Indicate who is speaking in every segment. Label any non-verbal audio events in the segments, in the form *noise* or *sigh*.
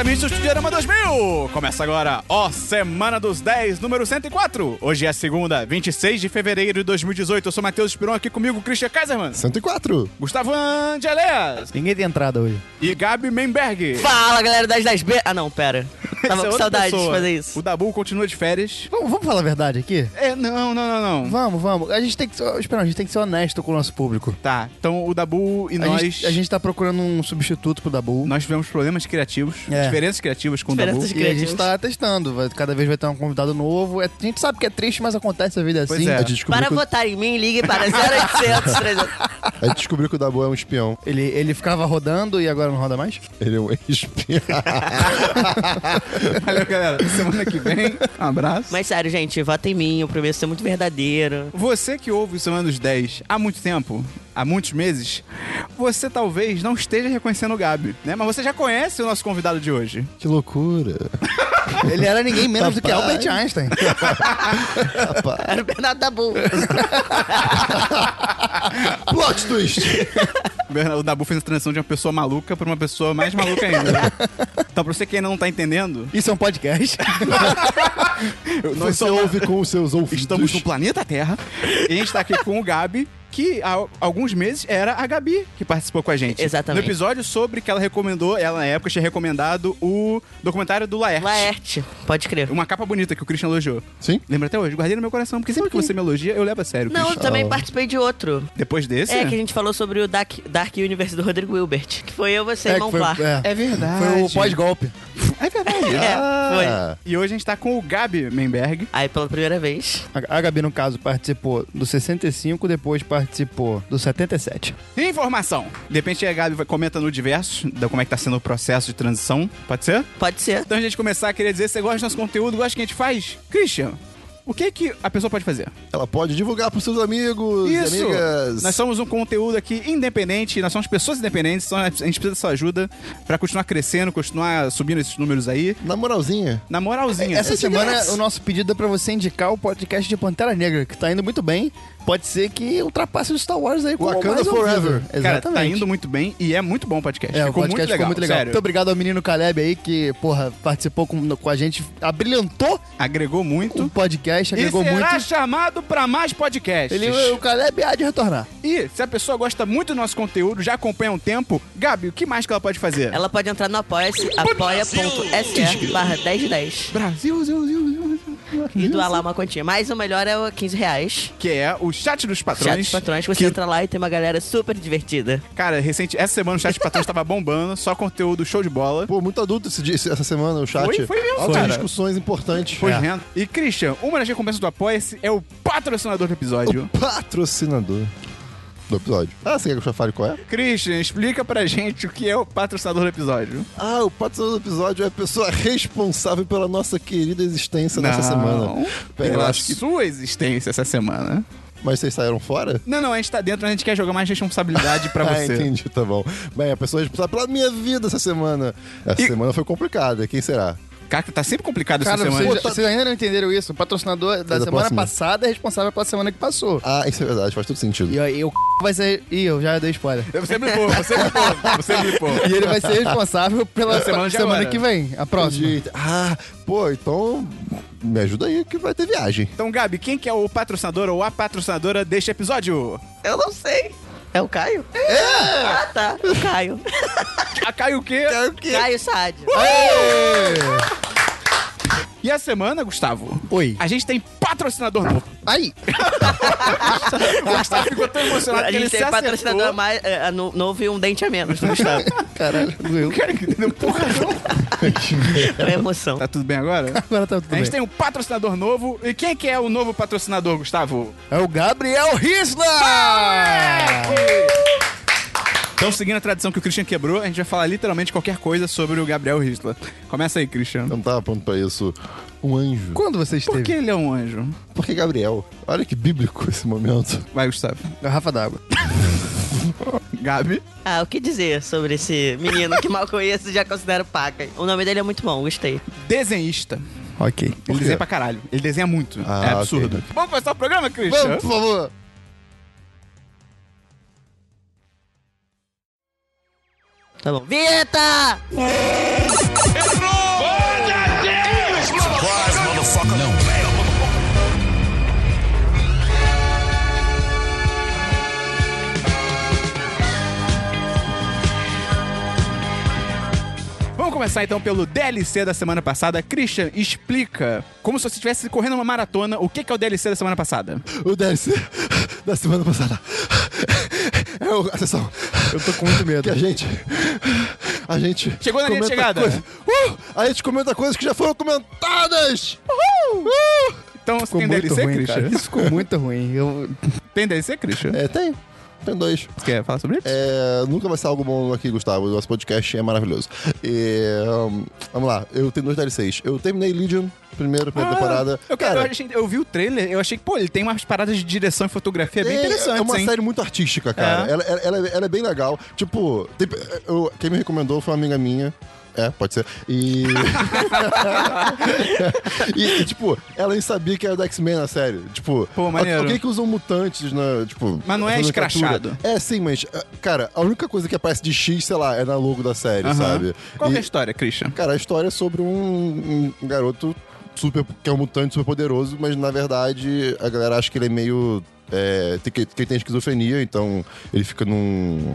Speaker 1: ouvintes do Estudioarama 2000! Começa agora, ó, Semana dos 10, número 104. Hoje é segunda, 26 de fevereiro de 2018. Eu sou Matheus Espiron, aqui comigo Christian Kaiserman,
Speaker 2: 104.
Speaker 1: Gustavo Angeléas
Speaker 3: Ninguém tem entrada hoje.
Speaker 1: e Gabi Memberg.
Speaker 4: Fala, galera das 10B. Ah, não, pera.
Speaker 1: Essa
Speaker 4: Tava
Speaker 1: é
Speaker 4: com
Speaker 1: outra
Speaker 4: saudade de
Speaker 1: pessoa.
Speaker 4: fazer isso.
Speaker 1: O Dabu continua de férias.
Speaker 3: Vamos, vamos falar a verdade aqui?
Speaker 1: É, não, não, não, não.
Speaker 3: Vamos, vamos. A gente tem que ser. Espera, a gente tem que ser honesto com o nosso público.
Speaker 1: Tá, então o Dabu e
Speaker 3: a,
Speaker 1: nós...
Speaker 3: gente, a gente tá procurando um substituto pro Dabu.
Speaker 1: Nós tivemos problemas criativos,
Speaker 3: É.
Speaker 1: diferenças criativas com o *laughs*
Speaker 4: Diferenças
Speaker 1: Dabu.
Speaker 3: E a gente tá testando. vai- cada vez vai ter um convidado novo. É- a gente sabe que é triste, mas acontece a vida é
Speaker 1: Pois
Speaker 3: assim.
Speaker 1: é.
Speaker 2: A gente descobriu,
Speaker 4: Para
Speaker 2: que, o-
Speaker 4: votar em mim, ligue para 0800 300.
Speaker 2: *laughs* a gente descobriu que o Dabu é um espião.
Speaker 3: Ele, ele ficava rodando e agora não roda
Speaker 1: *laughs*
Speaker 3: mais?
Speaker 2: Ele é um espião.
Speaker 1: Valeu, galera. Semana que vem, um abraço.
Speaker 4: Mas sério, gente, vota em mim. Eu prometo ser muito verdadeiro.
Speaker 1: Você que ouve o Semana dos 10 há muito tempo, há muitos meses, você talvez não esteja reconhecendo o Gabi, né? Mas você já conhece o nosso convidado de hoje.
Speaker 2: que loucura.
Speaker 3: Ele era ninguém menos do que
Speaker 2: Rapaz.
Speaker 3: Albert Einstein.
Speaker 1: *laughs*
Speaker 4: Era o Bernardo *laughs* Dabu.
Speaker 2: Plot twist.
Speaker 1: O Dabu fez a transição de uma pessoa maluca para uma pessoa mais maluca ainda. né? Então, pra você que ainda não tá entendendo,
Speaker 3: Isso é um podcast.
Speaker 1: nós
Speaker 2: Você
Speaker 1: somos-
Speaker 2: ouve com os seus ouvidos.
Speaker 1: estamos no planeta Terra e a gente tá aqui com o Gabi. Que há alguns meses era a Gabi que participou com a gente.
Speaker 4: Exatamente.
Speaker 1: No episódio sobre que ela recomendou, ela na época tinha recomendado o documentário do Laerte.
Speaker 4: Laerte, pode crer.
Speaker 1: Uma capa bonita que o Christian elogiou.
Speaker 2: Sim?
Speaker 1: Lembra até hoje, guardei no meu coração, porque sempre que você me elogia, eu levo a sério.
Speaker 4: Não, eu
Speaker 1: Christian.
Speaker 4: também participei de outro.
Speaker 1: Depois desse?
Speaker 4: É, que a gente falou sobre o Dark, Dark Universe do Rodrigo Wilbert. Que foi eu, você e
Speaker 3: que
Speaker 4: Mão
Speaker 3: foi,
Speaker 4: Clark.
Speaker 3: é.
Speaker 1: É verdade.
Speaker 3: Foi o pós-golpe.
Speaker 1: *laughs* É verdade.
Speaker 4: É, foi.
Speaker 2: Ah,
Speaker 1: E hoje a gente tá com o Gabi Memberg.
Speaker 4: Aí, pela primeira vez.
Speaker 3: A a Gabi, no caso, participou do 65, depois participou do 77.
Speaker 1: Informação. De repente a Gabi vai- comenta no diverso, da como é que tá sendo o processo de transição. Pode ser?
Speaker 4: Pode ser.
Speaker 1: Então a gente começar, queria dizer, você gosta do nosso conteúdo, gosta do que a gente faz? Christian, o que é que a pessoa pode fazer?
Speaker 2: ela pode divulgar pros seus amigos,
Speaker 1: Isso!
Speaker 2: amigas.
Speaker 1: Nós somos um conteúdo aqui independente, nós somos pessoas independentes, então a gente precisa da sua ajuda pra continuar crescendo, continuar subindo esses números aí.
Speaker 2: Na moralzinha.
Speaker 1: Na moralzinha.
Speaker 3: Essa semana,
Speaker 2: graça.
Speaker 3: o nosso pedido é pra você indicar o podcast de Pantera Negra, que tá indo muito bem. Pode ser que ultrapasse o Star Wars aí com
Speaker 2: Wakanda
Speaker 3: o mais ouvido.
Speaker 2: Forever.
Speaker 3: Exatamente.
Speaker 1: Cara, tá indo muito bem e é muito bom o podcast.
Speaker 3: É, o
Speaker 1: ficou
Speaker 3: podcast
Speaker 1: muito legal,
Speaker 3: ficou muito legal.
Speaker 1: sério.
Speaker 3: Muito obrigado ao menino Caleb aí, que, porra, participou com, com a gente, abrilhantou
Speaker 1: Agregou muito.
Speaker 3: o
Speaker 1: E
Speaker 3: podcast, agregou muito.
Speaker 1: será chamado pra mais podcasts.
Speaker 3: Ele, é o Caleb há de retornar.
Speaker 1: E se a pessoa gosta muito do nosso conteúdo, já acompanha há um tempo, Gabi, o que mais que ela pode fazer?
Speaker 4: Ela pode entrar no apoia-se, apoia.se barra
Speaker 1: Brasil,
Speaker 4: 1010
Speaker 1: Brasil, Brasil,
Speaker 4: e doar lá uma quantia. Mas o melhor é o 15 reais.
Speaker 1: que é o chat dos
Speaker 4: Chat
Speaker 1: patrões.
Speaker 4: dos patrões, você
Speaker 1: que-
Speaker 4: entra lá e tem uma galera super divertida.
Speaker 1: Cara, recente, essa semana o chat dos patrões tava bombando, só conteúdo show de bola.
Speaker 2: Pô, muito adulto esse dia- essa semana, o chat.
Speaker 1: Foi- foi mesmo,
Speaker 2: Altas
Speaker 1: cara.
Speaker 2: discussões importantes.
Speaker 1: Pois
Speaker 2: É.
Speaker 1: renda. E Christian, uma das recompensas do Apoia-se é o patrocinador do episódio.
Speaker 3: Uh.
Speaker 2: Patrocinador do episódio. Ah, você quer que eu já fale qual é?
Speaker 1: Christian, explica pra gente o que é o patrocinador do episódio.
Speaker 2: Ah, o patrocinador do episódio é a pessoa responsável pela nossa querida existência nessa semana. Pera,
Speaker 1: Pela
Speaker 2: eu acho que-
Speaker 1: sua existência essa semana.
Speaker 2: Mas vocês saíram fora?
Speaker 1: Não, não, a gente tá dentro, a gente quer jogar mais responsabilidade *laughs* pra
Speaker 2: ah,
Speaker 1: você.
Speaker 2: entendi, tá bom. Bem, a pessoa é responsável pela minha vida essa semana. Essa
Speaker 1: E-
Speaker 2: semana foi complicada, quem será?
Speaker 1: Cara, tá sempre complicado
Speaker 3: Cara,
Speaker 1: essa semana.
Speaker 3: vocês, vocês ainda não entenderam isso. O patrocinador da
Speaker 2: da
Speaker 3: semana
Speaker 2: próxima.
Speaker 3: passada é responsável pela semana que passou.
Speaker 2: Ah, isso é verdade, faz todo sentido.
Speaker 3: E aí o *laughs* c... vai ser... Ih, eu já dei spoiler.
Speaker 1: Você blipou, você blipou, você *laughs* blipou.
Speaker 3: E ele vai ser responsável pela
Speaker 1: Da semana de
Speaker 3: semana
Speaker 1: agora.
Speaker 3: que vem, a próxima.
Speaker 2: Entendi. Ah, pô, então me ajuda aí que vai ter viagem.
Speaker 1: Então, Gabi, quem que é o patrocinador ou a patrocinadora deste episódio?
Speaker 4: Eu não sei. É o Caio? É! Ah, tá. O Caio. *laughs*
Speaker 1: A Caio o quê?
Speaker 4: Caio Saad.
Speaker 1: E a semana, Gustavo?
Speaker 3: Oi.
Speaker 1: A gente tem patrocinador novo.
Speaker 3: Aí,
Speaker 1: O Gustavo ficou tão emocionado
Speaker 4: A
Speaker 1: que ele
Speaker 4: gente
Speaker 1: se
Speaker 4: tem
Speaker 1: acertou.
Speaker 4: patrocinador a mais, é, a no- novo e um dente a menos. *laughs* Gustavo.
Speaker 3: caralho, doeu.
Speaker 1: Cara, que deu porra, não.
Speaker 4: É emoção.
Speaker 1: Tá tudo bem agora?
Speaker 3: Agora tá tudo
Speaker 1: A
Speaker 3: bem.
Speaker 1: gente tem um patrocinador novo. E quem que é o novo patrocinador, Gustavo?
Speaker 3: É o Gabriel Risla!
Speaker 1: Então, seguindo a tradição que o Christian quebrou, a gente vai falar literalmente qualquer coisa sobre o Gabriel Risla. Começa aí, Christian.
Speaker 2: Eu não tava pronto pra isso. Um anjo.
Speaker 3: Quando você
Speaker 1: Por
Speaker 3: esteve?
Speaker 1: que ele é um anjo?
Speaker 2: Porque Gabriel, olha que bíblico esse momento.
Speaker 1: Vai, Gustavo.
Speaker 3: Garrafa d'água.
Speaker 1: Gabi?
Speaker 4: Ah, o que dizer sobre esse menino que mal conheço e já considero paca? O nome dele é muito bom, gostei.
Speaker 1: Desenhista.
Speaker 3: Ok.
Speaker 1: Ele
Speaker 2: quê?
Speaker 1: desenha pra caralho. Ele desenha muito.
Speaker 2: Ah,
Speaker 1: é absurdo.
Speaker 2: ok.
Speaker 1: Vamos começar o programa, Christian?
Speaker 2: Vamos, por favor.
Speaker 4: Tá bom. Vinheta!
Speaker 1: Errou! começar então pelo DLC da semana passada. Christian, explica como se você estivesse correndo uma maratona. O que que é o DLC da semana passada?
Speaker 2: O DLC da semana passada. É o- a sessão
Speaker 3: Eu tô com muito medo.
Speaker 2: que a gente. A gente.
Speaker 1: Chegou na linha de
Speaker 2: comenta
Speaker 1: chegada.
Speaker 2: coisa- Uh! a gente comenta coisas que já foram comentadas! Uhul!
Speaker 1: Então, você
Speaker 3: Ficou
Speaker 1: tem
Speaker 3: muito
Speaker 1: DLC,
Speaker 3: ruim, cara.
Speaker 1: Christian?
Speaker 3: Isso ficou muito ruim. Eu...
Speaker 1: Tem DLC, Christian?
Speaker 2: É, tem. Tem dois.
Speaker 1: Você quer falar sobre isso?
Speaker 2: É, nunca vai ser algo bom aqui, Gustavo. O nosso podcast é maravilhoso. E, hum, vamos lá, eu tenho dois DLCs. Eu terminei Legion, primeiro, primeira
Speaker 1: Ah,
Speaker 2: temporada.
Speaker 1: Eu, quero- eu achei- eu vi o trailer, eu achei que, pô, ele tem umas paradas de direção e fotografia bem
Speaker 2: é-
Speaker 1: interessantes,
Speaker 2: É uma
Speaker 1: hein?
Speaker 2: série muito artística, cara.
Speaker 1: É.
Speaker 2: Ela, ela- ela é- ela é bem legal. Tipo, tem- eu- quem me recomendou foi uma amiga minha. É, pode ser. E. *laughs* e, e, tipo, ela nem sabia que era da X-Men na série. Tipo,
Speaker 1: Pô, maneiro.
Speaker 2: alguém que usam mutantes na. Tipo,
Speaker 1: Mas não é
Speaker 2: na nomenclatura.
Speaker 1: escrachado.
Speaker 2: É, sim, mas, eh, cara, a única coisa que aparece de X, sei lá, é na logo da série,
Speaker 1: Aham.
Speaker 2: sabe?
Speaker 1: Qual que é a
Speaker 2: E-
Speaker 1: história, Christian?
Speaker 2: Cara, a história é sobre um, um garoto super, que é um mutante super poderoso, mas na verdade a galera acha que ele é meio. É, tem que, que ele tem esquizofrenia, então ele fica num.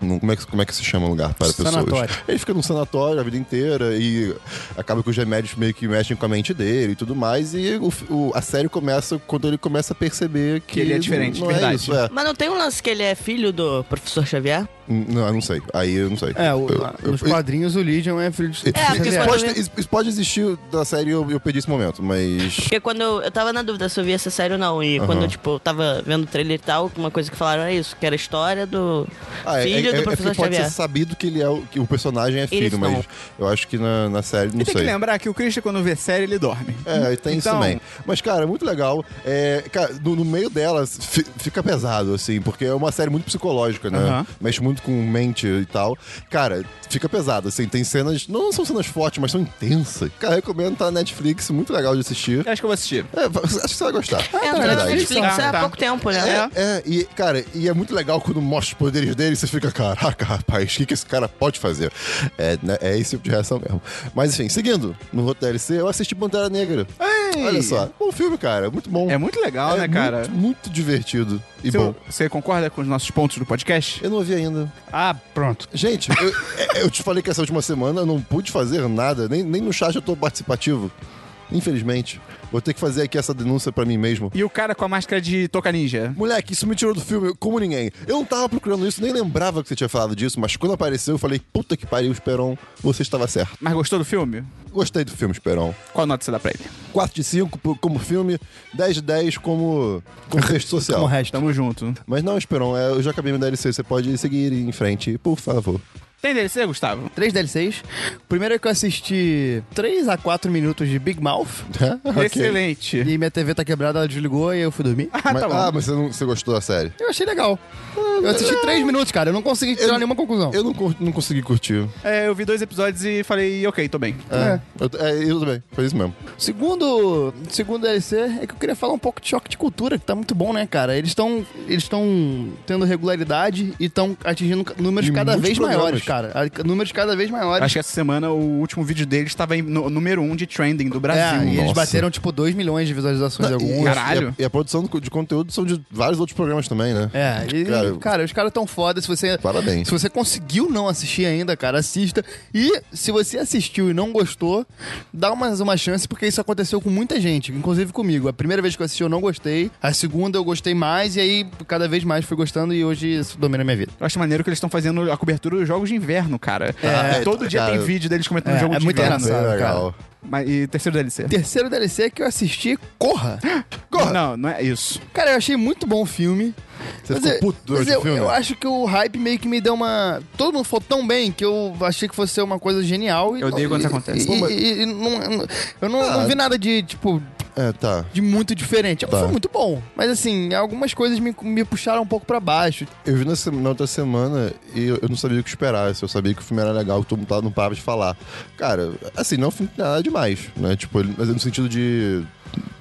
Speaker 2: num- como, é que, como é que se chama o lugar para
Speaker 3: Sanatório.
Speaker 2: pessoas? Ele fica num sanatório a vida inteira e acaba que os remédios meio que mexem com a mente dele e tudo mais. E o, o- a série começa quando ele começa a perceber que.
Speaker 1: Que ele é diferente,
Speaker 2: não
Speaker 1: verdade.
Speaker 2: É isso, é.
Speaker 4: Mas não tem um lance que ele é filho do professor Xavier?
Speaker 2: Não, eu não sei. Aí eu não sei.
Speaker 3: É, o-
Speaker 2: Eu- eu-
Speaker 3: nos quadrinhos o Legion é filho de...
Speaker 4: É, porque
Speaker 2: isso,
Speaker 4: Aliás.
Speaker 2: pode, ter- isso- isso pode existir da série, eu, eu perdi esse momento, mas.
Speaker 4: Porque quando eu, eu tava na dúvida se eu via essa série ou não. E
Speaker 2: Aham.
Speaker 4: quando, tipo, eu tava vendo o trailer e tal, uma coisa que falaram era isso, que era a história do
Speaker 2: Ah, é, é-
Speaker 4: filho
Speaker 2: é-
Speaker 4: do
Speaker 2: é
Speaker 4: professor
Speaker 2: porque pode
Speaker 4: Xavier.
Speaker 2: ser sabido que ele é o, que o personagem é filho,
Speaker 4: Eles não.
Speaker 2: mas eu acho que na, na série não
Speaker 1: E tem que
Speaker 2: sei.
Speaker 1: lembrar que o Christian, quando vê série, ele dorme.
Speaker 2: É, tem isso
Speaker 1: Então-
Speaker 2: também. Mas, cara, é muito legal. É, cara, no, no meio dela fi- fica pesado, assim, porque é uma série muito psicológica, né?
Speaker 1: Aham.
Speaker 2: Mexe muito com mente e tal. Cara, fica pesado, assim. Tem cenas. Não são cenas fortes, mas são intensas. Cara, recomendo, tá na Netflix, muito legal de assistir.
Speaker 1: Eu acho que eu vou assistir.
Speaker 2: É, acho que você vai gostar.
Speaker 4: É,
Speaker 2: de
Speaker 4: entrou na
Speaker 2: verdade.
Speaker 4: Netflix
Speaker 1: Tá,
Speaker 4: há
Speaker 1: tá.
Speaker 4: pouco tempo, né?
Speaker 1: É.
Speaker 2: É, e, cara, e é muito legal quando mostra os poderes dele, você fica, caraca, rapaz, o que, que esse cara pode fazer? É, né, é esse tipo de reação mesmo. Mas enfim, seguindo, no outro DLC, eu assisti Pantera Negra.
Speaker 1: Ei!
Speaker 2: Olha só, bom filme, cara, muito bom.
Speaker 1: É muito legal,
Speaker 2: É
Speaker 1: né, cara?
Speaker 2: Muito, muito divertido e
Speaker 1: Seu-
Speaker 2: bom.
Speaker 1: Você concorda com os nossos pontos do podcast?
Speaker 2: Eu não vi ainda.
Speaker 3: Ah, pronto.
Speaker 2: Gente, eu, é, eu te falei que essa última semana eu não pude fazer nada, nem, nem no chat eu tô participativo. Infelizmente. Vou ter que fazer aqui essa denúncia pra mim mesmo.
Speaker 1: E o cara com a máscara de Toca Ninja?
Speaker 2: Moleque, isso me tirou do filme como ninguém. Eu não tava procurando isso, nem lembrava que você tinha falado disso, mas quando apareceu eu falei, puta que pariu, Esperon, você estava certo.
Speaker 1: Mas gostou do filme?
Speaker 2: Gostei do filme, Esperon.
Speaker 1: Qual nota você dá pra ele?
Speaker 2: 4 de 5 por- como filme, 10 de 10 como contexto
Speaker 3: Como é? o
Speaker 2: social.
Speaker 3: resto.
Speaker 1: Tamo junto.
Speaker 2: Mas não, Esperon, é, eu já acabei meu DLC, você pode seguir em frente, por favor. *laughs*
Speaker 1: Tem DLC, Gustavo?
Speaker 3: Três DLCs. Primeiro é que eu assisti 3 a 4 minutos de Big Mouth.
Speaker 2: Ok.
Speaker 1: Excelente.
Speaker 3: E minha TV tá quebrada, ela desligou e eu fui dormir.
Speaker 1: Ah,
Speaker 2: Mas-
Speaker 1: tá bom.
Speaker 2: ah, mas você, não, você gostou da série?
Speaker 3: Eu achei legal. Eu assisti 3 minutos, cara. Eu não consegui tirar
Speaker 2: Eu-
Speaker 3: nenhuma conclusão.
Speaker 2: Eu não, cur- não consegui curtir.
Speaker 1: É, eu vi dois episódios e falei, ok, tô bem.
Speaker 2: É, Eu, é, eu também, foi isso mesmo.
Speaker 3: Segundo, segundo DLC, é que eu queria falar um pouco de choque de cultura, que tá muito bom, né, cara? Eles estão eles estão tendo regularidade e estão atingindo ca- números
Speaker 2: E
Speaker 3: cada
Speaker 2: muitos
Speaker 3: vez maiores,
Speaker 2: programas.
Speaker 3: cara. A- Números cada vez maiores.
Speaker 1: Acho que essa semana o último vídeo deles estava em no, número um de trending do
Speaker 3: É, e
Speaker 1: Brasil.
Speaker 3: eles
Speaker 2: Nossa.
Speaker 3: bateram tipo 2 milhões de visualizações
Speaker 2: E-
Speaker 3: de alguns.
Speaker 2: e a-
Speaker 1: Caralho.
Speaker 2: E a, produção do- de conteúdo são de vários outros programas também, né?
Speaker 3: É, e, cara,
Speaker 2: Cara,
Speaker 3: os caras tão foda. Se você,
Speaker 2: Parabéns.
Speaker 3: se você conseguiu não assistir ainda, cara, assista. E se você assistiu e não gostou, dá mais uma chance, porque isso aconteceu com muita gente, inclusive comigo. A primeira vez que eu assisti eu não gostei, a segunda eu gostei mais, e aí cada vez mais fui gostando, e hoje isso domina a minha vida.
Speaker 1: Eu acho maneiro que eles estão fazendo a cobertura dos jogos de inverno, cara.
Speaker 2: É,
Speaker 1: Todo dia
Speaker 2: cara,
Speaker 1: tem vídeo deles comentando
Speaker 3: é,
Speaker 1: jogo
Speaker 3: é
Speaker 1: de
Speaker 3: muito
Speaker 1: inverno.
Speaker 3: engraçado.
Speaker 2: Bem
Speaker 1: Mas- e terceiro DLC.
Speaker 3: Terceiro DLC que eu assisti, Corra.
Speaker 1: Não, não é isso.
Speaker 3: Cara, eu achei muito bom o filme.
Speaker 2: Você
Speaker 3: Mas
Speaker 2: ficou
Speaker 3: eu-
Speaker 2: puto durante
Speaker 3: mas eu,
Speaker 2: o filme?
Speaker 3: eu acho que o hype meio que me deu uma. Todo mundo falou tão bem que eu achei que fosse ser uma coisa genial. e-
Speaker 1: Eu odeio quando isso
Speaker 3: e-
Speaker 1: acontece.
Speaker 3: e-
Speaker 1: Pô,
Speaker 2: mas-
Speaker 3: e- e não- eu não, não vi nada de, tipo,
Speaker 2: É, tá.
Speaker 3: de muito diferente.
Speaker 2: Tá.
Speaker 3: Foi muito bom. Mas assim, algumas coisas me, me puxaram um pouco pra baixo.
Speaker 2: Eu vi na, se- na outra semana e eu, eu não sabia o que esperar. se Eu sabia que o filme era legal, que todo mundo tava- não parava de falar. Cara, assim, não é um filme que tem nada demais, né? Tipo, ele- mas é no sentido de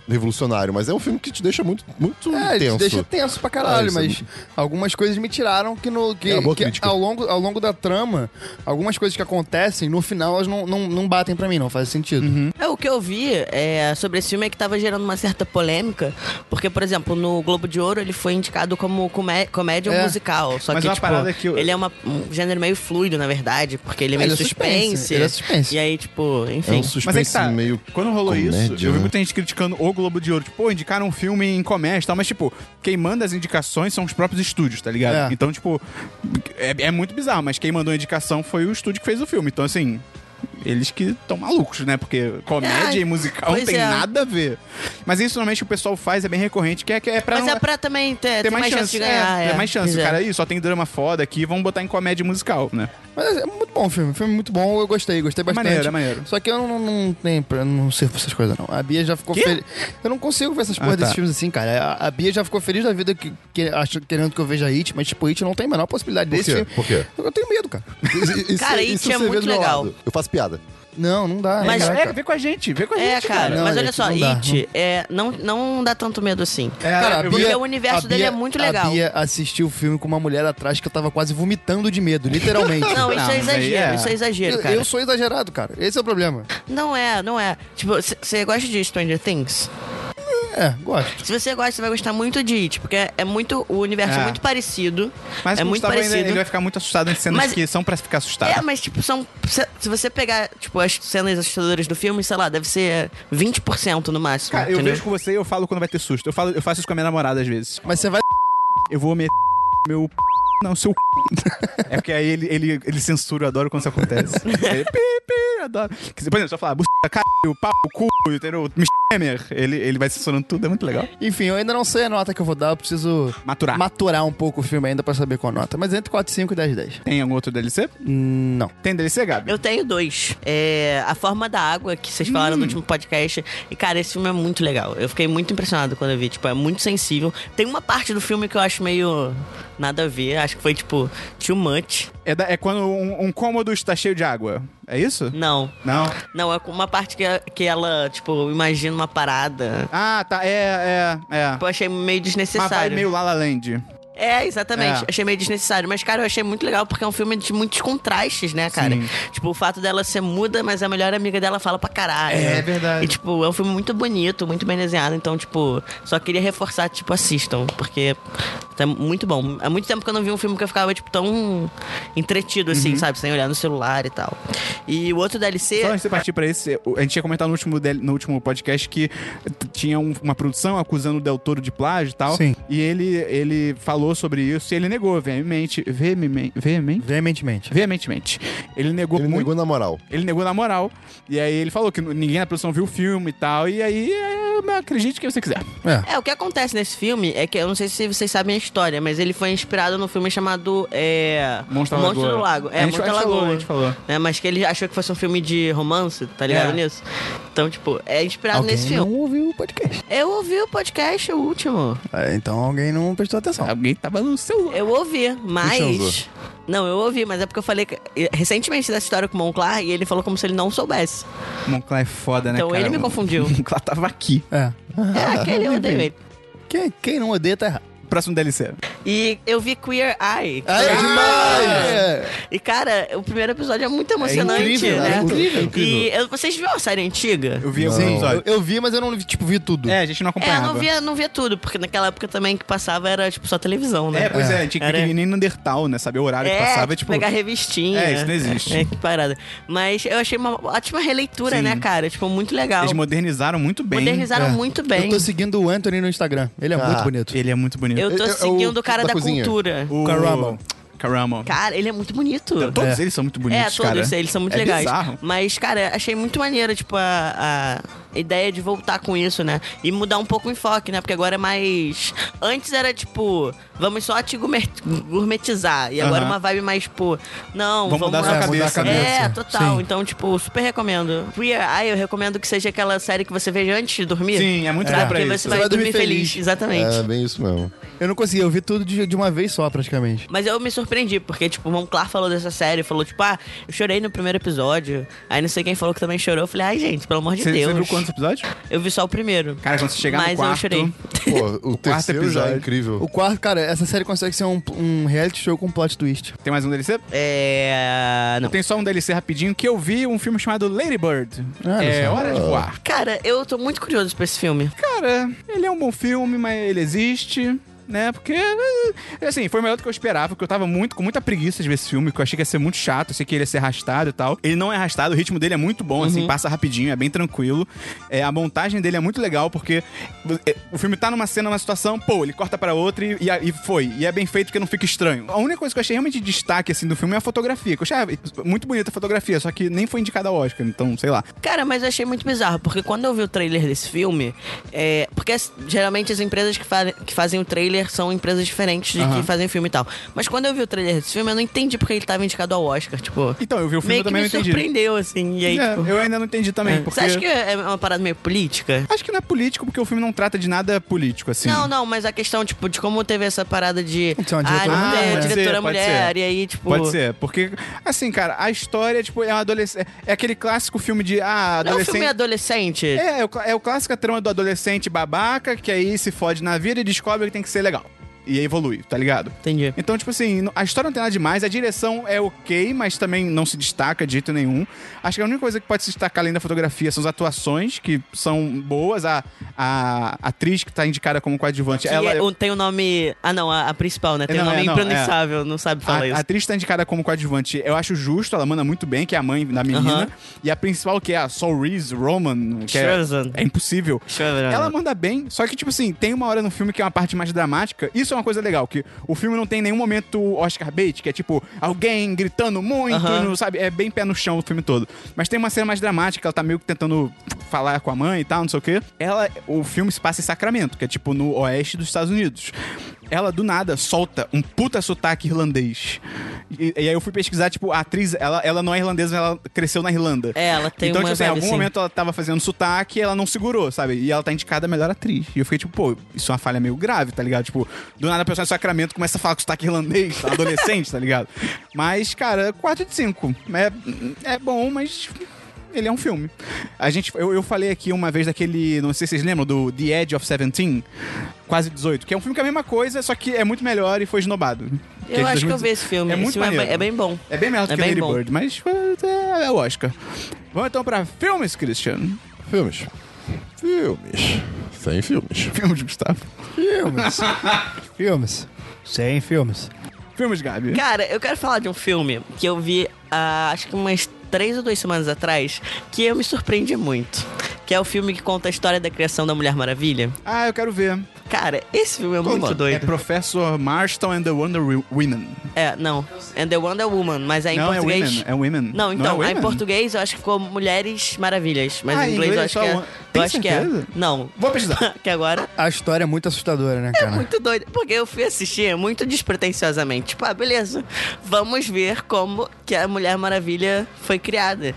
Speaker 2: revolucionário, mas é um filme que te deixa muito, muito
Speaker 3: É,
Speaker 2: tenso.
Speaker 3: te deixa tenso pra
Speaker 2: Ah,
Speaker 3: caralho,
Speaker 2: isso é
Speaker 3: mas algumas coisas me tiraram que, no, que,
Speaker 2: É, boa
Speaker 3: que
Speaker 2: crítica.
Speaker 3: ao, longo, ao longo da trama, algumas coisas que acontecem, no final elas não, não, não batem pra mim, não faz sentido.
Speaker 2: Uhum.
Speaker 4: É, o que eu vi é, sobre esse filme é que tava gerando uma certa polêmica, porque, por exemplo, no Globo de Ouro ele foi indicado como comé comédia
Speaker 3: É.
Speaker 4: musical. Só
Speaker 1: Mas
Speaker 4: que,
Speaker 1: uma
Speaker 4: tipo,
Speaker 1: parada que eu-
Speaker 4: ele é uma- um gênero meio fluido, na verdade, porque ele é meio
Speaker 3: Ele é suspense,
Speaker 4: suspense,
Speaker 3: ele é suspense.
Speaker 4: E aí, tipo,
Speaker 2: É
Speaker 4: enfim.
Speaker 2: um suspense
Speaker 1: Mas é que tá, *laughs*
Speaker 2: meio.
Speaker 1: quando rolou isso,
Speaker 2: comédia,
Speaker 1: eu vi
Speaker 2: né?
Speaker 1: muita gente criticando o Globo de Ouro. Tipo, pô, indicaram um filme em comédia e tal, mas, tipo, quem manda as indicações são os próprios estúdios, tá ligado?
Speaker 3: É.
Speaker 1: Então, tipo, é, é muito bizarro, mas quem mandou a indicação foi o estúdio que fez o filme. Então, assim, eles que estão malucos, né? Porque comédia
Speaker 4: Ai,
Speaker 1: e musical não
Speaker 4: pois
Speaker 1: tem
Speaker 4: é.
Speaker 1: nada a ver. Mas isso normalmente o pessoal faz, é bem recorrente, que é, que é pra.
Speaker 4: Mas
Speaker 1: não-
Speaker 4: é pra também ter, ter mais, chance, de ganhar.
Speaker 1: é,
Speaker 4: É,
Speaker 1: Tem mais chance.
Speaker 4: Pois é.
Speaker 1: O cara aí só tem drama foda aqui, vamos botar em comédia musical, né?
Speaker 3: Mas é muito bom o filme, filme muito bom, eu gostei, gostei bastante.
Speaker 1: maneiro, é maneiro.
Speaker 3: Só que eu não, não, nem, eu não sirvo pra essas coisas, não. A Bia já ficou
Speaker 1: Quê?
Speaker 3: feliz. Eu não consigo ver essas
Speaker 1: Ah,
Speaker 3: porra desses
Speaker 1: tá.
Speaker 3: filmes assim, cara. A, a Bia já ficou feliz da vida que, que, acho- querendo que eu veja It, mas, tipo, It não tem a menor possibilidade
Speaker 2: Por
Speaker 3: desse
Speaker 2: quê?
Speaker 3: filme.
Speaker 2: Por quê?
Speaker 3: Eu tenho medo, cara.
Speaker 2: Isso- isso-
Speaker 4: Cara,
Speaker 2: isso
Speaker 4: It é
Speaker 2: você vê
Speaker 4: muito
Speaker 2: do meu
Speaker 4: legal.
Speaker 2: lado. Eu faço piada.
Speaker 3: Não, não dá.
Speaker 4: Mas
Speaker 3: não dá,
Speaker 1: é,
Speaker 3: cara.
Speaker 1: vem com a gente, vem com a
Speaker 4: É,
Speaker 1: gente,
Speaker 4: cara,
Speaker 3: Não,
Speaker 4: mas
Speaker 3: olha
Speaker 4: olha
Speaker 3: que
Speaker 4: só,
Speaker 3: não dá,
Speaker 4: It é, não, não dá tanto medo assim.
Speaker 1: É,
Speaker 3: Cara, a
Speaker 1: eu-
Speaker 3: Bia-
Speaker 4: Porque o universo
Speaker 3: a
Speaker 4: dele
Speaker 3: Bia-
Speaker 4: é muito legal.
Speaker 3: A Bia assistiu o filme com uma mulher atrás que eu tava quase vomitando de medo, literalmente.
Speaker 4: *laughs*
Speaker 1: Não,
Speaker 4: Não, isso é
Speaker 1: mas aí
Speaker 4: exagero,
Speaker 1: é-
Speaker 4: isso é exagero,
Speaker 3: eu,
Speaker 4: cara.
Speaker 3: eu sou exagerado, cara. Esse é o problema.
Speaker 4: Não é, não é. Tipo, você gosta de Stranger Things?
Speaker 3: É, gosto.
Speaker 4: Se você gosta, você vai gostar muito de It, porque é muito. O universo é,
Speaker 1: É.
Speaker 4: muito parecido.
Speaker 1: Mas
Speaker 4: é
Speaker 1: o
Speaker 4: muito
Speaker 1: Gustavo ainda,
Speaker 4: parecido.
Speaker 1: ele vai ficar muito assustado em cenas
Speaker 4: Mas-
Speaker 1: que são pra ficar assustado.
Speaker 4: É, mas tipo, são. Se, se você pegar, tipo, as cenas assustadoras do filme, sei lá, deve ser 20% no máximo.
Speaker 1: Cara, eu
Speaker 4: entendeu?
Speaker 1: vejo com você e eu falo quando vai ter susto. Eu, falo, eu faço isso com a minha namorada às vezes.
Speaker 3: Mas você vai.
Speaker 1: Eu vou meter *laughs* meu p... não, seu *laughs* p... É porque aí ele, ele, ele censura, eu adoro quando isso
Speaker 4: *laughs*
Speaker 1: acontece. Ele, pi, pi, eu adoro. Quer dizer, Por exemplo, só falar, buceta, caralho, pau, cu, entendeu? Mistemer. Ele, ele vai censurando tudo, é muito legal.
Speaker 3: Enfim, eu ainda não sei a nota que eu vou dar, eu preciso.
Speaker 1: Maturar.
Speaker 3: Maturar um pouco o filme ainda pra saber qual a nota. Mas entre 4, 5 e 10, 10.
Speaker 1: Tem algum outro DLC?
Speaker 3: Não.
Speaker 1: Tem DLC, Gabi?
Speaker 4: Eu tenho dois. É, a Forma da Água, que vocês falaram
Speaker 1: Hum.
Speaker 4: no último podcast. E, cara, esse filme é muito legal. Eu fiquei muito impressionado quando eu vi. Tipo, é muito sensível. Tem uma parte do filme que eu acho meio nada a ver. Acho que foi, tipo, too much.
Speaker 1: É, da- é quando um, um cômodo está cheio de água. É isso?
Speaker 4: Não.
Speaker 1: Não.
Speaker 4: Não, é uma parte que, que ela, tipo, imagina uma parada.
Speaker 1: Ah, tá. É, é, é.
Speaker 4: Eu achei meio
Speaker 1: Mas vai
Speaker 4: desnecessário.
Speaker 1: meio Lala Land.
Speaker 4: É, exatamente.
Speaker 1: É.
Speaker 4: Achei meio desnecessário. Mas, cara, eu achei muito legal porque é um filme de muitos contrastes, né, cara?
Speaker 1: Sim.
Speaker 4: Tipo, o fato dela ser muda, mas a melhor amiga dela fala pra caralho.
Speaker 1: É,
Speaker 4: né?
Speaker 1: verdade.
Speaker 4: E, tipo, é um filme muito bonito, muito bem desenhado. Então, tipo, só queria reforçar, tipo, assistam. Porque é muito bom. Há muito tempo que eu não vi um filme que eu ficava, tipo, tão entretido, assim, sabe? Sem olhar no celular e tal. E o outro DLC...
Speaker 1: Uhum. Só antes de partir pra esse, a gente ia comentar no último, del- no último podcast que t- tinha um- uma produção acusando o Del Toro de plágio e tal.
Speaker 3: Sim.
Speaker 1: E ele, ele falou sobre isso e ele negou veemente, veemente, veemente,
Speaker 3: Veementemente.
Speaker 1: veementemente. Ele negou
Speaker 2: Ele
Speaker 1: muito.
Speaker 2: negou na moral.
Speaker 1: Ele negou na moral. E aí ele falou que n- ninguém na produção viu o filme e tal. E aí, é, acredite que você quiser.
Speaker 3: É.
Speaker 4: É, o que acontece nesse filme é que eu não sei se vocês sabem a história, mas ele foi inspirado no filme chamado é,
Speaker 1: Monstro da
Speaker 4: Monstro
Speaker 1: Lagoa.
Speaker 4: do Lago. É,
Speaker 1: A gente-
Speaker 4: Monstro
Speaker 1: a
Speaker 4: da
Speaker 1: gente falou,
Speaker 4: Lagoa.
Speaker 1: a gente falou.
Speaker 4: Né, mas que ele achou que fosse um filme de romance, tá ligado
Speaker 1: É.
Speaker 4: nisso? Então, tipo, é inspirado
Speaker 3: Alguém
Speaker 4: nesse
Speaker 3: não
Speaker 4: filme.
Speaker 3: ouviu o podcast.
Speaker 4: Eu ouvi o podcast, o último.
Speaker 3: É, então alguém não prestou atenção.
Speaker 1: Alguém tava no celular.
Speaker 4: Eu ouvi,
Speaker 2: Puxa,
Speaker 4: mas. Não, eu ouvi, mas é porque eu falei que- recentemente dessa história com o Monclar e ele falou como se ele não soubesse.
Speaker 1: Monclar é foda, né,
Speaker 4: Então
Speaker 1: cara?
Speaker 4: ele
Speaker 1: *laughs*
Speaker 4: me confundiu.
Speaker 1: Monclar tava aqui.
Speaker 3: É.
Speaker 4: É, aquele eu odeio ele.
Speaker 3: Quem, quem não odeia tá errado.
Speaker 1: Próximo DLC.
Speaker 4: E eu vi Queer Eye. que
Speaker 3: É
Speaker 4: foi- Ah!
Speaker 3: demais! É.
Speaker 4: E, cara, o primeiro episódio é muito emocionante,
Speaker 3: incrível,
Speaker 4: né?
Speaker 3: é
Speaker 2: incrível.
Speaker 4: E eu- vocês viram a série antiga?
Speaker 1: Eu vi alguns
Speaker 3: Sim, eu,
Speaker 1: episódios.
Speaker 3: eu vi, mas eu não, vi, tipo, vi tudo.
Speaker 1: É, a gente não
Speaker 4: É, eu
Speaker 1: acompanhava.
Speaker 4: não via, não via tudo, porque naquela época também que passava era, tipo, só televisão, né?
Speaker 1: É, pois é, tinha que
Speaker 4: Era-
Speaker 1: pedir nem Neandertal, né? Saber o horário que passava, tipo.
Speaker 4: É, pegar revistinha.
Speaker 1: É, isso não existe.
Speaker 4: É, que parada. Mas eu achei uma ótima releitura,
Speaker 1: Sim.
Speaker 4: né, cara? Tipo, muito legal.
Speaker 1: Eles modernizaram muito bem.
Speaker 4: Modernizaram
Speaker 3: É.
Speaker 4: muito bem.
Speaker 3: Eu tô seguindo o Anthony no Instagram. Ele é
Speaker 2: Ah.
Speaker 3: muito bonito.
Speaker 1: Ele é muito bonito.
Speaker 4: Eu tô
Speaker 2: Eu- eu-
Speaker 4: seguindo o cara
Speaker 2: da
Speaker 4: da,
Speaker 2: cozinha.
Speaker 4: cultura.
Speaker 1: O
Speaker 3: Caramel.
Speaker 1: Caramel.
Speaker 4: Cara, ele é muito bonito.
Speaker 1: Todos
Speaker 3: É.
Speaker 1: eles são muito bonitos,
Speaker 4: é, todos
Speaker 1: cara.
Speaker 4: eles são muito
Speaker 1: É
Speaker 4: legais.
Speaker 1: bizarro.
Speaker 4: Mas, cara, achei muito maneiro, tipo, a, a ideia de voltar com isso, né? E mudar um pouco o enfoque, né? Porque agora é mais. Antes era tipo, vamos só te gourmet- gourmetizar. E agora
Speaker 1: Aham.
Speaker 4: uma vibe mais, tipo, não,
Speaker 1: Vamos
Speaker 4: vamos,
Speaker 1: mudar sua
Speaker 4: lá-
Speaker 1: cabeça,
Speaker 3: mudar a
Speaker 1: né?
Speaker 4: É, total.
Speaker 3: Sim.
Speaker 4: Então, tipo, super recomendo. Queer Eye, eu recomendo que seja aquela série que você veja antes de dormir.
Speaker 1: Sim, é muito
Speaker 4: Pra,
Speaker 1: legal pra
Speaker 4: porque
Speaker 1: isso.
Speaker 4: você vai dormir feliz. Exatamente.
Speaker 2: É bem isso mesmo.
Speaker 3: Eu não consegui, eu vi tudo de, de uma vez só, praticamente.
Speaker 4: Mas eu me surpreendi, porque, tipo, o Monclar falou dessa série, falou, tipo, ah, eu chorei no primeiro episódio. Aí não sei quem falou que também chorou. Eu falei, ai, gente, pelo amor de
Speaker 1: Você você
Speaker 4: Deus.
Speaker 1: viu quantos todos os episódios?
Speaker 4: Eu vi só o primeiro.
Speaker 1: Cara, quando você chegar
Speaker 4: mas
Speaker 1: no quarto...
Speaker 4: eu chorei.
Speaker 2: Pô, o terceiro já é
Speaker 1: episódio.
Speaker 2: incrível.
Speaker 3: O quarto, cara, essa série consegue ser um, um reality show com plot twist.
Speaker 1: Tem mais um DLC?
Speaker 4: É. Não.
Speaker 1: Tem só um DLC rapidinho que eu vi um filme chamado Lady Bird.
Speaker 3: Ah,
Speaker 1: é
Speaker 3: não
Speaker 1: Hora de Voar.
Speaker 4: Cara, eu tô muito curioso pra esse filme.
Speaker 1: Cara, ele é um bom filme, mas ele existe. Né, porque eh, assim, foi melhor do que eu esperava, porque eu tava muito, com muita preguiça de ver esse filme, que eu achei que ia ser muito chato, achei que ele ia ser arrastado e tal. Ele não é arrastado, o ritmo dele é muito bom,
Speaker 4: Uhum.
Speaker 1: assim, passa rapidinho, é bem tranquilo. É, a montagem dele é muito legal, porque eh, o filme tá numa cena, numa situação, pô, ele corta pra outra e, e a- e foi. E é bem feito que não fica estranho. A única coisa que eu achei realmente de destaque assim, do filme é a fotografia, que eu achei ah, muito bonita a fotografia, só que nem foi indicada ao Oscar, então, sei lá.
Speaker 4: Cara, mas eu achei muito bizarro, porque quando eu vi o trailer desse filme, é, porque as- geralmente as empresas que, fa- que fazem o trailer são empresas diferentes de
Speaker 1: Aham.
Speaker 4: que fazem o filme e tal. Mas quando eu vi o trailer desse filme, eu não entendi porque ele tava indicado ao Oscar, tipo.
Speaker 1: Então, eu vi o filme
Speaker 4: meio
Speaker 1: eu
Speaker 4: que
Speaker 1: também
Speaker 4: me
Speaker 1: não entendi.
Speaker 4: surpreendeu, assim. E aí,
Speaker 1: É,
Speaker 4: tipo.
Speaker 1: eu ainda não entendi também,
Speaker 4: é.
Speaker 1: porque...
Speaker 4: Você acha que é uma parada meio política?
Speaker 1: Acho que não é político, porque o filme não trata de nada político, assim.
Speaker 4: Não, não, mas a questão, tipo, de como teve essa parada de.
Speaker 3: Então, a
Speaker 4: ah,
Speaker 3: diretora
Speaker 4: não
Speaker 3: mulher.
Speaker 4: tem
Speaker 3: Ah, pode
Speaker 4: diretora
Speaker 1: ser, é. pode
Speaker 4: mulher,
Speaker 1: ser.
Speaker 4: e aí, tipo.
Speaker 1: Pode ser, porque, assim, cara, a história, tipo, é um adolescente. É aquele clássico filme de. Ah,
Speaker 4: Não é um filme
Speaker 1: adolescente.
Speaker 4: adolescente.
Speaker 1: É, é o, cla- é o clássico trama do adolescente babaca, que aí se fode na vida e descobre que tem que ser legal. E evolui, tá ligado?
Speaker 4: Entendi.
Speaker 1: Então, tipo assim, no- a história não tem nada demais, a direção é ok, mas também não se destaca de jeito nenhum. Acho que a única coisa que pode se destacar além da fotografia são as atuações, que são boas. A, a atriz que tá indicada como coadjuvante,
Speaker 4: Que
Speaker 1: ela.
Speaker 4: é- tem o nome. Ah, não, a, a principal, né? Tem o
Speaker 1: Não,
Speaker 4: nome
Speaker 1: é, não,
Speaker 4: impronunciável, não sabe falar
Speaker 1: A,
Speaker 4: isso.
Speaker 1: a atriz tá indicada como coadjuvante, eu acho justo, ela manda muito bem, que é a mãe da menina.
Speaker 4: Aham.
Speaker 1: E a principal, que é a Sol Reese Roman, que é,
Speaker 4: Susan.
Speaker 1: é impossível. Ela manda bem, só que, tipo assim, tem uma hora no filme que é uma parte mais dramática. Isso é uma coisa legal, que o filme não tem nenhum momento Oscar bait, que é tipo, alguém gritando muito,
Speaker 4: Aham.
Speaker 1: não sabe? É bem pé no chão o filme todo. Mas tem uma cena mais dramática, ela tá meio que tentando falar com a mãe e tal, não sei o quê. Ela, o filme se passa em Sacramento, que é tipo no oeste dos Estados Unidos. Ela, do nada, solta um puta sotaque irlandês. E, e aí eu fui pesquisar, tipo, a atriz, ela, ela não é irlandesa, mas ela cresceu na Irlanda.
Speaker 4: É, ela tem
Speaker 1: Então,
Speaker 4: uma
Speaker 1: tipo assim, em
Speaker 4: vibe
Speaker 1: algum
Speaker 4: assim.
Speaker 1: momento ela tava fazendo sotaque e ela não segurou, sabe? E ela tá indicada a melhor atriz. E eu fiquei tipo, pô, isso é uma falha meio grave, tá ligado? Tipo, do nada a pessoa de Sacramento começa a falar com sotaque irlandês, tá? adolescente, tá ligado? Mas, cara, 4 de 5. É, é bom, mas ele é um filme. A gente, eu, eu falei aqui uma vez daquele, não sei se vocês lembram, do The Edge of 17, quase 18, que é um filme que é a mesma coisa, só que é muito melhor e foi esnobado. Que é de
Speaker 4: Eu acho que eu
Speaker 1: 2000.
Speaker 4: vi esse filme.
Speaker 1: É
Speaker 4: esse
Speaker 1: muito
Speaker 4: filme é,
Speaker 1: maneiro.
Speaker 4: ba- é bem bom.
Speaker 1: É bem melhor do
Speaker 4: É
Speaker 1: que
Speaker 4: bem
Speaker 1: Lady
Speaker 4: bom.
Speaker 1: Bird, mas é, é o Oscar. Vamos então pra filmes, Christian. *laughs*
Speaker 2: Filmes. Filmes. Sem filmes.
Speaker 1: Filmes, Gustavo. *laughs*
Speaker 3: Filmes. filmes. Sem filmes.
Speaker 1: Filmes, Gabi.
Speaker 4: Cara, eu quero falar de um filme que eu vi há acho que umas três ou duas semanas atrás, que eu me surpreendi muito. Que é o filme que conta a história da criação da Mulher Maravilha.
Speaker 1: Ah, eu quero ver.
Speaker 4: Cara, esse filme é muito
Speaker 1: É
Speaker 4: doido.
Speaker 1: Professor Marston and the Wonder Wi- Women.
Speaker 4: É, não. And the Wonder Woman, mas aí em
Speaker 1: Não, é
Speaker 4: português.
Speaker 1: Women. É Women.
Speaker 4: Não, então,
Speaker 1: é
Speaker 4: aí
Speaker 1: women?
Speaker 4: em português eu acho que ficou Mulheres Maravilhas. Mas
Speaker 1: Ah,
Speaker 4: em
Speaker 1: em
Speaker 4: inglês, eu
Speaker 1: inglês
Speaker 4: acho
Speaker 1: é só
Speaker 4: que é.
Speaker 1: uma-
Speaker 4: Eu
Speaker 1: Tem
Speaker 4: acho que é.
Speaker 1: certeza?
Speaker 4: Não.
Speaker 1: Vou pesquisar.
Speaker 4: *laughs* que agora.
Speaker 3: A história é muito assustadora, né, cara?
Speaker 4: É Muito doido. Porque eu fui assistir muito despretensiosamente. Tipo, ah, beleza. Vamos ver como que a Mulher Maravilha foi criada.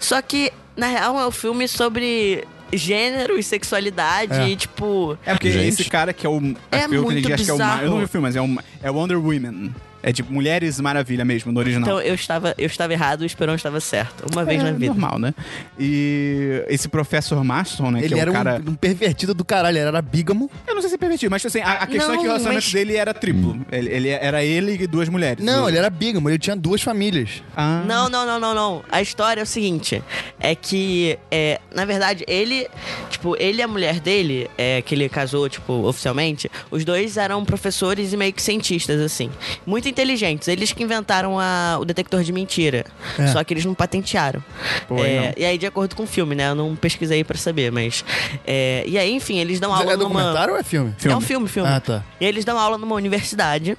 Speaker 4: Só que, na real, é um filme sobre gênero e sexualidade
Speaker 3: É.
Speaker 4: e, tipo...
Speaker 1: É porque
Speaker 2: Gente.
Speaker 1: esse cara que é o...
Speaker 4: É
Speaker 1: eu
Speaker 4: muito
Speaker 1: entendi, acho que é o Ma- Eu não vi o
Speaker 4: bizarro.
Speaker 1: filme, mas é, um, é Wonder Women. É tipo Mulheres Maravilha mesmo, no original.
Speaker 4: Então, eu estava, eu estava errado, o Esperão estava certo. Uma vez
Speaker 1: é
Speaker 4: na vida.
Speaker 1: normal, né? E esse Professor Marston, né? que
Speaker 3: Ele
Speaker 1: é
Speaker 3: era
Speaker 1: o cara...
Speaker 3: um, um pervertido do caralho, ele era bígamo.
Speaker 1: Eu não sei se permitiu, mas assim, a, a questão é que
Speaker 4: Não,
Speaker 1: o relacionamento
Speaker 4: mas-
Speaker 1: dele era triplo. Ele, ele- era ele e duas mulheres.
Speaker 3: Hum. Não,
Speaker 1: Do-
Speaker 3: ele era bígamo, ele tinha duas famílias.
Speaker 1: Ah,
Speaker 4: Não, não, não, não, não. A história é o seguinte: é que, é, na verdade, ele, tipo, ele e a mulher dele, é, que ele casou, tipo, oficialmente, os dois eram professores e meio que cientistas, assim. Muito inteligentes. Eles que inventaram a- o detector de mentira.
Speaker 3: É.
Speaker 4: Só que eles não patentearam.
Speaker 1: Pô, aí
Speaker 4: É,
Speaker 1: não.
Speaker 4: e aí, de acordo com o filme, né? Eu não pesquisei pra saber, mas. é, e aí, enfim, eles dão aula
Speaker 3: é
Speaker 4: numa.
Speaker 3: documentário ou é filme?
Speaker 4: É um filme, filme.
Speaker 3: Ah, tá.
Speaker 4: E eles dão aula numa universidade.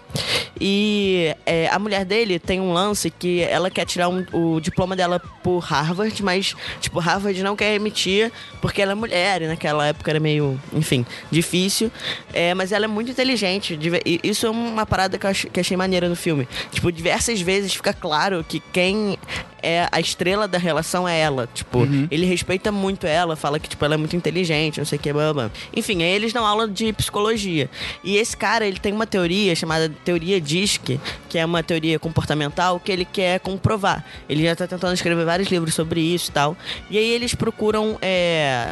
Speaker 4: E é, a mulher dele tem um lance que ela quer tirar um- o diploma dela por Harvard, mas, tipo, Harvard não quer emitir porque ela é mulher e naquela época era meio, enfim, difícil. É, mas ela é muito inteligente. diver- e Isso é uma parada que eu ach- que achei maneira no filme. Tipo, diversas vezes fica claro que quem é a estrela da relação é ela. Tipo, ele respeita muito ela, fala que, tipo, ela é muito inteligente, não sei o que, blá, blá, blá. Enfim, aí eles dão aula de psicologia. E esse cara, ele tem uma teoria chamada teoria DISC, que é uma teoria comportamental que ele quer comprovar. Ele já tá tentando escrever vários livros sobre isso e tal. E aí eles procuram é,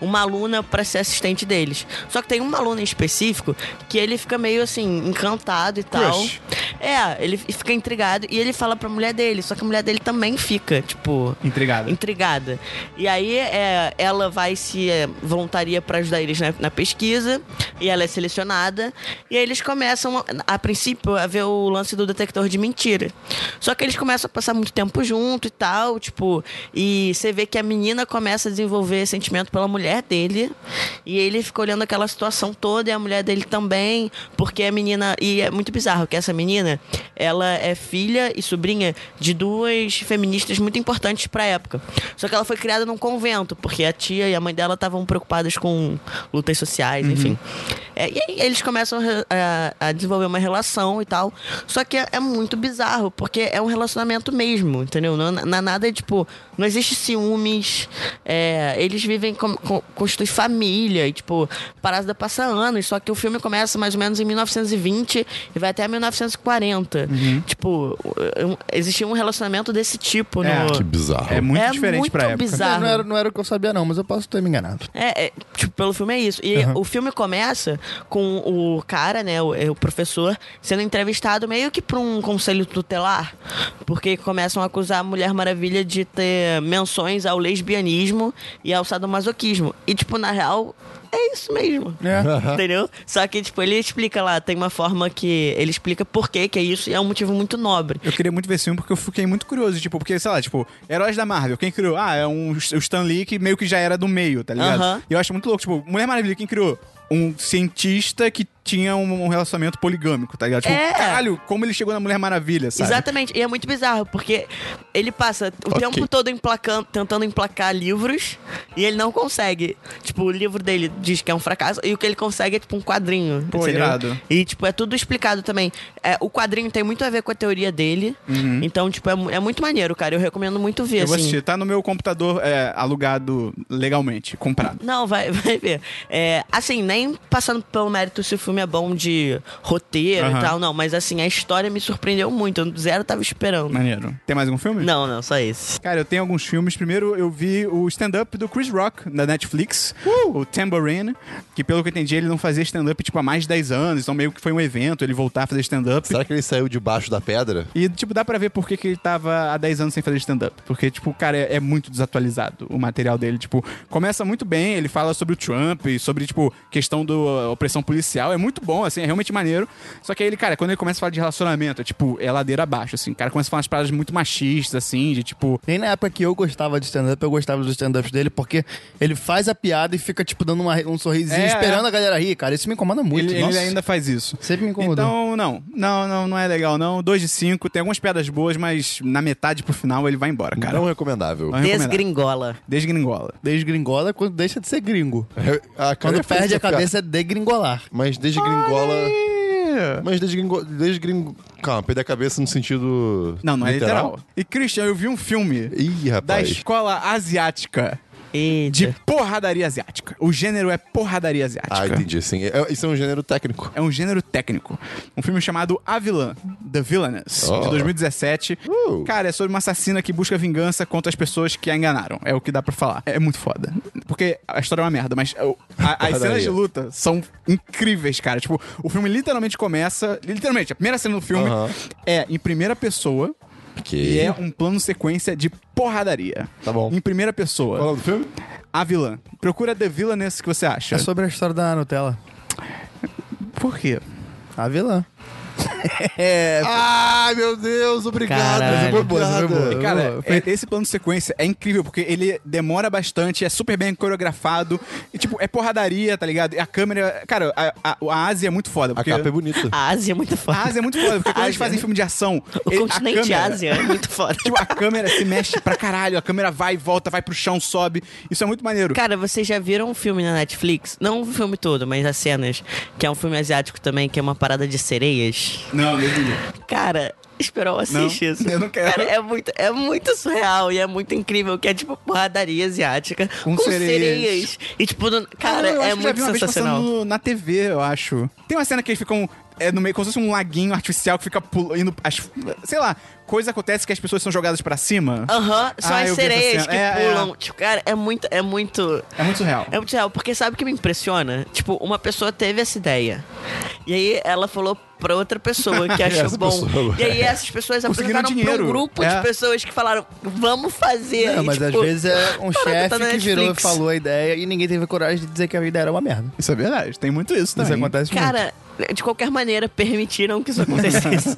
Speaker 4: uma aluna pra ser assistente deles. Só que tem uma aluna em específico que ele fica meio assim, encantado e tal.
Speaker 2: Crush.
Speaker 4: É, ele fica intrigado e ele fala pra mulher dele, só que a mulher dele também fica, tipo,
Speaker 1: Intrigado.
Speaker 4: intrigada. E aí é, ela vai se é, voluntaria pra ajudar eles na, na pesquisa, e ela é selecionada, e aí eles começam, a, a princípio, a ver o lance do detector de mentira. Só que eles começam a passar muito tempo junto e tal, tipo, e você vê que a menina começa a desenvolver sentimento pela mulher dele, e ele fica olhando aquela situação toda, e a mulher dele também, porque a menina, e é muito bizarro que essa menina, ela é filha e sobrinha de duas feministas muito importantes pra época. Só que ela foi criada num convento, porque a tia e a mãe dela estavam preocupadas com lutas sociais, enfim. É, e aí eles começam a re- a, a desenvolver uma relação e tal. Só que é, é muito bizarro, porque é um relacionamento mesmo, entendeu? Não, na- nada é tipo. Não existe ciúmes. é, eles vivem com, com, constitui família. E, tipo, Parada passa anos. Só que o filme começa mais ou menos em 1920 e vai até 1940. Tipo, um- existia um relacionamento desse tipo
Speaker 1: É.
Speaker 4: no.
Speaker 2: Que bizarro.
Speaker 1: É muito
Speaker 4: É
Speaker 1: diferente
Speaker 4: muito
Speaker 1: pra época.
Speaker 4: bizarro.
Speaker 3: É, não, era, não era o que eu sabia, não, mas eu posso ter me enganado.
Speaker 4: É, é, tipo, pelo filme é isso. E o filme começa com o cara, né, o, é, o professor, sendo entrevistado meio que por um conselho tutelar, porque começam a acusar a Mulher Maravilha de ter menções ao lesbianismo e ao sadomasoquismo. E, tipo, na real, é isso mesmo. Entendeu? Só que, tipo, ele explica lá, tem uma forma que ele explica por que que é isso e é um motivo muito nobre.
Speaker 1: Eu queria muito ver esse filme porque eu fiquei muito curioso. Tipo, porque, sei lá, tipo, Heróis da Marvel, quem criou? Ah, é um, o Stan Lee que meio que já era do meio, tá ligado?
Speaker 4: Aham.
Speaker 1: E eu acho muito louco. Tipo, Mulher Maravilha, quem criou? Um cientista que tinha um, um relacionamento poligâmico, tá ligado? Tipo,
Speaker 4: É.
Speaker 1: caralho, como ele chegou na Mulher Maravilha, sabe?
Speaker 4: Exatamente, e é muito bizarro, porque ele passa o
Speaker 2: Ok.
Speaker 4: tempo todo emplacando, tentando emplacar livros e ele não consegue. Tipo, o livro dele diz que é um fracasso e o que ele consegue é tipo um quadrinho.
Speaker 1: Pô,
Speaker 4: entendeu?
Speaker 1: irado.
Speaker 4: E, tipo, é tudo explicado também. É, o quadrinho tem muito a ver com a teoria dele, então, tipo, é, mu- é muito maneiro, cara. Eu recomendo muito ver,
Speaker 1: Uhum. Eu vou
Speaker 4: assim.
Speaker 1: assistir. Tá no meu computador é, alugado legalmente, comprado.
Speaker 4: Não, vai, *laughs* vai ver. É, assim, nem passando pelo mérito se o filme é bom de roteiro
Speaker 1: Aham.
Speaker 4: e tal, não. Mas, assim, a história me surpreendeu muito. Eu zero tava esperando.
Speaker 1: Maneiro. Tem mais algum filme?
Speaker 4: Não, não, só esse.
Speaker 1: Cara, eu tenho alguns filmes. Primeiro, eu vi o stand-up do Chris Rock na Netflix, o Tambourine, que pelo que eu entendi, ele não fazia stand-up tipo há mais de 10 anos, então meio que foi um evento ele voltar a fazer stand-up.
Speaker 2: Será que ele saiu debaixo da pedra?
Speaker 1: E, tipo, dá pra ver por que, que ele tava há 10 anos sem fazer stand-up. Porque, tipo, o cara é, é muito desatualizado, o material dele. Tipo, começa muito bem, ele fala sobre o Trump e sobre, tipo, questão da opressão policial. É muito bom, assim, é realmente maneiro. Só que aí ele, cara, quando ele começa a falar de relacionamento, é, tipo, é ladeira abaixo, assim. O cara começa a falar umas paradas muito machistas, assim, de, tipo,
Speaker 3: Nem na época que eu gostava de stand-up, eu gostava dos stand-ups dele, porque ele faz a piada e fica, tipo, dando uma- um sorrisinho,
Speaker 1: É,
Speaker 3: esperando
Speaker 1: é.
Speaker 3: a galera rir, cara. Isso me incomoda muito,
Speaker 1: ele, ele
Speaker 3: nossa.
Speaker 1: ainda faz isso.
Speaker 3: Sempre me incomodou.
Speaker 1: Então, não. Não, não, não é legal, não. 2 de 5, tem algumas piadas boas, mas na metade pro final ele vai embora, cara.
Speaker 2: Não recomendável.
Speaker 1: Não é recomendado.
Speaker 4: Desgringola.
Speaker 1: Desgringola.
Speaker 3: Desgringola quando deixa de ser gringo.
Speaker 2: Ah, cara, eu
Speaker 3: Quando
Speaker 2: ia fazer
Speaker 3: perde a
Speaker 2: essa piada.
Speaker 3: cabeça é degringolar.
Speaker 2: Mas desde gringola. Mas desde gringo. Desde gringo. Calma, perder a cabeça no sentido.
Speaker 1: Não, não é literal. E, Christian, eu vi um filme
Speaker 2: Ih,
Speaker 1: da
Speaker 2: rapaz.
Speaker 1: escola asiática
Speaker 4: Eita.
Speaker 3: É.
Speaker 1: de porradaria asiática. O gênero é porradaria
Speaker 2: Ah,
Speaker 1: asiática.
Speaker 2: entendi, sim. É- isso é um gênero técnico.
Speaker 1: é um gênero técnico. Um filme chamado A Vilã, The Villainess,
Speaker 2: Oh.
Speaker 1: de 2017.
Speaker 2: Uh.
Speaker 1: Cara, é sobre uma assassina que busca vingança contra as pessoas que a enganaram. É o que dá pra falar. É muito foda. Porque a história é uma merda, mas eu- a- as
Speaker 2: Padaria.
Speaker 1: cenas de luta são incríveis, cara. Tipo, o filme literalmente começa... Literalmente, a primeira cena do filme
Speaker 2: Aham.
Speaker 1: é em primeira pessoa...
Speaker 2: Que.
Speaker 1: E é um plano sequência de porradaria.
Speaker 2: Tá bom.
Speaker 1: Em primeira pessoa.
Speaker 2: Qual é o nome do filme?
Speaker 1: A vilã. Procura The Villainess que você acha.
Speaker 3: É sobre a história da Nutella.
Speaker 1: Por quê?
Speaker 3: A vilã.
Speaker 1: É,
Speaker 2: Ah, Ai, meu Deus, obrigado.
Speaker 4: Caralho.
Speaker 2: Essa foi boa, essa foi
Speaker 3: Obrigado.
Speaker 2: boa.
Speaker 1: Cara,
Speaker 3: Eu-
Speaker 1: é- esse plano sequência é incrível, porque ele demora bastante, é super bem coreografado. E, tipo, é porradaria, tá ligado? E a câmera. Cara, a, a, a Ásia é muito foda.
Speaker 2: A
Speaker 1: Porque
Speaker 2: capa é bonita.
Speaker 4: A Ásia é muito foda.
Speaker 1: a Ásia é muito foda, porque quando eles
Speaker 4: Ásia.
Speaker 1: fazem filme de ação.
Speaker 4: O
Speaker 1: ele- a
Speaker 4: continente
Speaker 1: câmera-
Speaker 4: Ásia é muito
Speaker 1: *laughs*
Speaker 4: foda.
Speaker 1: Tipo, a câmera se mexe pra caralho, a câmera vai e volta, vai pro chão, sobe. Isso é muito maneiro.
Speaker 4: Cara, vocês já viram um filme na Netflix? Não o filme todo, mas um as cenas. Que é um filme asiático também, que é uma parada de sereias.
Speaker 1: Não, não
Speaker 4: Cara, Esperol, assiste
Speaker 1: Não,
Speaker 4: isso.
Speaker 1: eu não quero.
Speaker 4: Cara, é muito, é muito surreal e é muito incrível, que é tipo porradaria asiática
Speaker 1: Com
Speaker 4: com,
Speaker 1: sereias. Ah,
Speaker 4: sereias. E tipo, não- cara,
Speaker 1: eu acho
Speaker 4: é
Speaker 1: que já
Speaker 4: muito
Speaker 1: vi uma vez
Speaker 4: sensacional.
Speaker 1: passando na TV, eu acho. Tem uma cena que eles ficam é, no meio, como se fosse um laguinho artificial que fica pul- indo. as- sei lá, coisa acontece que as pessoas são jogadas pra cima.
Speaker 4: Aham, são
Speaker 1: Ah,
Speaker 4: as
Speaker 1: eu vi essa
Speaker 4: sereias
Speaker 1: cena.
Speaker 4: que
Speaker 1: É, é.
Speaker 4: pulam. Tipo, cara, é muito, é muito.
Speaker 1: É muito surreal.
Speaker 4: É muito real, porque sabe o que me impressiona? Tipo, uma pessoa teve essa ideia. E aí ela falou pra outra pessoa que achou
Speaker 2: Essa
Speaker 4: bom.
Speaker 2: pessoa.
Speaker 4: E aí essas pessoas
Speaker 1: Conseguiram
Speaker 4: apresentaram pra
Speaker 1: dinheiro.
Speaker 4: um grupo
Speaker 1: É.
Speaker 4: de pessoas que falaram, vamos fazer.
Speaker 3: É,
Speaker 4: E,
Speaker 3: mas
Speaker 4: tipo,
Speaker 3: às vezes
Speaker 4: *laughs*
Speaker 3: é um
Speaker 4: parada
Speaker 3: chefe
Speaker 4: tá na
Speaker 3: que virou e
Speaker 4: Netflix.
Speaker 3: falou a ideia e ninguém teve coragem de dizer que a ideia era uma merda.
Speaker 1: Isso é verdade, tem muito isso
Speaker 3: Isso
Speaker 1: também.
Speaker 3: acontece muito.
Speaker 4: Cara, de qualquer maneira, permitiram que isso acontecesse.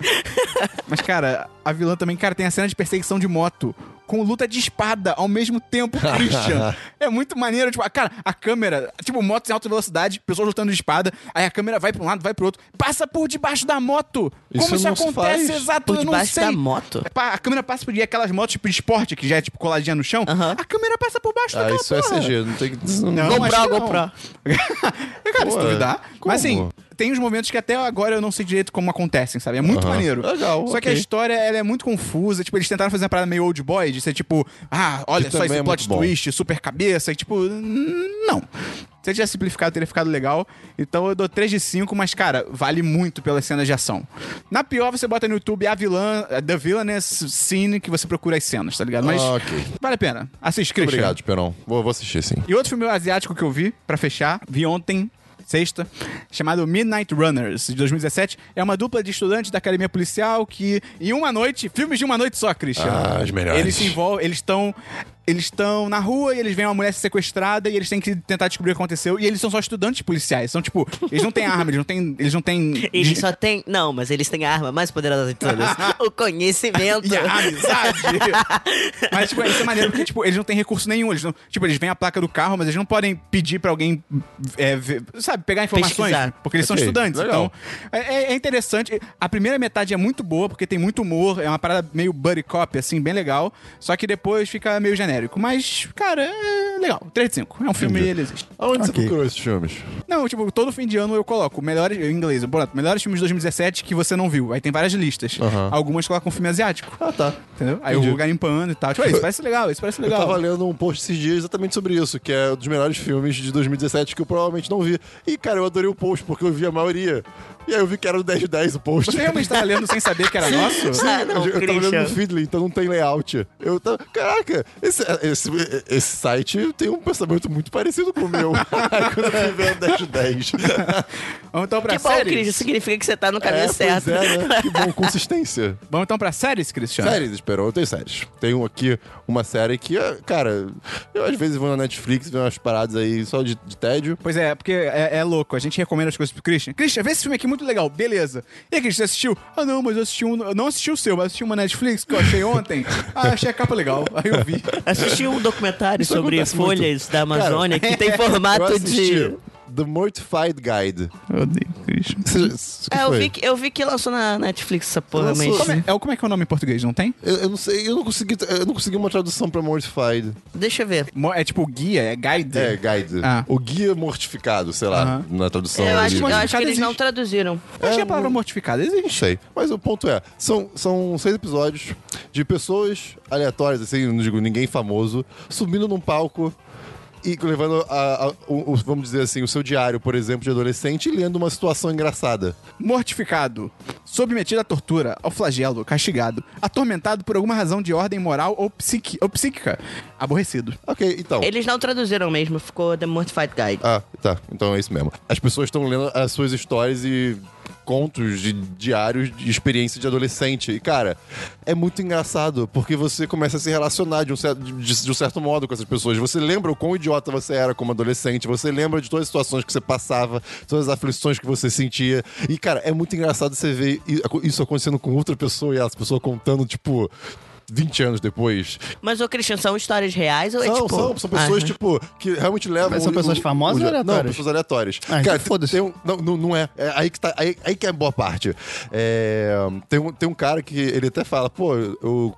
Speaker 1: Mas, cara, a vilã também, cara, tem a cena de perseguição de moto. Com luta de espada ao mesmo tempo, Christian. é muito maneiro. Tipo, a- cara, a câmera, tipo, motos em alta velocidade, pessoas lutando de espada, aí a câmera vai pra um lado, vai pro outro, passa por debaixo da moto. Como
Speaker 2: Isso
Speaker 1: isso
Speaker 2: não se
Speaker 1: acontece?
Speaker 2: faz.
Speaker 1: Exato,
Speaker 4: Por
Speaker 1: eu não
Speaker 4: debaixo
Speaker 1: sei.
Speaker 4: da moto.
Speaker 1: Pa- A câmera passa por e aquelas motos tipo de esporte, que já é tipo coladinha no chão.
Speaker 4: Aham.
Speaker 1: A câmera passa por baixo
Speaker 2: Ah,
Speaker 1: daquela
Speaker 2: isso é
Speaker 1: porra.
Speaker 2: CG, não tem que.
Speaker 1: Não,
Speaker 4: GoPro,
Speaker 1: acho que não.
Speaker 4: GoPro.
Speaker 1: Cara, se
Speaker 2: Pô,
Speaker 1: duvidar. Mas assim,
Speaker 2: como?
Speaker 1: tem uns momentos que até agora eu não sei direito como acontecem, sabe? É muito
Speaker 2: Aham.
Speaker 1: maneiro.
Speaker 2: Legal,
Speaker 1: Só que a
Speaker 2: ok.
Speaker 1: história, ela é muito confusa. Tipo, eles tentaram fazer uma parada meio old boy, de ser tipo, ah, olha
Speaker 2: Que
Speaker 1: só
Speaker 2: também
Speaker 1: esse
Speaker 2: é
Speaker 1: plot
Speaker 2: muito bom.
Speaker 1: twist, super cabeça. E tipo, n- não. Se ele tivesse simplificado, teria ficado legal. Então eu dou 3 de 5, mas, cara, vale muito pelas cenas de ação. Na pior, você bota no YouTube a vilã, The Villainess Scene, que você procura as cenas, tá ligado? Mas
Speaker 2: Ah, ok.
Speaker 1: vale a pena. Assiste, Christian.
Speaker 2: Obrigado, Esperão. Vou, vou assistir, sim.
Speaker 1: E outro filme asiático que eu vi, pra fechar, vi ontem, sexta, chamado Midnight Runners, de 2017. É uma dupla de estudantes da academia policial que, em uma noite, filmes de uma noite só, Christian.
Speaker 2: Ah, os melhores.
Speaker 1: Eles se envolvem, eles estão. Eles estão na rua e eles veem uma mulher ser sequestrada e eles têm que tentar descobrir o que aconteceu. E eles são só estudantes policiais. São tipo, eles não têm arma, eles não têm. Eles não têm.
Speaker 4: Eles só têm. Não, mas eles têm a arma mais poderosa de todas: o conhecimento.
Speaker 1: *laughs* E a amizade. mas, tipo, isso é maneiro porque, tipo, eles não têm recurso nenhum. Eles não, tipo, eles veem a placa do carro, mas eles não podem pedir pra alguém, é, ver- sabe, pegar informações.
Speaker 4: Pesquisar.
Speaker 1: Porque eles são
Speaker 2: Ok,
Speaker 1: estudantes.
Speaker 2: legal.
Speaker 1: Então, é, é interessante. A primeira metade é muito boa, porque tem muito humor. É uma parada meio buddy cop, assim, bem legal. Só que depois fica meio genérico. Mas, cara, é legal. 3 de 5. É um filme e ele existe.
Speaker 2: Aonde você
Speaker 3: Ok.
Speaker 2: procurou esses filmes?
Speaker 1: Não, tipo, todo fim de ano eu coloco melhores, em inglês, eu boto melhores filmes de 2017 que você não viu. Aí tem várias listas.
Speaker 2: Aham.
Speaker 1: Algumas colocam um filme asiático.
Speaker 2: Ah, tá.
Speaker 1: Entendeu? Aí eu
Speaker 2: Entendi.
Speaker 1: vou garimpando e tal. Tipo, ah, isso parece legal, isso parece
Speaker 2: Eu
Speaker 1: legal.
Speaker 2: tava lendo um post esses dias exatamente sobre isso, que é um dos melhores filmes de 2017 que eu provavelmente não vi. E, cara, eu adorei o post, porque eu vi a maioria. E aí eu vi que era o 10 de 10 o post. *laughs*
Speaker 1: Você realmente tava lendo sem saber que era nosso?
Speaker 4: Ah, não,
Speaker 2: eu, eu tava olhando no
Speaker 4: Christian.
Speaker 2: Feedly, então não tem layout. Eu tava, caraca, esse, esse, esse site tem um pensamento muito parecido com o
Speaker 4: *laughs*
Speaker 2: meu. Aí Quando eu fui ver o 10 de 10.
Speaker 4: Tá
Speaker 1: Vamos então pra
Speaker 2: Tipo,
Speaker 4: Que bom,
Speaker 1: séries?
Speaker 4: Cris,
Speaker 2: assim.
Speaker 4: isso significa que você tá no caminho
Speaker 2: É, pois
Speaker 4: certo. É.
Speaker 2: é, né? Que bom,
Speaker 4: *laughs*
Speaker 2: consistência.
Speaker 1: Vamos então pra séries, Cristiano?
Speaker 2: Séries, Esperão, eu tenho séries. Tenho aqui uma série que, ah, cara, eu às vezes vou na Netflix ver umas paradas aí só de, de tédio.
Speaker 1: Pois é, porque é, é louco. A gente recomenda as coisas pro Christian. Christian, vê esse filme aqui muito legal. Beleza. E aí, Christian, você assistiu? Ah, não, mas eu assisti um... eu Não assisti o seu, mas assisti uma Netflix que eu achei
Speaker 2: *laughs*
Speaker 1: ontem. Ah, achei a capa legal. Aí eu vi.
Speaker 4: Assisti um documentário
Speaker 2: Isso
Speaker 4: sobre
Speaker 2: acontece muito.
Speaker 4: folhas da Amazônia que tem
Speaker 2: eu
Speaker 4: formato
Speaker 2: assisti
Speaker 4: de.
Speaker 2: The Mortified Guide.
Speaker 1: Eu odeio Christian.
Speaker 2: *laughs* Você- você-
Speaker 4: É, eu
Speaker 2: foi?
Speaker 4: vi, que, eu vi que lançou na Netflix essa porra,
Speaker 2: Lançou.
Speaker 4: mas.
Speaker 1: Como é, é- como é que é o nome em português, não tem?
Speaker 2: Eu, eu não sei, eu não consegui, eu não consegui uma tradução pra Mortified.
Speaker 4: Deixa eu ver.
Speaker 1: Mo- É tipo guia, é guide.
Speaker 2: É, guide.
Speaker 1: Ah.
Speaker 2: O guia mortificado, sei lá,
Speaker 1: Aham.
Speaker 2: na tradução.
Speaker 4: Eu
Speaker 2: do
Speaker 4: acho,
Speaker 2: livro.
Speaker 4: eu acho que eles
Speaker 1: Existe.
Speaker 4: não traduziram.
Speaker 1: Eu achei
Speaker 2: É,
Speaker 1: a palavra
Speaker 2: um-
Speaker 1: mortificada.
Speaker 2: Não
Speaker 1: Existe.
Speaker 2: sei. Mas o ponto é: são, são seis episódios de pessoas aleatórias, assim, não digo ninguém famoso, subindo num palco e levando, a- a- o- o- vamos dizer assim, o seu diário, por exemplo, de adolescente, e lendo uma situação engraçada.
Speaker 1: Mortificado. Submetido à tortura, ao flagelo, castigado. Atormentado por alguma razão de ordem moral ou, psiqui- ou psíquica. Aborrecido. *laughs*
Speaker 2: Ok, então.
Speaker 4: Eles não traduziram mesmo, ficou The Mortified Guide.
Speaker 2: Ah, tá. Então é isso mesmo. As pessoas estão lendo as suas histórias e contos de diários de experiência de adolescente. E, cara, é muito engraçado, porque você começa a se relacionar de um certo, de, de um certo modo com essas pessoas. Você lembra o quão idiota você era como adolescente, você lembra de todas as situações que você passava, todas as aflições que você sentia. E, cara, é muito engraçado você ver i- isso acontecendo com outra pessoa e essa pessoa contando, tipo. 20 anos depois.
Speaker 4: Mas, ô Cristian, são histórias reais ou é
Speaker 2: São,
Speaker 4: tipo...
Speaker 2: são, são
Speaker 4: Ah,
Speaker 2: pessoas, tipo, que realmente levam.
Speaker 3: Mas são
Speaker 2: o-
Speaker 3: pessoas
Speaker 2: o-
Speaker 3: famosas
Speaker 2: o-
Speaker 3: ou aleatórias?
Speaker 2: Não, pessoas aleatórias.
Speaker 3: Ah, então
Speaker 2: tem-
Speaker 3: foda-se.
Speaker 2: tem um- não, não, não é. É aí que, tá, aí, aí que é a boa parte. É, tem, um, tem um cara que ele até fala, pô, eu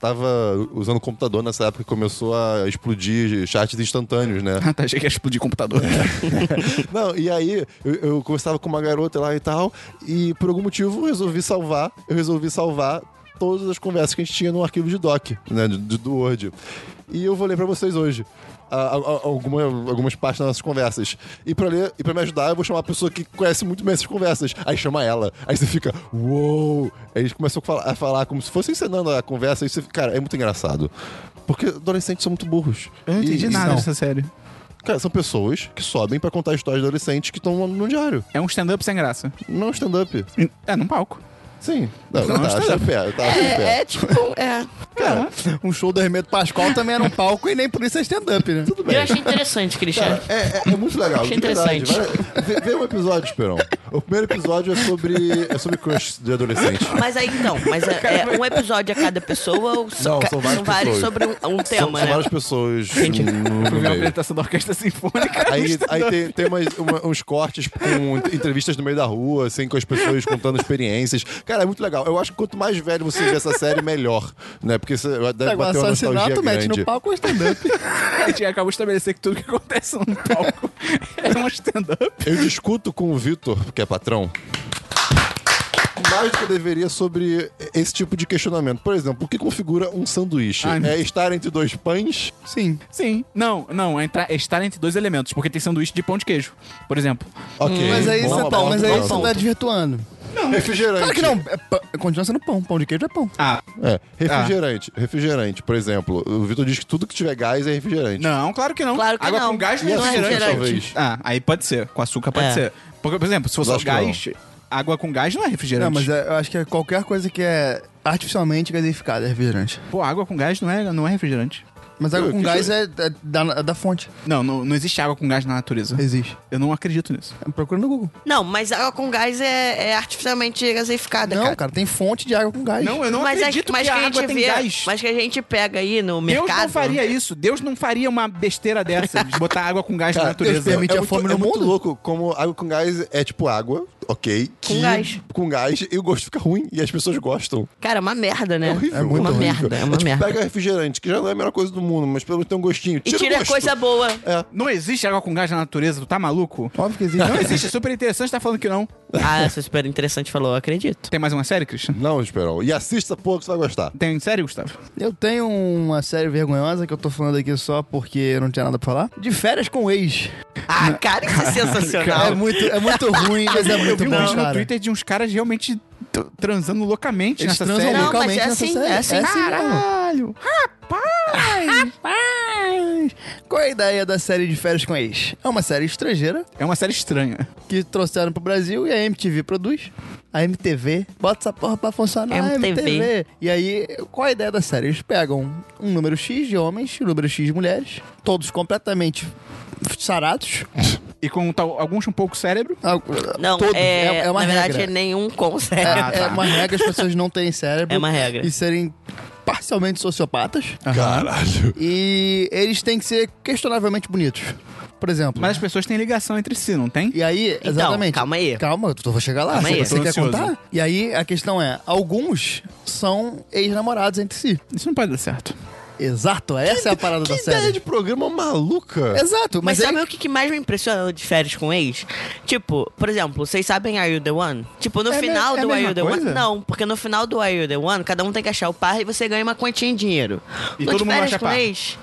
Speaker 2: tava usando computador nessa época que começou a explodir chats instantâneos, né?
Speaker 1: Ah, tá, achei que ia explodir computador.
Speaker 2: *laughs* Não, e aí eu, eu conversava com uma garota lá e tal, e por algum motivo eu resolvi salvar, eu resolvi salvar todas as conversas que a gente tinha no arquivo de doc, né, do, do Word. E eu vou ler pra vocês hoje. a- a- a- alguma- algumas partes das nossas conversas. E pra, ler, e pra me ajudar, eu vou chamar a pessoa que conhece muito bem essas conversas. Aí chama ela. Aí você fica, uou! Aí eles começam a falar, a falar como se fosse encenando a conversa. E você fica, cara, é muito engraçado. Porque adolescentes são muito burros.
Speaker 1: Eu não entendi
Speaker 2: E- e
Speaker 1: nada
Speaker 2: não.
Speaker 1: dessa série.
Speaker 2: Cara, são pessoas que sobem pra contar histórias de adolescentes que estão no diário.
Speaker 1: É um stand-up sem graça.
Speaker 2: Não é um stand-up.
Speaker 1: É, num palco.
Speaker 2: Sim. Não,
Speaker 1: Não,
Speaker 2: tá, eu
Speaker 1: é um
Speaker 2: tava achando pé. Eu tava achando
Speaker 4: É,
Speaker 2: pé.
Speaker 4: é tipo... É.
Speaker 2: Cara,
Speaker 3: Um show do Hermeto Pascoal também era um palco e nem por isso é stand-up, né?
Speaker 2: tudo bem.
Speaker 4: Eu achei interessante, Cristian.
Speaker 2: Cara, é, é- é muito legal.
Speaker 4: Achei
Speaker 2: de verdade.
Speaker 4: interessante.
Speaker 2: Vai- Vê, vê um episódio, Esperão. O primeiro episódio é sobre, é sobre crush de adolescente.
Speaker 4: Mas aí, então, mas é, é um episódio a cada pessoa ou são,
Speaker 2: Não,
Speaker 4: ca-
Speaker 2: são várias pessoas.
Speaker 4: sobre um, um
Speaker 2: São,
Speaker 4: tema,
Speaker 2: são
Speaker 4: né?
Speaker 2: várias pessoas
Speaker 4: Entendi.
Speaker 2: no, no
Speaker 1: Eu vi uma
Speaker 2: meio.
Speaker 1: apresentação da Orquestra
Speaker 2: *laughs*
Speaker 1: Sinfônica.
Speaker 2: Aí, aí tem, tem umas- uma- uns cortes com entrevistas no meio da rua, assim, com as pessoas contando experiências. Cara, é muito legal. Eu acho que quanto mais velho você vê essa série, melhor. Né? Porque você deve
Speaker 3: Pega um
Speaker 2: bater uma nostalgia
Speaker 3: assassinato, mete
Speaker 2: grande.
Speaker 3: no palco
Speaker 2: *laughs*
Speaker 3: é stand-up.
Speaker 1: A gente acabou de estabelecer que tudo que acontece num palco *laughs* é um stand-up.
Speaker 2: Eu discuto com o Vitor, que é patrão, mais do que eu deveria sobre esse tipo de questionamento. Por exemplo, o que configura um sanduíche?
Speaker 1: Ai, meu
Speaker 2: é estar entre dois pães?
Speaker 3: Sim.
Speaker 1: Sim. Não, não. É, entrar- é estar entre dois elementos, porque tem sanduíche de pão de queijo, por exemplo.
Speaker 2: Ok.
Speaker 3: Mas aí
Speaker 2: Bom,
Speaker 3: você
Speaker 2: bom,
Speaker 3: tá,
Speaker 2: bom,
Speaker 3: mas
Speaker 2: bom,
Speaker 3: aí você
Speaker 2: bom.
Speaker 3: tá desvirtuando.
Speaker 2: Refrigerante.
Speaker 3: Claro que não. É pão- continua sendo pão. Pão de queijo é pão.
Speaker 1: Ah.
Speaker 2: É, refrigerante. Refrigerante, por exemplo. O Vitor diz que tudo que tiver gás é refrigerante.
Speaker 1: Não, claro que não.
Speaker 4: Claro que
Speaker 1: Água
Speaker 4: não.
Speaker 1: com gás não
Speaker 4: E
Speaker 1: é
Speaker 4: açúcar,
Speaker 1: refrigerante.
Speaker 2: talvez.
Speaker 1: Ah, aí pode ser. Com açúcar pode
Speaker 4: É.
Speaker 1: ser. Porque, por exemplo, se for
Speaker 2: Mas
Speaker 1: só
Speaker 2: acho que
Speaker 1: gás, água com gás não é refrigerante.
Speaker 3: Não, mas é- eu acho que é qualquer coisa que é artificialmente gasificada é refrigerante.
Speaker 1: Pô, água com gás não é, não é refrigerante.
Speaker 3: Mas água
Speaker 2: Eu-
Speaker 3: com
Speaker 2: que
Speaker 3: gás é, é da, é da fonte.
Speaker 1: Não, não, não existe água com gás na natureza.
Speaker 3: Existe.
Speaker 1: Eu não acredito nisso.
Speaker 3: Procura no Google.
Speaker 4: Não, mas água com gás é, é artificialmente gaseificada,
Speaker 3: Não,
Speaker 4: cara.
Speaker 3: cara. tem fonte de água com gás.
Speaker 1: Não, eu não
Speaker 4: mas é
Speaker 1: acredito
Speaker 4: mas
Speaker 1: que a
Speaker 4: a
Speaker 1: água
Speaker 4: gente
Speaker 1: tem
Speaker 4: vê,
Speaker 1: gás.
Speaker 4: Mas que a gente pega aí no
Speaker 1: Deus
Speaker 4: mercado.
Speaker 1: não faria isso. Deus não faria uma besteira dessa de botar água com gás na
Speaker 2: Cara,
Speaker 1: natureza.
Speaker 2: Deus,
Speaker 3: Tá, permite a
Speaker 2: muito-
Speaker 3: fome no
Speaker 2: é muito
Speaker 3: mundo?
Speaker 2: louco como água com gás é tipo água, ok? que-
Speaker 4: gás.
Speaker 2: Com gás e o gosto fica ruim e as pessoas gostam.
Speaker 4: Cara, é uma merda, né? É,
Speaker 2: horrível.
Speaker 4: uma
Speaker 3: muito horrível.
Speaker 4: merda, é uma
Speaker 2: tipo,
Speaker 4: merda.
Speaker 2: Pega refrigerante, que já não é a melhor coisa do mundo, mas pelo menos tem um gostinho.
Speaker 4: E
Speaker 2: o
Speaker 4: tira
Speaker 2: gosto.
Speaker 4: coisa boa.
Speaker 1: Não existe água com gás na natureza, tu tá maluco?
Speaker 3: Óbvio que existe.
Speaker 1: Não existe, é super interessante, tá falando que não.
Speaker 4: *laughs* Ah, essa super interessante falou, eu acredito.
Speaker 1: Tem mais uma série, Christian?
Speaker 2: Não, Esperão. E assista, pô, que você vai gostar.
Speaker 1: Tem série, Gustavo?
Speaker 3: Eu tenho uma série vergonhosa que eu tô falando aqui só porque eu não tinha nada pra falar. De férias com ex.
Speaker 4: Ah, cara, isso é sensacional.
Speaker 3: É muito, é muito ruim, mas é
Speaker 1: *laughs*
Speaker 3: muito
Speaker 1: Eu vi um
Speaker 3: bom,
Speaker 1: vídeo no
Speaker 3: cara.
Speaker 1: Twitter de uns caras realmente t- transando loucamente
Speaker 3: Eles
Speaker 1: nessa
Speaker 3: transam
Speaker 1: série.
Speaker 4: Não, mas
Speaker 3: localmente
Speaker 4: é
Speaker 3: nessa
Speaker 4: assim,
Speaker 3: série.
Speaker 4: é assim.
Speaker 3: mesmo.
Speaker 1: Caralho!
Speaker 3: Rapaz! Qual é a ideia da série de férias com ex? É uma série estrangeira
Speaker 1: É uma série estranha.
Speaker 3: que trouxeram pro Brasil e a MTV produz. A MTV bota essa porra pra funcionar.
Speaker 4: MTV.
Speaker 3: MTV. MTV. E aí, qual a ideia da série? Eles pegam um número X de homens, um número X de mulheres, todos completamente sarados.
Speaker 1: E com tal- alguns com pouco cérebro.
Speaker 3: Ah,
Speaker 4: Não,
Speaker 3: todos.
Speaker 4: é,
Speaker 3: é, é uma
Speaker 4: na verdade
Speaker 3: regra.
Speaker 4: é nenhum consegue.
Speaker 3: É,
Speaker 1: Ah, tá.
Speaker 3: é uma regra as pessoas não terem cérebro.
Speaker 4: *laughs* É uma regra.
Speaker 3: E serem parcialmente sociopatas.
Speaker 2: Caralho.
Speaker 3: E eles têm que ser questionavelmente bonitos. Por exemplo.
Speaker 1: Mas as pessoas têm ligação entre si, não tem?
Speaker 3: E aí,
Speaker 4: Então,
Speaker 3: exatamente.
Speaker 4: calma aí.
Speaker 3: Calma, eu tô- vou chegar lá.
Speaker 4: Calma
Speaker 3: se
Speaker 4: aí.
Speaker 3: você
Speaker 1: Tô
Speaker 3: quer
Speaker 1: ansioso.
Speaker 3: contar? E aí, a questão é: alguns são ex-namorados entre si.
Speaker 1: Isso não pode dar certo.
Speaker 3: Exato, essa é a parada da
Speaker 2: Que
Speaker 3: série.
Speaker 2: ideia de programa maluca.
Speaker 3: Exato,
Speaker 4: Mas
Speaker 3: mas,
Speaker 4: sabe
Speaker 3: é...
Speaker 4: o que, que mais me impressiona de férias com ex? Tipo, por exemplo, vocês sabem Are You The One? Tipo, no
Speaker 1: É a me-
Speaker 4: final
Speaker 1: é a
Speaker 4: do Are
Speaker 1: mesma
Speaker 4: You The
Speaker 1: coisa?
Speaker 4: One... Não, porque no final do Are You The One, cada um tem que achar o par e você ganha uma quantia em dinheiro.
Speaker 1: E
Speaker 4: no
Speaker 1: todo
Speaker 4: de
Speaker 1: mundo
Speaker 4: férias
Speaker 1: acha
Speaker 4: com
Speaker 1: par.
Speaker 4: ex...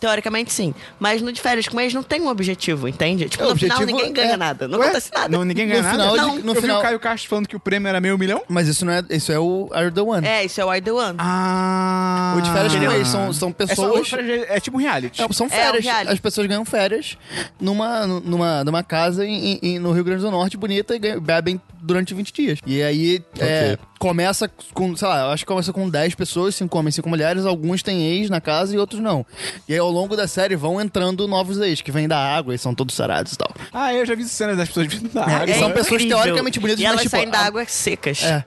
Speaker 4: Teoricamente sim, mas no de férias com ex não tem um objetivo, entende? Tipo,
Speaker 3: É, o
Speaker 4: no final
Speaker 3: objetivo
Speaker 4: ninguém
Speaker 3: é-
Speaker 4: ganha nada, não
Speaker 3: Ué?
Speaker 4: acontece nada.
Speaker 1: Não, ninguém ganha
Speaker 3: No
Speaker 1: nada.
Speaker 3: final de-
Speaker 1: Não,
Speaker 3: no
Speaker 1: eu vi
Speaker 3: final-
Speaker 1: o Caio Castro falando que o prêmio era meio milhão.
Speaker 3: mas isso não é. Isso é o Are the One.
Speaker 4: É, isso é o Are The One.
Speaker 1: Ah!
Speaker 3: O de férias com ex são, são
Speaker 1: É, só-
Speaker 3: pessoas.
Speaker 1: é tipo um reality.
Speaker 3: É, são
Speaker 4: É,
Speaker 3: férias.
Speaker 4: um reality.
Speaker 3: As pessoas ganham férias numa, numa, numa casa em- em- no Rio Grande do Norte, bonita, e ganham- bebem durante 20 dias. E aí é, começa com, sei lá, eu acho que começa com 10 pessoas, 5 homens, 5 mulheres, alguns têm ex na casa e outros não. E aí, ao ao longo da série vão entrando novos ex, que vêm da água e são todos sarados e tal.
Speaker 1: Ah, eu já vi cenas das *laughs* pessoas vindo da
Speaker 3: E
Speaker 1: água.
Speaker 3: são
Speaker 1: né?
Speaker 3: pessoas teoricamente bonitas,
Speaker 4: É E
Speaker 3: mas,
Speaker 4: elas
Speaker 3: tipo,
Speaker 4: saem da
Speaker 3: a-
Speaker 4: água secas.
Speaker 3: É.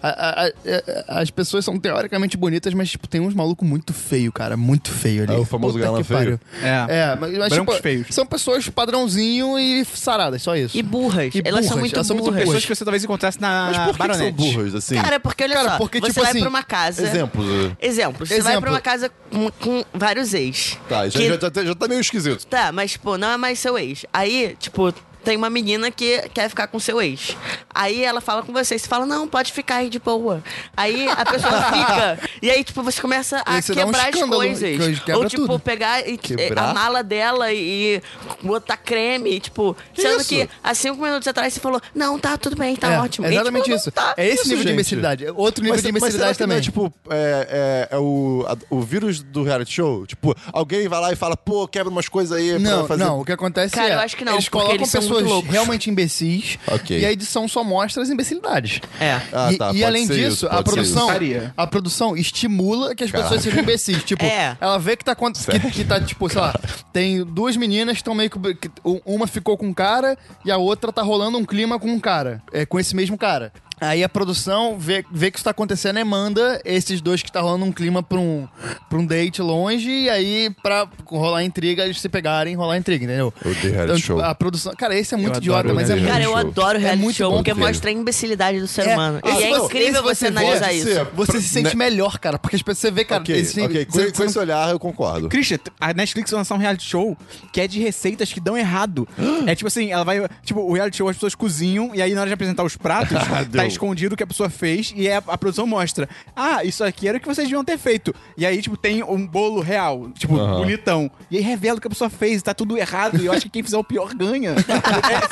Speaker 3: A- a- a- as pessoas são teoricamente bonitas, mas, tipo, tem uns malucos muito feio, cara. Muito feio ali.
Speaker 2: É o famoso
Speaker 3: Puta
Speaker 2: galã
Speaker 3: que
Speaker 2: feio.
Speaker 3: pariu.
Speaker 1: É.
Speaker 3: É, mas, mas
Speaker 1: Brancos
Speaker 3: tipo,
Speaker 1: feios.
Speaker 3: são pessoas padrãozinho e saradas, só isso.
Speaker 4: E burras.
Speaker 3: E
Speaker 4: elas são
Speaker 3: burras,
Speaker 4: muito
Speaker 3: elas são muito
Speaker 4: burras.
Speaker 1: Pessoas que você talvez encontrasse na
Speaker 2: Mas por
Speaker 3: Ah,
Speaker 2: que que são
Speaker 1: baronete.
Speaker 2: burros, assim?
Speaker 4: Cara, porque olha
Speaker 3: Cara,
Speaker 4: só,
Speaker 3: porque,
Speaker 4: você
Speaker 3: tipo
Speaker 4: vai
Speaker 3: assim,
Speaker 4: pra uma casa.
Speaker 2: Exemplos. é.
Speaker 4: Exemplo, você vai
Speaker 3: Exemplo.
Speaker 4: pra uma casa com, com vários ex.
Speaker 2: Tá, já,
Speaker 4: Que-
Speaker 2: já tá, já tá meio esquisito.
Speaker 4: Tá, mas, pô, não é mais seu ex. Aí, tipo, tem uma menina que quer ficar com seu ex. Aí ela fala com você, você fala, não, pode ficar aí de boa. Aí
Speaker 3: *laughs*
Speaker 4: a pessoa fica. E aí, tipo, você
Speaker 3: E
Speaker 4: começa a
Speaker 3: aí você dá um
Speaker 4: quebrar as
Speaker 3: escândalo,
Speaker 4: coisas.
Speaker 3: que quebra
Speaker 4: Ou, tipo,
Speaker 3: tudo.
Speaker 4: pegar e-
Speaker 2: Quebrar?
Speaker 4: a mala dela e botar creme, tipo, sendo
Speaker 2: isso?
Speaker 4: que há cinco minutos atrás você falou, não, tá, tudo bem, tá
Speaker 3: é,
Speaker 4: ótimo.
Speaker 3: é
Speaker 4: E, tipo,
Speaker 3: exatamente
Speaker 4: não
Speaker 3: isso.
Speaker 4: tá.
Speaker 3: É esse
Speaker 2: Isso,
Speaker 3: nível de
Speaker 2: gente.
Speaker 3: imbecilidade. É Outro nível de
Speaker 2: mas será
Speaker 3: imbecilidade
Speaker 2: que não
Speaker 3: também.
Speaker 2: é, tipo, é, é, é o, a- o vírus do reality show? Tipo, alguém vai lá e fala, pô, quebra umas coisas aí
Speaker 3: Não,
Speaker 2: pra fazer.
Speaker 3: não, o que acontece
Speaker 4: Cara,
Speaker 3: é.
Speaker 4: eu acho que não,
Speaker 3: eles
Speaker 4: porque
Speaker 3: colocam
Speaker 4: eles são muito
Speaker 3: pessoas
Speaker 4: loucos.
Speaker 3: realmente imbecis
Speaker 2: Ok.
Speaker 3: e a edição só mostra as imbecilidades.
Speaker 4: É.
Speaker 2: Ah,
Speaker 3: e
Speaker 2: tá,
Speaker 3: e
Speaker 2: pode
Speaker 3: além
Speaker 2: ser
Speaker 3: disso,
Speaker 2: isso,
Speaker 3: a
Speaker 2: pode ser
Speaker 3: produção
Speaker 1: isso.
Speaker 3: a produção estimula que as
Speaker 2: Caraca.
Speaker 3: pessoas sejam imbecis.
Speaker 2: *laughs*
Speaker 3: Tipo,
Speaker 4: É.
Speaker 3: ela vê que tá acontecendo. Que, que tá, tipo, sei lá, tem duas meninas que estão meio que. que u- Uma ficou com um cara e a outra tá rolando um clima com um cara. É, com esse mesmo cara. Aí a produção vê, vê que isso tá acontecendo e manda esses dois que tá rolando um clima pra um, pra um date longe e aí pra rolar intriga eles se pegarem e rolar intriga, entendeu?
Speaker 2: Eu odeio reality
Speaker 3: tipo,
Speaker 2: show.
Speaker 3: A produção. Cara, esse é muito
Speaker 1: adoro
Speaker 3: idiota, mas é
Speaker 2: reality
Speaker 3: muito.
Speaker 4: Cara, eu
Speaker 2: show.
Speaker 4: adoro reality
Speaker 3: muito
Speaker 4: show,
Speaker 2: bom,
Speaker 4: porque
Speaker 2: porque-
Speaker 4: mostra a imbecilidade do ser
Speaker 3: É,
Speaker 4: humano.
Speaker 3: esse
Speaker 4: e é
Speaker 3: você-
Speaker 4: incrível
Speaker 3: esse
Speaker 4: você
Speaker 3: você vê,
Speaker 4: analisar
Speaker 2: pode
Speaker 4: isso.
Speaker 2: ser.
Speaker 3: Você se sente
Speaker 2: Né?
Speaker 3: melhor, cara, porque as pessoas você vê, cara,
Speaker 2: Ok,
Speaker 3: esse-
Speaker 2: ok. Com,
Speaker 3: você-
Speaker 2: com esse olhar, eu concordo.
Speaker 1: Christian, a Netflix vai lançar um reality show que é de receitas que dão errado. é tipo assim, ela vai. Tipo, o reality show as pessoas cozinham e aí na hora de apresentar os pratos, tá
Speaker 2: Deu.
Speaker 1: escondido o que a pessoa fez e a, a produção mostra. Ah, isso aqui era o que vocês deviam ter feito. E aí, tipo, tem um bolo real, tipo,
Speaker 2: Aham.
Speaker 1: bonitão. E aí revela o que a pessoa fez, tá tudo errado e eu acho que quem fizer o pior ganha. é,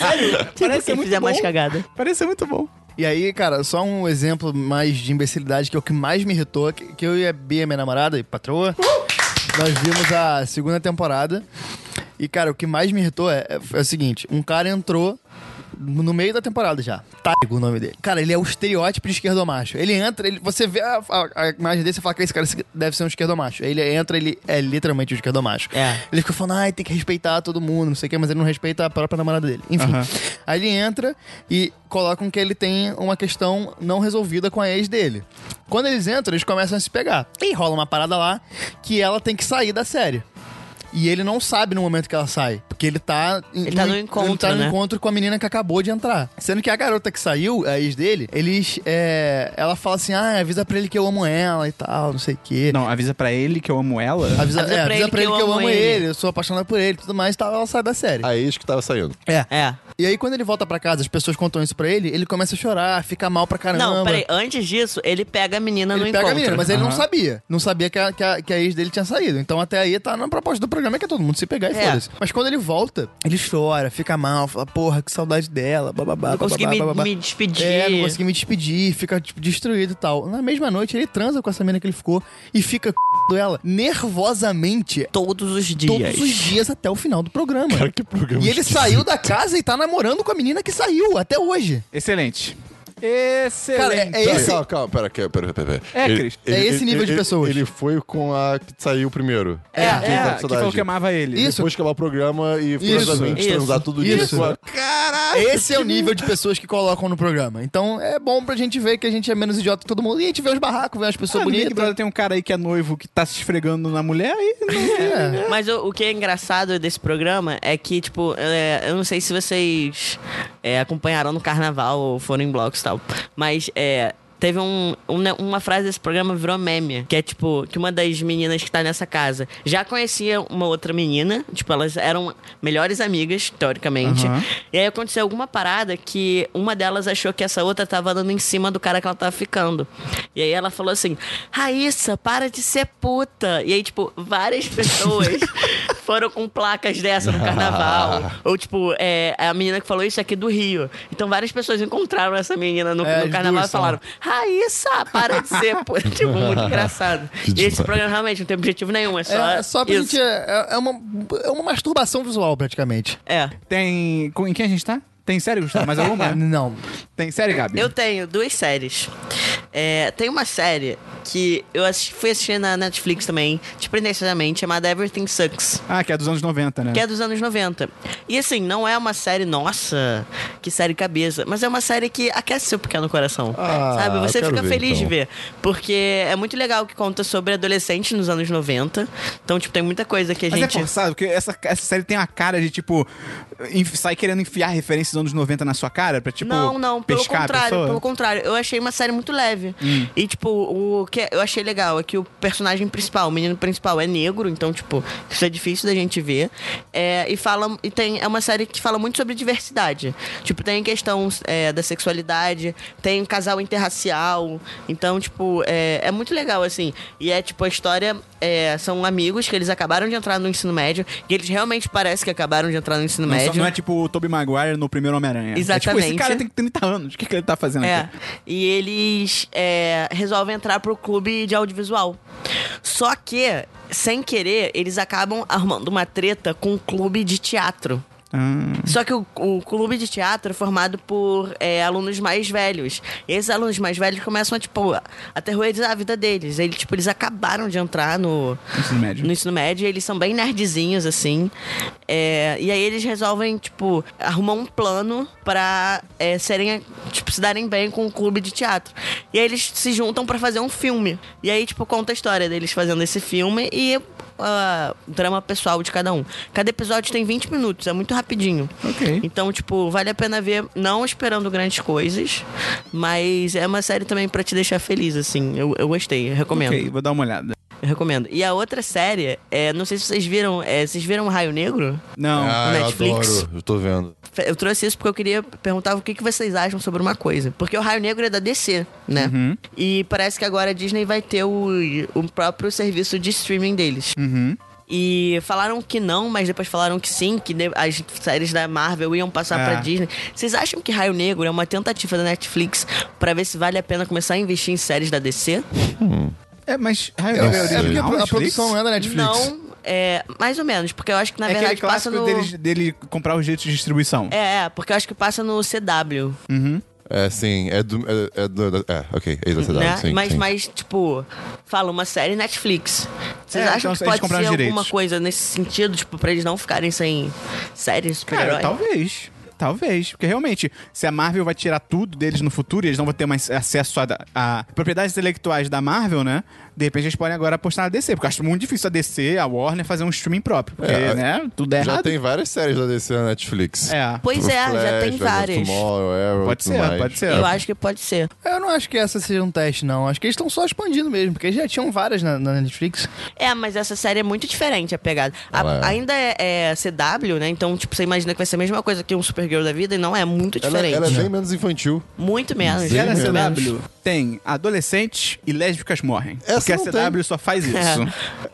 Speaker 1: sério, parece ser
Speaker 4: Tipo, quem
Speaker 1: muito
Speaker 4: fizer
Speaker 1: bom.
Speaker 4: mais cagada.
Speaker 1: Parece ser muito bom.
Speaker 3: E aí, cara, só um exemplo mais de imbecilidade que é o que mais me irritou, que, que eu e a Bia, minha namorada e patroa, nós vimos a segunda temporada. E, cara, o que mais me irritou é, é o seguinte, um cara entrou no meio da temporada já. Taigo o nome dele. Cara, ele é o estereótipo de esquerdomacho. Ele entra, ele, você vê a, a- a imagem dele, você fala que esse cara deve ser um esquerdomacho. Ele entra, ele é literalmente um esquerdomacho.
Speaker 4: É.
Speaker 3: Ele ficou falando, ai, tem que respeitar todo mundo, não sei o que, mas ele não respeita a própria namorada dele. Enfim.
Speaker 1: Aham.
Speaker 3: Aí ele entra e colocam que ele tem uma questão não resolvida com a ex dele. Quando eles entram, eles começam a se pegar. E rola uma parada lá que ela tem que sair da série. E ele não sabe no momento que ela sai. Porque ele tá. em-
Speaker 4: Ele tá no encontro,
Speaker 3: Ele tá no
Speaker 4: né?
Speaker 3: encontro com a menina que acabou de entrar. Sendo que a garota que saiu, a ex dele, eles. é, ela fala assim: ah, avisa pra ele que eu amo ela e tal, não sei o quê.
Speaker 1: Não, avisa pra ele que eu amo ela.
Speaker 3: Avisa,
Speaker 4: Avisa
Speaker 3: é,
Speaker 4: pra
Speaker 3: avisa
Speaker 4: ele
Speaker 3: pra ele que eu amo ele. eu sou apaixonada por ele e tudo mais e tal. Ela sai da série.
Speaker 2: A ex que tava saindo.
Speaker 3: É.
Speaker 4: É.
Speaker 3: E aí, quando ele volta pra casa, as pessoas contam isso pra ele, ele começa a chorar, fica mal pra caramba.
Speaker 4: Não, peraí, antes disso, ele pega a menina
Speaker 3: Ele
Speaker 4: no
Speaker 3: pega
Speaker 4: encontro.
Speaker 3: a menina, mas ele não
Speaker 1: Aham.
Speaker 3: sabia. Não sabia que a, que, a, que a ex dele tinha saído. Então até aí tá na proposta do programa que é todo mundo se pegar e
Speaker 4: É.
Speaker 3: foda-se. Mas quando ele volta, ele chora, fica mal, fala, porra, que saudade dela, bababá,
Speaker 4: Não consegui
Speaker 3: bababá,
Speaker 4: me,
Speaker 3: bababá.
Speaker 4: me despedir.
Speaker 3: É, não consegui me despedir, fica tipo, destruído e tal. Na mesma noite, ele transa com essa menina que ele ficou e fica c******ando ela nervosamente
Speaker 4: Todos os dias.
Speaker 3: todos os dias até o final do programa.
Speaker 2: Cara, que programa
Speaker 3: E ele
Speaker 2: esquisito.
Speaker 3: saiu da casa e tá namorando com a menina que saiu até hoje.
Speaker 1: Excelente. Excelente.
Speaker 3: Cara, é- é
Speaker 2: Tá,
Speaker 3: esse-
Speaker 2: Calma, calma, pera, pera, pera, pera, pera.
Speaker 1: É,
Speaker 2: Ele-
Speaker 1: Cris.
Speaker 3: É
Speaker 2: ele-
Speaker 3: esse nível
Speaker 2: ele-
Speaker 3: de pessoas.
Speaker 2: Ele foi com a que saiu primeiro.
Speaker 1: É,
Speaker 2: Que
Speaker 1: é,
Speaker 2: tava com
Speaker 1: que
Speaker 2: saudade.
Speaker 1: falou que amava ele.
Speaker 3: Isso.
Speaker 2: Depois que acabar o programa e
Speaker 3: Isso.
Speaker 2: futuramente
Speaker 4: Isso.
Speaker 2: transar tudo isso.
Speaker 3: Isso. Esse é o nível de pessoas que colocam no programa. Então é bom pra gente ver que a gente é menos idiota que todo mundo. E a gente vê os barracos, vê as pessoas
Speaker 1: Ah, no Big
Speaker 3: bonitas.
Speaker 1: Brother tem um cara aí que é noivo que tá se esfregando na mulher e
Speaker 4: *laughs*
Speaker 3: É.
Speaker 4: Mas o, o que é engraçado desse programa é que, tipo, é, eu não sei se vocês é, acompanharam no carnaval ou foram em blocos e tal, mas é, Teve um, um ne- uma frase desse programa virou meme, que é tipo, que uma das meninas que tá nessa casa já conhecia uma outra menina, tipo, elas eram melhores amigas, teoricamente.
Speaker 1: Aham.
Speaker 4: E aí aconteceu alguma parada que uma delas achou que essa outra tava dando em cima do cara que ela tava ficando. E aí ela falou assim: Raíssa, para de ser puta. E aí, tipo,
Speaker 3: *laughs*
Speaker 4: várias pessoas foram com placas dessa no carnaval. Ou, tipo, é, a menina que falou isso aqui do Rio. Então, várias pessoas encontraram essa menina no,
Speaker 3: É,
Speaker 4: no
Speaker 3: as
Speaker 4: carnaval e
Speaker 3: duas são.
Speaker 4: falaram: Raíssa, para de ser puta. *laughs*
Speaker 3: *laughs*
Speaker 4: tipo, muito engraçado. E esse programa realmente não tem objetivo nenhum, é só.
Speaker 3: É só pra
Speaker 4: isso.
Speaker 3: gente. É, é uma, é uma masturbação visual, praticamente.
Speaker 4: É.
Speaker 1: tem. com- Em quem a gente tá? Tem série, Gustavo? Mais
Speaker 4: *laughs*
Speaker 1: alguma?
Speaker 3: Ah, Não.
Speaker 1: Tem série, Gabi?
Speaker 4: Eu tenho duas séries. É, tem uma série que eu assisti- fui assistir na Netflix também, despretensiosamente, chamada Everything Sucks.
Speaker 1: Ah, que é dos anos 90, né?
Speaker 4: Que é dos anos 90. E assim, não é uma série, nossa, que série cabeça, mas é uma série que aquece seu pequeno coração.
Speaker 2: Ah,
Speaker 4: sabe? Você
Speaker 2: eu quero
Speaker 4: fica
Speaker 2: ver,
Speaker 4: feliz de
Speaker 2: então.
Speaker 4: ver. Porque é muito legal que conta sobre adolescentes nos anos 90. Então, tipo, tem muita coisa que a
Speaker 1: Mas
Speaker 4: gente.
Speaker 1: é forçado, porque essa, essa série tem uma cara de, tipo, enf- sai querendo enfiar referências dos anos 90 na sua cara pra, tipo,
Speaker 4: não, não, pelo
Speaker 1: pescar a
Speaker 4: contrário,
Speaker 1: pessoa? Hum.
Speaker 4: pelo contrário. Eu achei uma série muito leve. E, tipo, o que eu achei legal é que o personagem principal, o menino principal, é negro, então, tipo, isso é difícil da gente ver. É, e fala. E tem, é uma série que fala muito sobre diversidade. Tipo, tem questão é, da sexualidade, tem casal interracial. Então, tipo, é, é muito legal, assim. E é, tipo, a história. é, são amigos que eles acabaram de entrar no ensino médio, e eles realmente parece que acabaram de entrar no ensino
Speaker 1: Não, só-
Speaker 4: médio.
Speaker 1: não é tipo o Tobey Maguire no primeiro Homem-Aranha. É, tipo, esse
Speaker 4: Exatamente.
Speaker 1: cara tem 30 anos, o que, que ele tá fazendo
Speaker 4: É.
Speaker 1: aqui?
Speaker 4: E eles é, resolvem entrar pro clube de audiovisual. Só que, sem querer, eles acabam arrumando uma treta com um clube de teatro.
Speaker 1: Ah,
Speaker 4: Só que o, o clube de teatro é formado por é, alunos mais velhos. E esses alunos mais velhos começam a, tipo, a- aterrorizar a vida deles. Eles, tipo, eles acabaram de entrar no,
Speaker 1: ensino médio.
Speaker 4: no ensino médio, eles são bem nerdzinhos, assim. É, e aí eles resolvem, tipo, arrumar um plano pra é, serem, tipo, se darem bem com o clube de teatro. E aí eles se juntam pra fazer um filme. E aí, tipo, conta a história deles fazendo esse filme e ah, o drama pessoal de cada um. Cada episódio tem 20 minutos, é muito rapidinho.
Speaker 1: Ok.
Speaker 4: Então, tipo, vale a pena ver, não esperando grandes coisas, mas é uma série também pra te deixar feliz, assim. Eu, eu gostei, eu recomendo.
Speaker 1: Ok, vou dar uma olhada.
Speaker 4: Eu recomendo. E a outra série, é, não sei se vocês viram, é, vocês viram Raio Negro?
Speaker 1: Não,
Speaker 2: ah, eu
Speaker 4: Netflix.
Speaker 2: adoro. Eu tô vendo.
Speaker 4: Fe- Eu trouxe isso porque eu queria perguntar o que, que vocês acham sobre uma coisa. Porque o Raio Negro é da DC, né?
Speaker 1: Uhum.
Speaker 4: E parece que agora a Disney vai ter o, o próprio serviço de streaming deles.
Speaker 1: Uhum.
Speaker 4: E falaram que não, mas depois falaram que sim, que de- as séries da Marvel iam passar
Speaker 1: É.
Speaker 4: pra Disney. Vocês acham que Raio Negro é uma tentativa da Netflix pra ver se vale a pena começar a investir em séries da DC?
Speaker 1: É, mas... Raio
Speaker 2: Eu
Speaker 1: Negro
Speaker 2: sei.
Speaker 1: é
Speaker 3: É
Speaker 1: original,
Speaker 3: porque a, pro- a
Speaker 1: Netflix?
Speaker 3: produção não é da Netflix.
Speaker 4: Não, é, mais ou menos, porque eu acho que na
Speaker 1: É aquele
Speaker 4: verdade passa
Speaker 1: clássico
Speaker 4: no.
Speaker 1: dele, dele comprar os direitos de distribuição.
Speaker 4: É, é, porque eu acho que passa no CW,
Speaker 2: É, sim. É do. É, é do da- é ok. É da cidade,
Speaker 4: né?
Speaker 2: sim.
Speaker 4: mas,
Speaker 2: sim.
Speaker 4: mas, tipo, fala uma série Netflix. Vocês
Speaker 1: É, então
Speaker 4: acham
Speaker 1: eles
Speaker 4: que pode ser
Speaker 1: compraram
Speaker 4: alguma
Speaker 1: direitos.
Speaker 4: coisa nesse sentido, tipo, pra eles não ficarem sem séries
Speaker 1: Cara,
Speaker 4: super-herói?
Speaker 1: Tá talvez. Talvez. Porque realmente, se a Marvel vai tirar tudo deles no futuro e eles não vão ter mais acesso a, a propriedades intelectuais da Marvel, né? De repente eles podem agora apostar na DC. Porque eu acho muito difícil a DC, a Warner, fazer um streaming próprio. Porque,
Speaker 2: É, a-
Speaker 1: né? Tudo é
Speaker 2: Já
Speaker 1: errado.
Speaker 2: tem várias séries da DC na Netflix. Tipo
Speaker 1: É.
Speaker 4: Pois é, já tem várias.
Speaker 1: Pode ser, pode ser.
Speaker 4: Eu acho que pode ser.
Speaker 3: Eu não acho que essa seja um teste, não. Acho que eles estão só expandindo mesmo, porque eles já tinham várias na, na Netflix.
Speaker 4: É, mas essa série é muito diferente a pegada. A-
Speaker 2: Ela é.
Speaker 4: Ainda é, é CW, né? Então, tipo, você imagina que vai ser a mesma coisa que um Supergirl da vida e não é muito
Speaker 2: Ela,
Speaker 4: diferente.
Speaker 2: ela é bem menos infantil.
Speaker 4: Muito menos.
Speaker 2: Bem
Speaker 1: Cada
Speaker 4: muito menos.
Speaker 1: CW tem adolescentes e lésbicas morrem.
Speaker 2: Essa
Speaker 1: porque a
Speaker 2: não
Speaker 1: CW só
Speaker 4: *laughs* É.
Speaker 1: faz isso.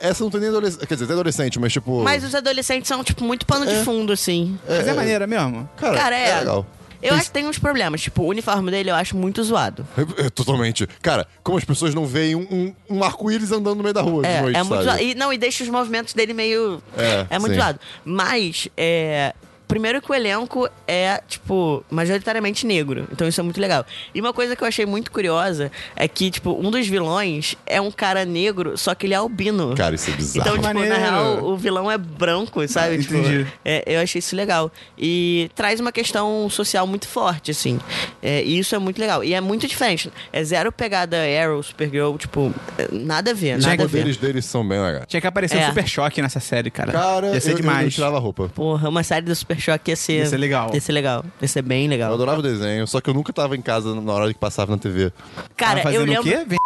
Speaker 2: Essa não tem nem adolescente. Quer dizer, tem adolescente, mas tipo.
Speaker 4: Mas os adolescentes são, tipo, muito pano
Speaker 2: É.
Speaker 4: de fundo, assim.
Speaker 1: Mas é maneira mesmo.
Speaker 2: Cara,
Speaker 4: Cara, é.
Speaker 2: legal.
Speaker 4: Eu acho que tem uns problemas. Tipo, o uniforme dele eu acho muito zoado.
Speaker 2: É, é, totalmente. Cara, como as pessoas não veem um, um- um arco-íris andando no meio da rua de
Speaker 4: É,
Speaker 2: noite,
Speaker 4: é muito zoado.
Speaker 2: sabe?
Speaker 4: E, não, e deixa os movimentos dele meio.
Speaker 2: É,
Speaker 4: É, muito
Speaker 2: sim.
Speaker 4: zoado. Mas, é. Primeiro que o elenco é, tipo, majoritariamente negro. Então isso é muito legal. E uma coisa que eu achei muito curiosa é que, tipo, um dos vilões é um cara negro, só que ele é albino.
Speaker 2: Cara, isso é bizarro.
Speaker 4: Então, tipo,
Speaker 1: Maneiro. Ah,
Speaker 4: na real, o vilão é branco, sabe? Tipo,
Speaker 1: Entendi.
Speaker 4: é, eu achei isso legal. E traz uma questão social muito forte, assim. É, e isso é muito legal. E é muito diferente. É zero pegada Arrow, Supergirl, tipo, é, nada a ver,
Speaker 1: Já
Speaker 4: nada a
Speaker 2: Os
Speaker 4: ver.
Speaker 2: poderes deles são bem legais.
Speaker 1: Tinha que aparecer um
Speaker 4: É.
Speaker 1: super choque nessa série, cara.
Speaker 2: Cara,
Speaker 1: ia ser
Speaker 2: eu, eu, eu
Speaker 1: demais.
Speaker 2: tirava a roupa.
Speaker 4: Porra, uma série do Super Choque ia ser.
Speaker 1: Ia ser legal.
Speaker 4: Ia ser legal. Ia ser bem
Speaker 2: Eu
Speaker 4: legal.
Speaker 2: adorava o desenho, só que eu nunca tava em casa na hora que passava na TV.
Speaker 1: Tava
Speaker 4: Cara, eu
Speaker 1: fazendo o
Speaker 4: lembro.
Speaker 1: quê? Vem-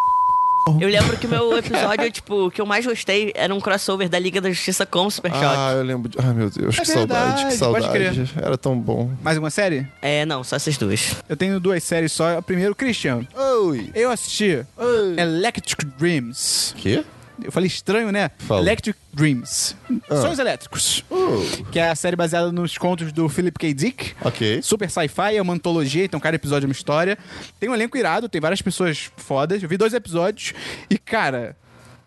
Speaker 4: Eu lembro que o meu episódio, *laughs* tipo, que eu mais gostei era um crossover da Liga da Justiça com o Super Choque.
Speaker 2: Ah, eu lembro de... Ai, meu Deus,
Speaker 1: É
Speaker 2: que saudade, que
Speaker 1: verdade,
Speaker 2: saudade.
Speaker 1: pode crer.
Speaker 2: Era tão bom.
Speaker 1: Mais uma série?
Speaker 4: É, não, só essas duas.
Speaker 1: Eu tenho duas séries só. A primeira, o Christian.
Speaker 2: Oi!
Speaker 1: Eu assisti
Speaker 2: Oi!
Speaker 1: Electric Dreams.
Speaker 2: Quê?
Speaker 1: Eu falei estranho, né?
Speaker 2: Falou.
Speaker 1: Electric Dreams.
Speaker 2: Ah.
Speaker 1: Sonhos Elétricos.
Speaker 2: Oh,
Speaker 1: Que é a série baseada nos contos do Philip K. Dick.
Speaker 2: ok.
Speaker 1: Super sci-fi, é uma antologia, então cada episódio é uma história. Tem um elenco irado, tem várias pessoas fodas. Eu vi dois episódios e, cara,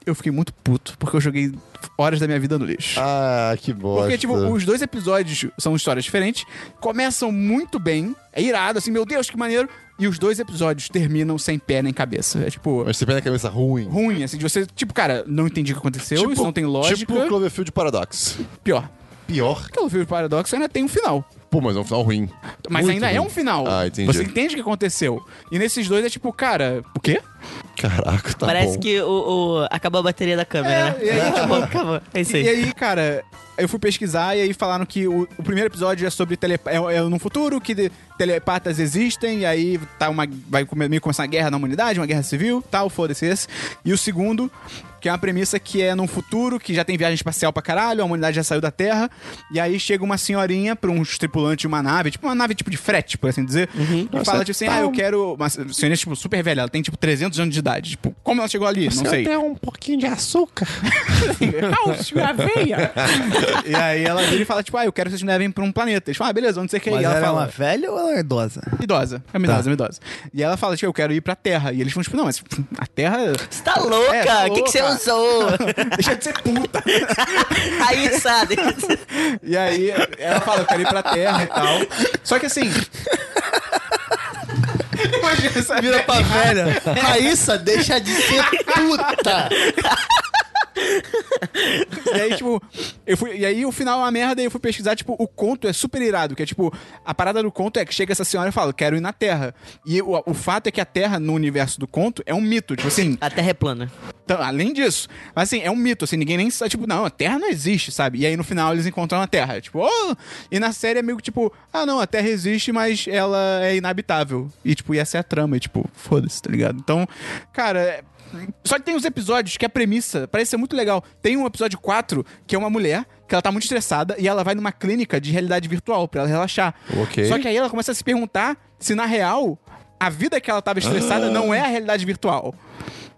Speaker 1: eu fiquei muito puto, porque eu joguei horas da minha vida no lixo.
Speaker 2: Ah, que bosta.
Speaker 1: Porque, tipo, os dois episódios são histórias diferentes, começam muito bem, é irado, assim, meu Deus, que maneiro, e os dois episódios terminam sem pé nem cabeça. É tipo,
Speaker 2: Mas você pega a cabeça ruim.
Speaker 1: ruim, assim, de você, tipo, cara, não entendi o que aconteceu,
Speaker 2: tipo,
Speaker 1: isso não tem lógica.
Speaker 2: Tipo Cloverfield Paradox.
Speaker 1: Pior.
Speaker 2: Pior?
Speaker 1: Porque o filme Paradoxo ainda tem um final.
Speaker 2: Pô, mas é um final ruim.
Speaker 1: Mas
Speaker 2: Muito
Speaker 1: ainda é
Speaker 2: ruim.
Speaker 1: um final.
Speaker 2: Ah, entendi.
Speaker 1: Você entende o que aconteceu. E nesses dois é tipo, cara, o quê?
Speaker 2: Caraca, tá
Speaker 4: Parece
Speaker 2: bom.
Speaker 4: que o, o- acabou a bateria da câmera,
Speaker 1: É,
Speaker 4: né?
Speaker 1: e aí,
Speaker 4: *laughs* acabou, acabou. É isso
Speaker 1: E
Speaker 4: aí.
Speaker 1: aí, cara, eu fui pesquisar e aí falaram que o, o primeiro episódio é sobre telepa é, é num futuro que de- telepatas existem e aí tá uma vai come- meio começar uma guerra na humanidade, uma guerra civil, tal, foda-se esse. E o segundo, que é uma premissa que é num futuro que já tem viagem espacial pra caralho, a humanidade já saiu da Terra, e aí chega uma senhorinha pra uns tripulantes de uma nave, tipo uma nave tipo de frete, por assim dizer,
Speaker 4: Uhum.
Speaker 1: e fala tipo assim: "Ah, eu quero uma senhorinha tipo super velha, ela tem tipo 300 anos de idade, tipo, como ela chegou ali? Não sei.
Speaker 2: um pouquinho de açúcar.
Speaker 1: Cálcio, aveia. e aí ela vira e fala, tipo, ah, eu quero que vocês me levem pra um planeta. Eles falam, ah, beleza, onde você quer ir?
Speaker 3: Mas
Speaker 1: E
Speaker 3: ela
Speaker 1: ela
Speaker 3: era
Speaker 1: fala,
Speaker 3: uma velha ou ela é idosa?
Speaker 1: idosa, é uma idosa, é uma idosa. E ela fala, tipo, eu quero ir pra Terra. E eles falam, tipo, não, mas pff, a Terra... *laughs*
Speaker 4: Você tá louca?
Speaker 1: É, tô
Speaker 4: O que, que você
Speaker 1: louca.
Speaker 4: usou?
Speaker 1: *laughs* Deixa de ser puta.
Speaker 4: aí,
Speaker 1: *laughs*
Speaker 4: sabe?
Speaker 1: E aí ela fala, eu quero ir pra Terra e tal. Só que assim... Imagina, sabe?
Speaker 3: Vira *laughs* pra velha. Raíssa, deixa de ser puta.
Speaker 1: E aí, tipo, eu fui. E aí o final é uma merda e eu fui pesquisar, tipo, o conto é super irado, que é tipo, a parada do conto é que chega essa senhora e fala, quero ir na Terra. E o, o fato é que a Terra, no universo do conto, é um mito. Tipo assim,
Speaker 4: A terra é plana.
Speaker 1: tam- Então, além disso, mas assim, é um mito, assim, ninguém nem sabe, tipo, não, a Terra não existe, sabe? E aí no final eles encontram a Terra. Tipo, oh! E na série é meio que, tipo, ah não, a Terra existe, mas ela é inabitável. E, tipo, e essa é a trama, e, tipo, foda-se, tá ligado? Então, cara. é- Só que tem uns episódios que a premissa parece ser muito legal. Tem um episódio 4 que é uma mulher que ela tá muito estressada e ela vai numa clínica de realidade virtual pra ela relaxar.
Speaker 2: Ok.
Speaker 1: Só que aí ela começa a se perguntar se na real a vida que ela tava estressada não é a realidade virtual.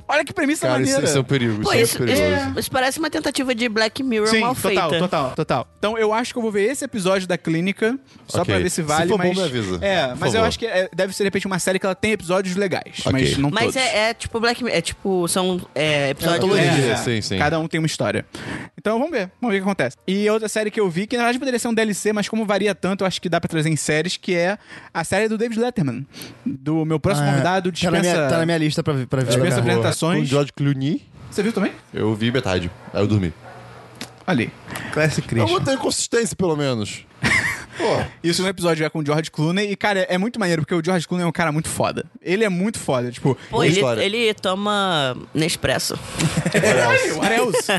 Speaker 1: Olha que premissa
Speaker 2: Cara, isso,
Speaker 1: maneira.
Speaker 2: isso é um perigo.
Speaker 4: Pô,
Speaker 2: isso,
Speaker 4: isso,
Speaker 2: é perigoso.
Speaker 4: isso- isso parece uma tentativa de Black Mirror
Speaker 1: Sim,
Speaker 4: mal feita.
Speaker 1: total, total, total. Então eu acho que eu vou ver esse episódio da clínica, só
Speaker 2: Ok.
Speaker 1: pra ver se
Speaker 2: Se
Speaker 1: vale,
Speaker 2: for bom,
Speaker 1: mas.
Speaker 2: me avisa.
Speaker 1: É,
Speaker 2: Por
Speaker 1: mas eu
Speaker 2: favor.
Speaker 1: acho que é, deve ser de repente uma série que ela tem episódios legais,
Speaker 2: Ok.
Speaker 1: mas não
Speaker 4: Mas
Speaker 1: todos.
Speaker 4: é, é tipo Black Mirror. É tipo, são é, episódios.
Speaker 2: antologia.
Speaker 4: É,
Speaker 2: É, sim, sim.
Speaker 1: Cada um tem uma história. Então vamos ver, vamos ver o que acontece. E outra série que eu vi, que na verdade poderia ser um DLC, mas como varia tanto, eu acho que dá pra trazer em séries, que é a série do David Letterman. Do meu
Speaker 2: Ah,
Speaker 1: próximo convidado,
Speaker 3: tá, na
Speaker 1: dispensa.
Speaker 3: minha, tá na minha lista pra, ver- pra ver.
Speaker 1: Dispensa
Speaker 3: Cara.
Speaker 1: apresentação. apresentações.
Speaker 2: Com George Clooney,
Speaker 1: Você viu também?
Speaker 2: eu vi metade. Aí eu dormi.
Speaker 1: Olha aí.
Speaker 3: Classic
Speaker 2: Eu
Speaker 3: Christian.
Speaker 2: vou ter consistência, pelo menos. Pô,
Speaker 1: Isso no episódio é com o George Clooney. E, cara, é muito maneiro, porque o George Clooney é um cara muito foda. Ele é muito foda. Tipo,
Speaker 4: Pô, ele,
Speaker 2: história.
Speaker 4: ele toma Nespresso.
Speaker 1: What else?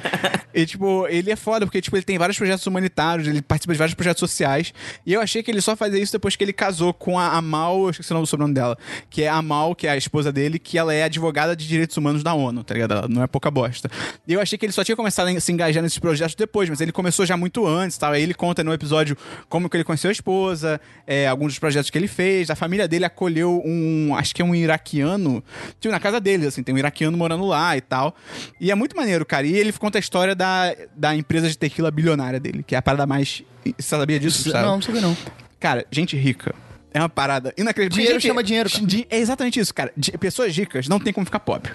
Speaker 1: e, tipo, ele é foda, porque, tipo, ele tem vários projetos humanitários, ele participa de vários projetos sociais. E eu achei que ele só fazia isso depois que ele casou com a Amal, eu esqueci o nome do sobrenome dela, que é a Amal, que é a esposa dele, que ela é advogada de direitos humanos da ONU, tá ligado? Ela não é pouca bosta. E eu achei que ele só tinha começado a se engajar nesses projetos depois, mas ele começou já muito antes, tal. Aí ele conta no episódio como que ele conheceu a esposa, é, alguns dos projetos que ele fez. A família dele acolheu um, acho que é um iraquiano, tipo, na casa deles, assim, tem um iraquiano morando lá e tal. E é muito maneiro, cara. E ele conta a história da, da empresa de tequila bilionária dele, que é a parada mais. Você sabia disso? Sabe?
Speaker 3: Não, não sabia não.
Speaker 1: Cara, gente rica. É uma parada inacreditável.
Speaker 3: Dinheiro
Speaker 1: Gente-
Speaker 3: chama dinheiro, cara.
Speaker 1: Di- É exatamente isso, cara. Di- pessoas ricas não tem como ficar pobre.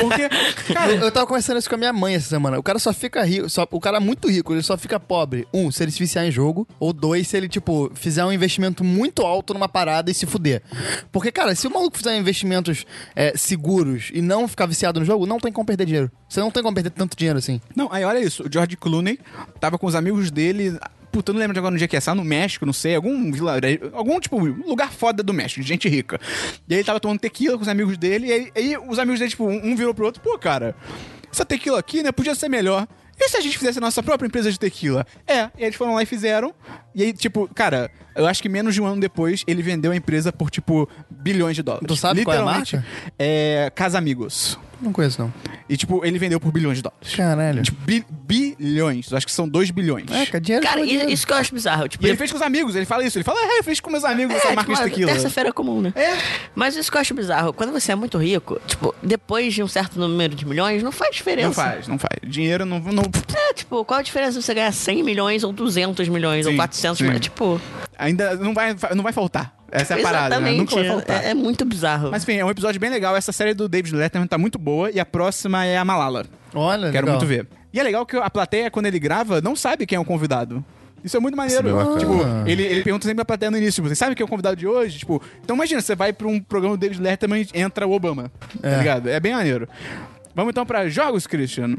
Speaker 1: Porque, cara,
Speaker 3: Eu, eu tava conversando isso com a minha mãe essa semana. O cara só fica rico, só, o cara é muito rico, ele só fica pobre. Um, se ele se viciar em jogo. Ou dois, se ele, tipo, fizer um investimento muito alto numa parada e se fuder. Porque, cara, se o maluco fizer investimentos é, seguros e não ficar viciado no jogo, não tem como perder dinheiro. Você não tem como perder tanto dinheiro assim.
Speaker 1: Não, aí olha isso. O George Clooney tava com os amigos dele. Puta, eu não lembro de agora no dia que é, sabe? No México, não sei, algum vilarejo, algum tipo, lugar foda do México, de gente rica. E aí ele tava tomando tequila com os amigos dele, e aí, aí os amigos dele, tipo, um um virou pro outro, pô, cara, essa tequila aqui, né, podia ser melhor. E se a gente fizesse a nossa própria empresa de tequila? É, e eles foram lá e fizeram. E aí, tipo, cara, eu acho que menos de um ano depois, ele vendeu a empresa por, tipo, bilhões de dólares.
Speaker 3: Tu sabe qual é a
Speaker 1: Literalmente,
Speaker 3: marca?
Speaker 1: É, Casa Amigos.
Speaker 3: Não conheço, não.
Speaker 1: E, tipo, ele vendeu por bilhões de dólares.
Speaker 3: Caralho.
Speaker 1: Tipo, bi- bilhões. Eu Acho que são 2 bilhões.
Speaker 3: É, cara, dinheiro
Speaker 4: Cara,
Speaker 3: chama dinheiro.
Speaker 4: i- isso que eu acho bizarro. Tipo,
Speaker 1: E é ele fez com os amigos, ele fala isso. Ele fala, é, eu fiz com meus amigos essa
Speaker 4: É,
Speaker 1: marca de
Speaker 4: tipo,
Speaker 1: tequila.
Speaker 4: terça-feira é comum, né? Mas isso que eu acho bizarro. Quando você é muito rico, tipo, depois de um certo número de milhões, não faz diferença.
Speaker 1: Não faz, não faz. Dinheiro não. não...
Speaker 4: É, tipo, qual a diferença se você ganhar 100 milhões ou 200 milhões
Speaker 1: Sim,
Speaker 4: ou 400
Speaker 1: sim.
Speaker 4: milhões? Tipo,
Speaker 1: Ainda não vai, não vai faltar. Essa é a parada, né? Nunca vai faltar.
Speaker 4: É, é muito bizarro.
Speaker 1: Mas enfim, é um episódio bem legal. Essa série do David Letterman tá muito boa. E a próxima é a Malala.
Speaker 3: Olha,
Speaker 1: Quero
Speaker 3: legal.
Speaker 1: muito ver. E é legal que a plateia, quando ele grava, não sabe quem é o convidado. Isso é muito maneiro.
Speaker 2: Isso é bem
Speaker 1: tipo,
Speaker 3: bacana.
Speaker 1: ele, ele pergunta sempre pra plateia no início, tipo, você sabe quem é o convidado de hoje? Tipo, então imagina, você vai pra um programa do David Letterman e entra o Obama. Tá
Speaker 3: É.
Speaker 1: ligado? É bem maneiro. Vamos então pra jogos, Christian.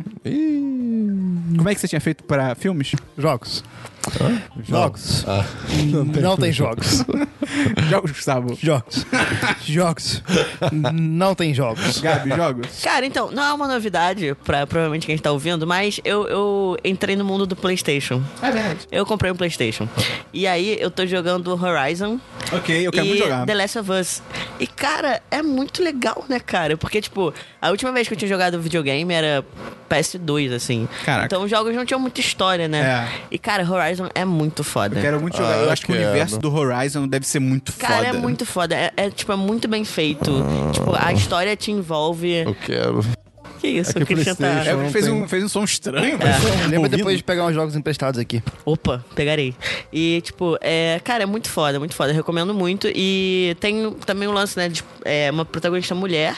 Speaker 1: Como é que você tinha feito pra filmes?
Speaker 3: Jogos. Jogos.
Speaker 2: Ah, não tem.
Speaker 3: Não tem jogos.
Speaker 1: Jogos, Gustavo.
Speaker 3: Jogos. Jogos. Não tem jogos.
Speaker 1: Gabi, jogos.
Speaker 4: Cara, então, não é uma novidade pra provavelmente quem tá ouvindo, mas eu, eu entrei no mundo do PlayStation.
Speaker 1: É verdade.
Speaker 4: Eu comprei um PlayStation. E aí eu tô jogando Horizon
Speaker 1: Ok, eu quero
Speaker 4: e
Speaker 1: muito jogar.
Speaker 4: The Last of Us. E cara, é muito legal, né, cara? Porque, tipo, a última vez que eu tinha jogado videogame era PS2, assim.
Speaker 1: Caraca.
Speaker 4: Então os jogos não tinham muita história, né? E cara, Horizon é muito foda.
Speaker 1: Eu quero muito jogar.
Speaker 2: Ah,
Speaker 1: eu
Speaker 2: eu
Speaker 1: acho que o
Speaker 2: quero.
Speaker 1: universo do Horizon deve ser muito
Speaker 4: Cara,
Speaker 1: foda.
Speaker 4: é muito foda. É, é, tipo, é muito bem feito. Tipo, a história te envolve.
Speaker 2: Eu quero. *laughs*
Speaker 4: Que isso,
Speaker 2: é que
Speaker 4: o Christian tá.
Speaker 2: PlayStation-
Speaker 1: É,
Speaker 2: Eu não
Speaker 1: fez,
Speaker 2: tenho-
Speaker 1: um, fez um som estranho, mas eu não
Speaker 3: Lembra
Speaker 1: ouvi.
Speaker 3: depois de pegar uns jogos emprestados aqui.
Speaker 4: Opa, pegarei. E, tipo, é, cara, é muito foda, muito foda. Eu recomendo muito. E tem também um lance, né? De é, uma protagonista mulher.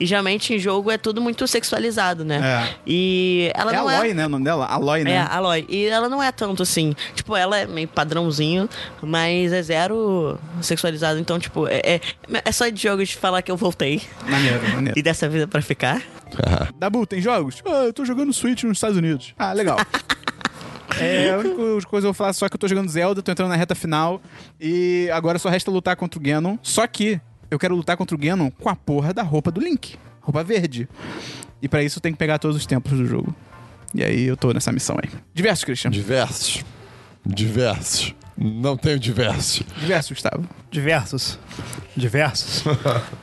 Speaker 4: E geralmente em jogo é tudo muito sexualizado, né?
Speaker 1: É.
Speaker 4: E ela
Speaker 1: É
Speaker 4: não
Speaker 1: Aloy,
Speaker 4: é.
Speaker 1: né? O nome dela? Aloy, né?
Speaker 4: É, Aloy. E ela não é tanto assim. Tipo, ela é meio padrãozinho, mas é zero sexualizado. Então, tipo, é, é, é só de jogos de falar que eu voltei.
Speaker 1: Maneiro, maneiro.
Speaker 4: E dessa vida pra ficar.
Speaker 1: Dabu, tem jogos? Ah, eu tô jogando Switch nos Estados Unidos. Ah, legal. *laughs* É, a única coisa que eu vou falar só que eu tô jogando Zelda, tô entrando na reta final e agora só resta lutar contra o Ganon. Só que eu quero lutar contra o Ganon com a porra da roupa do Link, roupa verde. E pra isso eu tenho que pegar todos os tempos do jogo. E aí eu tô nessa missão aí. Diverso, Christian.
Speaker 2: Diversos. Diversos. Não tenho diversos.
Speaker 1: Diverso, Gustavo.
Speaker 3: Diversos. Diversos.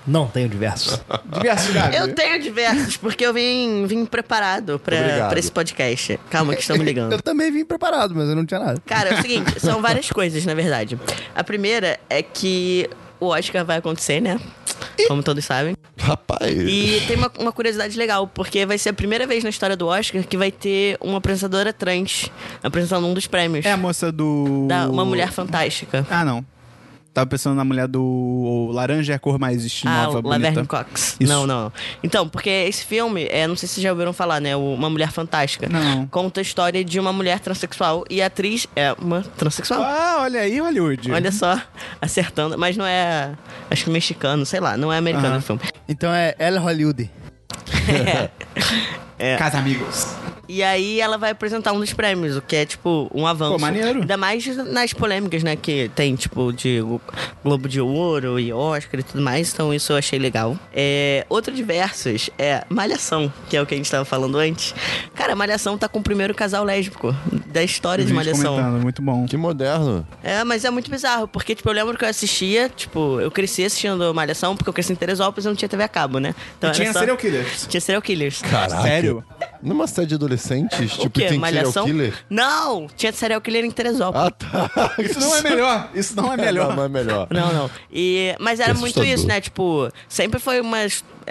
Speaker 3: Não tenho diversos.
Speaker 1: Diverso, Gabi.
Speaker 4: *laughs* Eu tenho diversos, porque eu vim, vim preparado pra,
Speaker 2: Obrigado.
Speaker 4: pra esse podcast. Calma que
Speaker 1: *laughs*
Speaker 4: estamos ligando.
Speaker 3: Eu também vim preparado, mas eu não tinha nada.
Speaker 4: Cara, é o seguinte, são várias coisas, na verdade. A primeira é que o Oscar vai acontecer, né? Como todos sabem.
Speaker 2: Rapaz.
Speaker 4: E tem uma, uma curiosidade legal, porque vai ser a primeira vez na história do Oscar que vai ter uma apresentadora trans apresentando um dos prêmios.
Speaker 1: É a moça do.
Speaker 4: Da- uma mulher fantástica.
Speaker 1: Ah, não. Tava pensando na mulher do. o Laranja é a cor mais
Speaker 4: Ah,
Speaker 1: nova,
Speaker 4: Laverne
Speaker 1: bonita.
Speaker 4: Cox.
Speaker 1: Isso.
Speaker 4: Não, não. Então, porque esse filme, é, não sei se vocês já ouviram falar, né? o Uma Mulher Fantástica.
Speaker 1: Não.
Speaker 4: Conta a história de uma mulher transexual e a atriz é uma transexual.
Speaker 1: Ah, olha aí, Hollywood.
Speaker 4: Olha só, acertando. Mas não é. Acho que mexicano, sei lá, não é americano
Speaker 1: Aham.
Speaker 4: o filme.
Speaker 3: Então é El Hollywood. É.
Speaker 1: Casa Amigos.
Speaker 4: E aí ela vai apresentar um dos prêmios, o que é tipo um avanço.
Speaker 1: Pô, maneiro.
Speaker 4: Ainda mais nas polêmicas, né? Que tem, tipo, de Glo- Globo de Ouro e Oscar e tudo mais. Então isso eu achei legal. É, outro de versos é Malhação, que é o que a gente tava falando antes. Cara, Malhação tá com o primeiro casal lésbico da história de
Speaker 1: Gente
Speaker 4: Malhação.
Speaker 1: comentando, muito bom.
Speaker 2: Que moderno.
Speaker 4: É, mas é muito bizarro, porque, tipo, eu lembro que eu assistia, tipo, eu cresci assistindo Malhação, porque eu cresci em Teresópolis e não tinha TV a cabo, né?
Speaker 1: E
Speaker 4: Então era
Speaker 1: tinha
Speaker 4: só-
Speaker 1: serial killers.
Speaker 4: Tinha serial killers.
Speaker 2: Caraca.
Speaker 1: Sério?
Speaker 2: Numa série de adolescentes, tipo, tem serial killer.
Speaker 4: Não! Tinha serial killer em Teresópolis.
Speaker 2: Ah, tá.
Speaker 1: *laughs* Isso não é melhor. Isso
Speaker 4: *laughs*
Speaker 1: não é melhor.
Speaker 2: Não, não é melhor.
Speaker 4: Não, não. E, mas era
Speaker 2: Que
Speaker 4: muito
Speaker 2: assustador.
Speaker 4: isso, né? Tipo, sempre foi uma.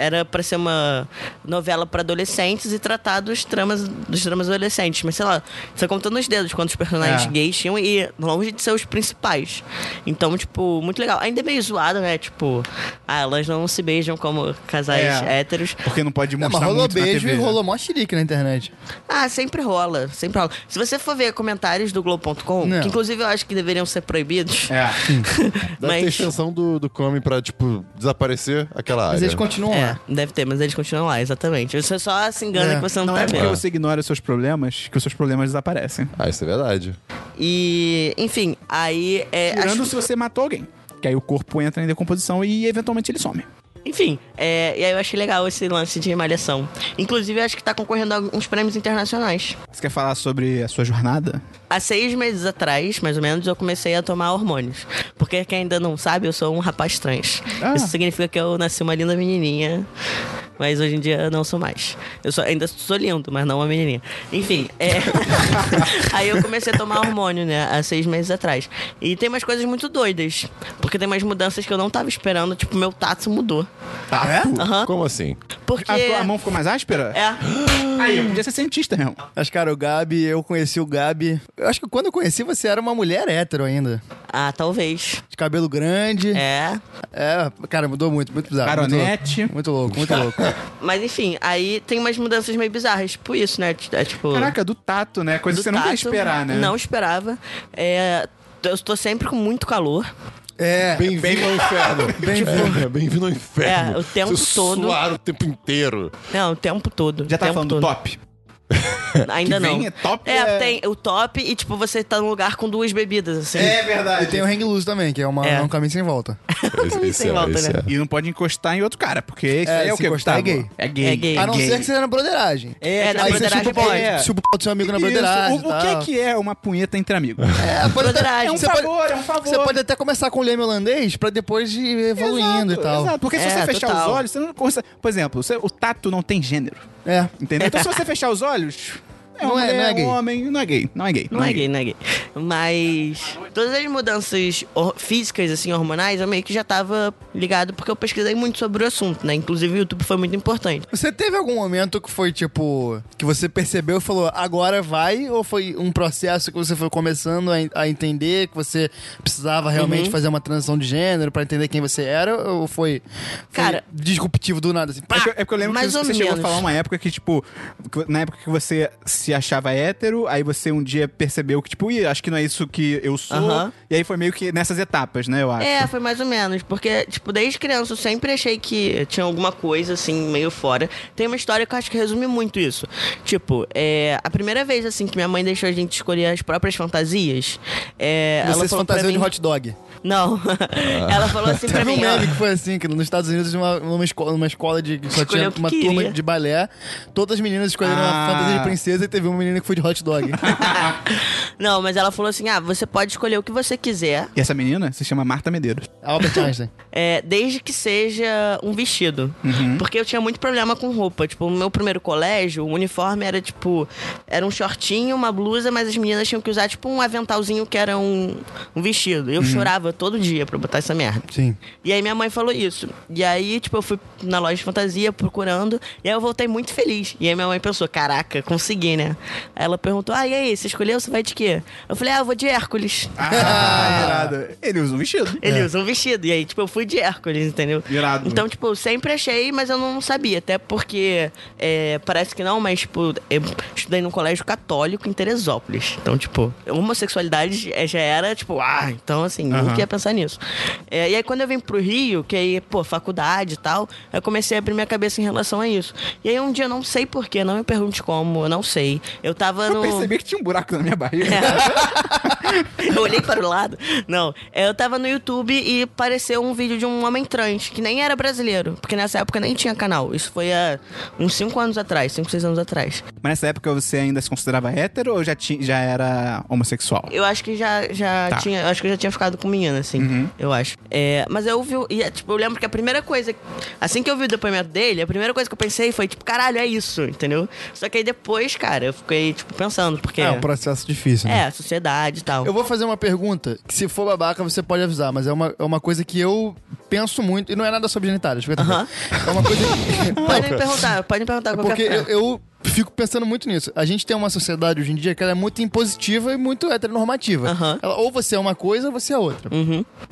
Speaker 4: Era pra ser uma novela pra adolescentes e tratar dos tramas, dos tramas adolescentes. Mas sei lá, você conta nos dedos quantos personagens
Speaker 1: É.
Speaker 4: gays tinham e longe de ser os principais. Então, tipo, muito legal. Ainda é meio zoado, né? Tipo, ah, elas não se beijam como casais
Speaker 1: É.
Speaker 4: héteros.
Speaker 1: Porque não pode
Speaker 3: Não, mas
Speaker 1: mostrar
Speaker 3: rolou
Speaker 1: muito na né?
Speaker 3: beijo
Speaker 1: TV.
Speaker 3: e rolou mó xerique na internet.
Speaker 4: Ah, sempre rola, sempre rola. Se você for ver comentários do Globo.com,
Speaker 3: Não.
Speaker 4: que inclusive eu acho que deveriam ser proibidos. *laughs*
Speaker 1: É.
Speaker 2: Deve ter extensão do, do Come pra, tipo, desaparecer aquela área.
Speaker 3: Mas eles continuam
Speaker 4: É,
Speaker 3: lá.
Speaker 4: deve ter, mas eles continuam lá, exatamente. Você só se engana
Speaker 3: É,
Speaker 4: que você não,
Speaker 1: Não
Speaker 4: tá
Speaker 1: é porque
Speaker 4: vendo.
Speaker 1: você ignora os seus problemas que os seus problemas desaparecem.
Speaker 2: Ah, isso é verdade.
Speaker 4: E, enfim, aí é.
Speaker 1: Tirando
Speaker 4: acho-
Speaker 1: se você matou alguém. Que aí o corpo entra em decomposição e eventualmente ele some.
Speaker 4: Enfim, é, e aí eu achei legal esse lance de malhação. Inclusive, eu acho que tá concorrendo a uns prêmios internacionais.
Speaker 1: Você quer falar sobre a sua jornada?
Speaker 4: Há seis meses atrás, mais ou menos, eu comecei a tomar hormônios. Porque quem ainda não sabe, eu sou um rapaz trans.
Speaker 1: Ah.
Speaker 4: Isso significa que eu nasci uma linda menininha. Mas hoje em dia não sou mais. Eu só, ainda sou lindo, mas não uma menininha. Enfim,
Speaker 1: *laughs*
Speaker 4: é... aí eu comecei a tomar hormônio, né? Há seis meses atrás. E tem umas coisas muito doidas. Porque tem umas mudanças que eu não tava esperando. Tipo, meu tato mudou.
Speaker 3: É. Tá
Speaker 4: Aham.
Speaker 2: Como assim?
Speaker 4: Porque...
Speaker 1: A tua mão Ah, ficou mais áspera?
Speaker 4: É.
Speaker 1: Aí, eu podia ser cientista mesmo.
Speaker 3: Mas, cara, o Gabi, eu conheci o Gabi. Eu acho que quando eu conheci, você era uma mulher hétero ainda.
Speaker 4: Ah, talvez.
Speaker 3: De cabelo grande.
Speaker 4: É.
Speaker 3: É, cara, mudou muito, muito bizarro.
Speaker 1: Caronete.
Speaker 3: Muito louco,
Speaker 1: *laughs*
Speaker 3: muito louco. Muito louco.
Speaker 4: Mas enfim, aí tem umas mudanças meio bizarras. Tipo isso, né? É tipo...
Speaker 1: Caraca, do tato, né? Coisa
Speaker 4: do
Speaker 1: que você não nunca ia
Speaker 4: tato,
Speaker 1: esperar, né?
Speaker 4: Não esperava. É, eu tô sempre com muito calor.
Speaker 3: É.
Speaker 2: Bem-vindo ao inferno.
Speaker 3: Bem-vindo.
Speaker 2: É, *laughs* Bem-vindo ao inferno.
Speaker 4: É, o tempo
Speaker 2: Vocês
Speaker 4: todo.
Speaker 2: Suaram o tempo inteiro.
Speaker 4: Não, o tempo todo.
Speaker 1: Já tá
Speaker 4: tempo
Speaker 1: falando
Speaker 4: todo.
Speaker 1: do top.
Speaker 4: Ainda
Speaker 1: Que
Speaker 4: não.
Speaker 1: vem é top,
Speaker 4: É,
Speaker 1: é-
Speaker 4: tem o top e, tipo, você tá num lugar com duas bebidas, assim.
Speaker 1: verdade.
Speaker 3: E tem o hang loose também, que é, uma,
Speaker 4: É.
Speaker 3: é um caminho sem volta.
Speaker 2: Esse, é.
Speaker 4: Sem volta, né?
Speaker 1: E não pode encostar em outro cara, porque isso
Speaker 3: É,
Speaker 1: aí é o
Speaker 3: se
Speaker 1: que?
Speaker 3: encostar é gay.
Speaker 1: É gay.
Speaker 4: É gay.
Speaker 3: a não ser que
Speaker 1: você...
Speaker 3: seja na broderagem.
Speaker 4: É, na
Speaker 3: Aí você
Speaker 4: broderagem
Speaker 3: chupa o pau,
Speaker 1: pode.
Speaker 3: chupa o pau do seu amigo na broderagem.
Speaker 1: Isso. O, o que é que é uma punheta entre amigos?
Speaker 3: É, pode até,
Speaker 4: Broderagem.
Speaker 1: É um
Speaker 3: você,
Speaker 1: favor,
Speaker 3: pode,
Speaker 1: é um favor.
Speaker 3: você pode até começar com o leme holandês pra depois ir
Speaker 1: Exato,
Speaker 3: evoluindo e tal.
Speaker 1: Exato, porque se
Speaker 4: É,
Speaker 1: você fechar
Speaker 4: total.
Speaker 1: os olhos, você não consegue... Por exemplo, você- o tato não tem gênero,
Speaker 3: É.
Speaker 1: entendeu? Então
Speaker 4: *laughs*
Speaker 1: se você fechar os olhos... É
Speaker 3: Não
Speaker 1: uma
Speaker 3: é-
Speaker 1: mulher,
Speaker 3: não é
Speaker 1: um
Speaker 3: gay.
Speaker 1: homem, não é gay. Não é gay.
Speaker 4: Não é gay, não é gay. Mas todas as mudanças hor- físicas, assim, hormonais, eu meio que já tava ligado porque eu pesquisei muito sobre o assunto, né? Inclusive o YouTube foi muito importante.
Speaker 3: Você teve algum momento que foi tipo. que você percebeu e falou, agora vai? Ou foi um processo que você foi começando a, en- a entender que você precisava realmente
Speaker 4: Uhum.
Speaker 3: fazer uma transição de gênero pra entender quem você era? Ou foi. foi
Speaker 4: Cara-
Speaker 3: Disruptivo do nada, assim. Pá!
Speaker 1: É que, eu- é porque eu lembro
Speaker 4: Mais
Speaker 1: que
Speaker 4: ou
Speaker 1: você chegou a
Speaker 4: menos.
Speaker 1: falar uma época que, tipo, que- na época que você se achava hétero, aí você um dia percebeu que, tipo, ih, acho que não é isso que eu sou.
Speaker 4: Aham.
Speaker 1: E aí foi meio que nessas etapas, né, eu acho.
Speaker 4: É, foi mais ou menos, porque, tipo, desde criança eu sempre achei que tinha alguma coisa, assim, meio fora. Tem uma história que eu acho que resume muito isso. Tipo, é, a primeira vez, assim, que minha mãe deixou a gente escolher as próprias fantasias, é, ela
Speaker 3: Você se
Speaker 4: falou pra
Speaker 3: fantasiou
Speaker 4: mim...
Speaker 3: de hot dog.
Speaker 4: Não, *laughs* ela falou assim pra
Speaker 3: Teve um
Speaker 4: mim, ó,
Speaker 3: meme que foi assim, que nos Estados Unidos, uma, numa, escola, numa escola de. Só
Speaker 4: Escolheu
Speaker 3: tinha
Speaker 4: o que
Speaker 3: uma
Speaker 4: queria.
Speaker 3: turma de balé. Todas as meninas escolheram
Speaker 1: Ah.
Speaker 3: uma fantasia de princesa e teve uma menina que foi de hot
Speaker 4: *laughs*
Speaker 3: dog.
Speaker 4: Não, mas ela falou assim, ah, você pode escolher o que você quiser,
Speaker 1: E essa menina se chama Marta Medeiros.
Speaker 3: Albert Einstein.
Speaker 4: É, desde que seja um vestido. Porque eu tinha muito problema com roupa. Tipo, no meu primeiro colégio, o uniforme era tipo. Era um shortinho, uma blusa, mas as meninas tinham que usar tipo um aventalzinho que era um, um vestido. Eu chorava todo dia pra botar essa merda.
Speaker 3: Sim.
Speaker 4: E aí minha mãe falou isso. E aí, tipo, eu fui na loja de fantasia procurando. E aí eu voltei muito feliz. E aí minha mãe pensou, caraca, consegui, né? Aí ela perguntou, ah, e aí, você escolheu? Você vai de quê? Eu falei, ah, eu vou de Hércules.
Speaker 1: Ah, *laughs* irado. Ele usa um vestido.
Speaker 4: Ele usa um vestido. E aí, tipo, eu fui de Hércules, entendeu?
Speaker 1: Irado. né?
Speaker 4: Então, tipo, eu sempre achei, mas eu não sabia. Até porque, é, parece que não, mas, tipo, eu estudei num colégio católico em Teresópolis. Então, tipo, homossexualidade é, já era, tipo, ah, então, assim,
Speaker 1: Aham.
Speaker 4: nunca ia pensar nisso. É, e aí, quando eu vim pro Rio, que aí, pô, faculdade e tal, eu comecei a abrir minha cabeça em relação a isso. E aí, um dia, eu não sei porquê, não me pergunte como, eu não sei. Eu tava
Speaker 1: Eu
Speaker 4: no... É.
Speaker 1: percebi que tinha um buraco na minha barriga.
Speaker 4: Eu olhei para o lado. Não, é, eu tava no YouTube e apareceu um vídeo de um homem trans, que nem era brasileiro, porque nessa época nem tinha canal. Isso foi há uns 5 anos atrás, 5, 6 anos atrás.
Speaker 1: Mas nessa época você ainda se considerava hétero ou já, ti- já era homossexual?
Speaker 4: Eu acho que já, já
Speaker 1: Tá.
Speaker 4: tinha. eu acho que eu já tinha ficado com menina, assim.
Speaker 3: Uhum.
Speaker 4: Eu acho. É, mas eu vi. o- E, é, tipo, eu lembro que a primeira coisa. Assim que eu vi o depoimento dele, a primeira coisa que eu pensei foi, tipo, caralho, é isso, entendeu? Só que aí depois, cara, eu fiquei, tipo, pensando, porque.
Speaker 3: É, um processo difícil, né?
Speaker 4: É, sociedade e tal.
Speaker 3: Eu vou fazer uma pergunta que, se for babaca, você pode avisar, mas é uma, é uma coisa que eu penso muito. E não é nada sobre genitálios, fica tranquilo.
Speaker 4: Aham.
Speaker 3: É uma coisa.
Speaker 4: Pode me perguntar, pode me perguntar qualquer
Speaker 3: Porque eu,
Speaker 4: coisa.
Speaker 3: eu fico pensando muito nisso. A gente tem uma sociedade hoje em dia que ela é muito impositiva e muito heteronormativa.
Speaker 4: Aham. Uhum.
Speaker 3: Ela- ou você é uma coisa ou você é outra.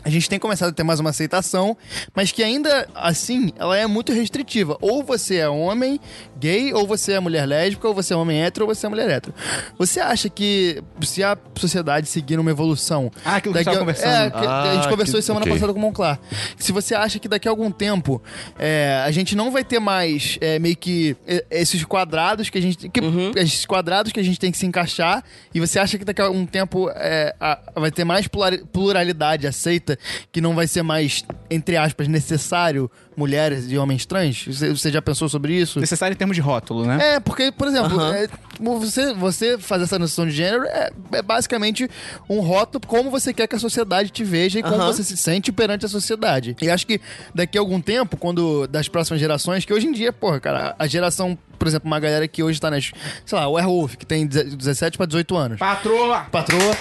Speaker 3: A gente tem começado a ter mais uma aceitação, mas que ainda assim ela é muito restritiva. Ou você é homem gay, ou você é mulher lésbica, ou você é homem hétero, ou você é mulher hétero. Você acha que se a sociedade seguir uma evolução.
Speaker 1: Ah, aquilo que a gente tava
Speaker 3: daqui
Speaker 1: conversando.
Speaker 3: É, que a gente
Speaker 2: Ah,
Speaker 3: conversou
Speaker 2: que-
Speaker 3: isso semana
Speaker 2: ok.
Speaker 3: passada com o Monclar. Se você acha que daqui a algum tempo é, a gente não vai ter mais é, meio que é, esses quadrados que a gente. Que, Esses quadrados que a gente tem que se encaixar. E você acha que daqui a algum tempo é, a- vai ter mais plura- pluralidade aceita, que não vai ser mais entre aspas, necessário mulheres e homens trans? Você, você já pensou sobre isso?
Speaker 1: Necessário em termos de rótulo, né?
Speaker 3: É, porque, por exemplo,
Speaker 4: Aham.
Speaker 3: é, você, você fazer essa noção de gênero é, é basicamente um rótulo como você quer que a sociedade te veja e como
Speaker 4: Aham.
Speaker 3: você se sente perante a sociedade. E acho que daqui a algum tempo, quando das próximas gerações, que hoje em dia, porra, cara, a geração, por exemplo, uma galera que hoje tá nas, sei lá, o Airwolf, que tem 17 pra 18 anos
Speaker 1: Patroa!
Speaker 3: patroa.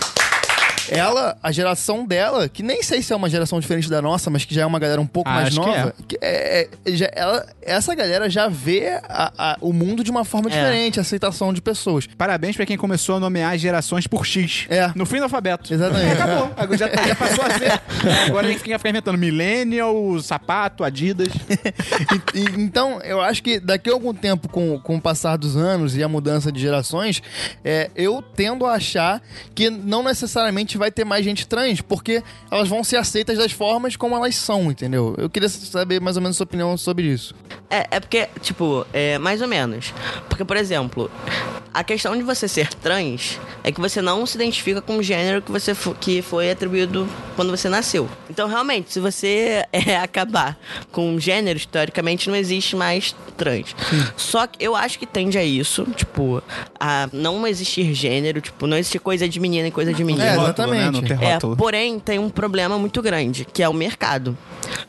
Speaker 3: Ela, a geração dela, que nem sei se é uma geração diferente da nossa, mas que já é uma galera um pouco
Speaker 1: Ah,
Speaker 3: mais
Speaker 1: acho que
Speaker 3: nova. que é- é- já- ela- essa galera já vê a- a- o mundo de uma forma
Speaker 4: É.
Speaker 3: diferente, a aceitação de pessoas.
Speaker 1: Parabéns pra quem começou a nomear as gerações por X.
Speaker 3: É.
Speaker 1: No fim do alfabeto.
Speaker 3: Exatamente.
Speaker 1: Acabou.
Speaker 4: É.
Speaker 1: Agora Já, tá, já passou a
Speaker 4: *laughs*
Speaker 1: ser. Agora a gente fica inventando Millennial, sapato, Adidas.
Speaker 4: É,
Speaker 3: E- e- então, eu acho que daqui a algum tempo, com, com o passar dos anos e a mudança de gerações, é, eu tendo a achar que não necessariamente vai ter mais gente trans, porque elas vão ser aceitas das formas como elas são, entendeu? Eu queria saber mais ou menos sua opinião sobre isso.
Speaker 4: É, é porque, tipo, é mais ou menos. Porque, por exemplo, a questão de você ser trans é que você não se identifica com o gênero que, você fo- que foi atribuído quando você nasceu. Então, realmente, se você *laughs* é, acabar com um gênero, historicamente não existe mais trans. Só que eu acho que tende a isso, tipo, a não existir gênero, tipo, não existir coisa de menina e coisa de menino.
Speaker 3: É,
Speaker 1: Rótulo,
Speaker 3: exatamente.
Speaker 1: né? Não tem
Speaker 4: É,
Speaker 1: rótulo.
Speaker 4: porém, tem um problema muito grande, que é o mercado.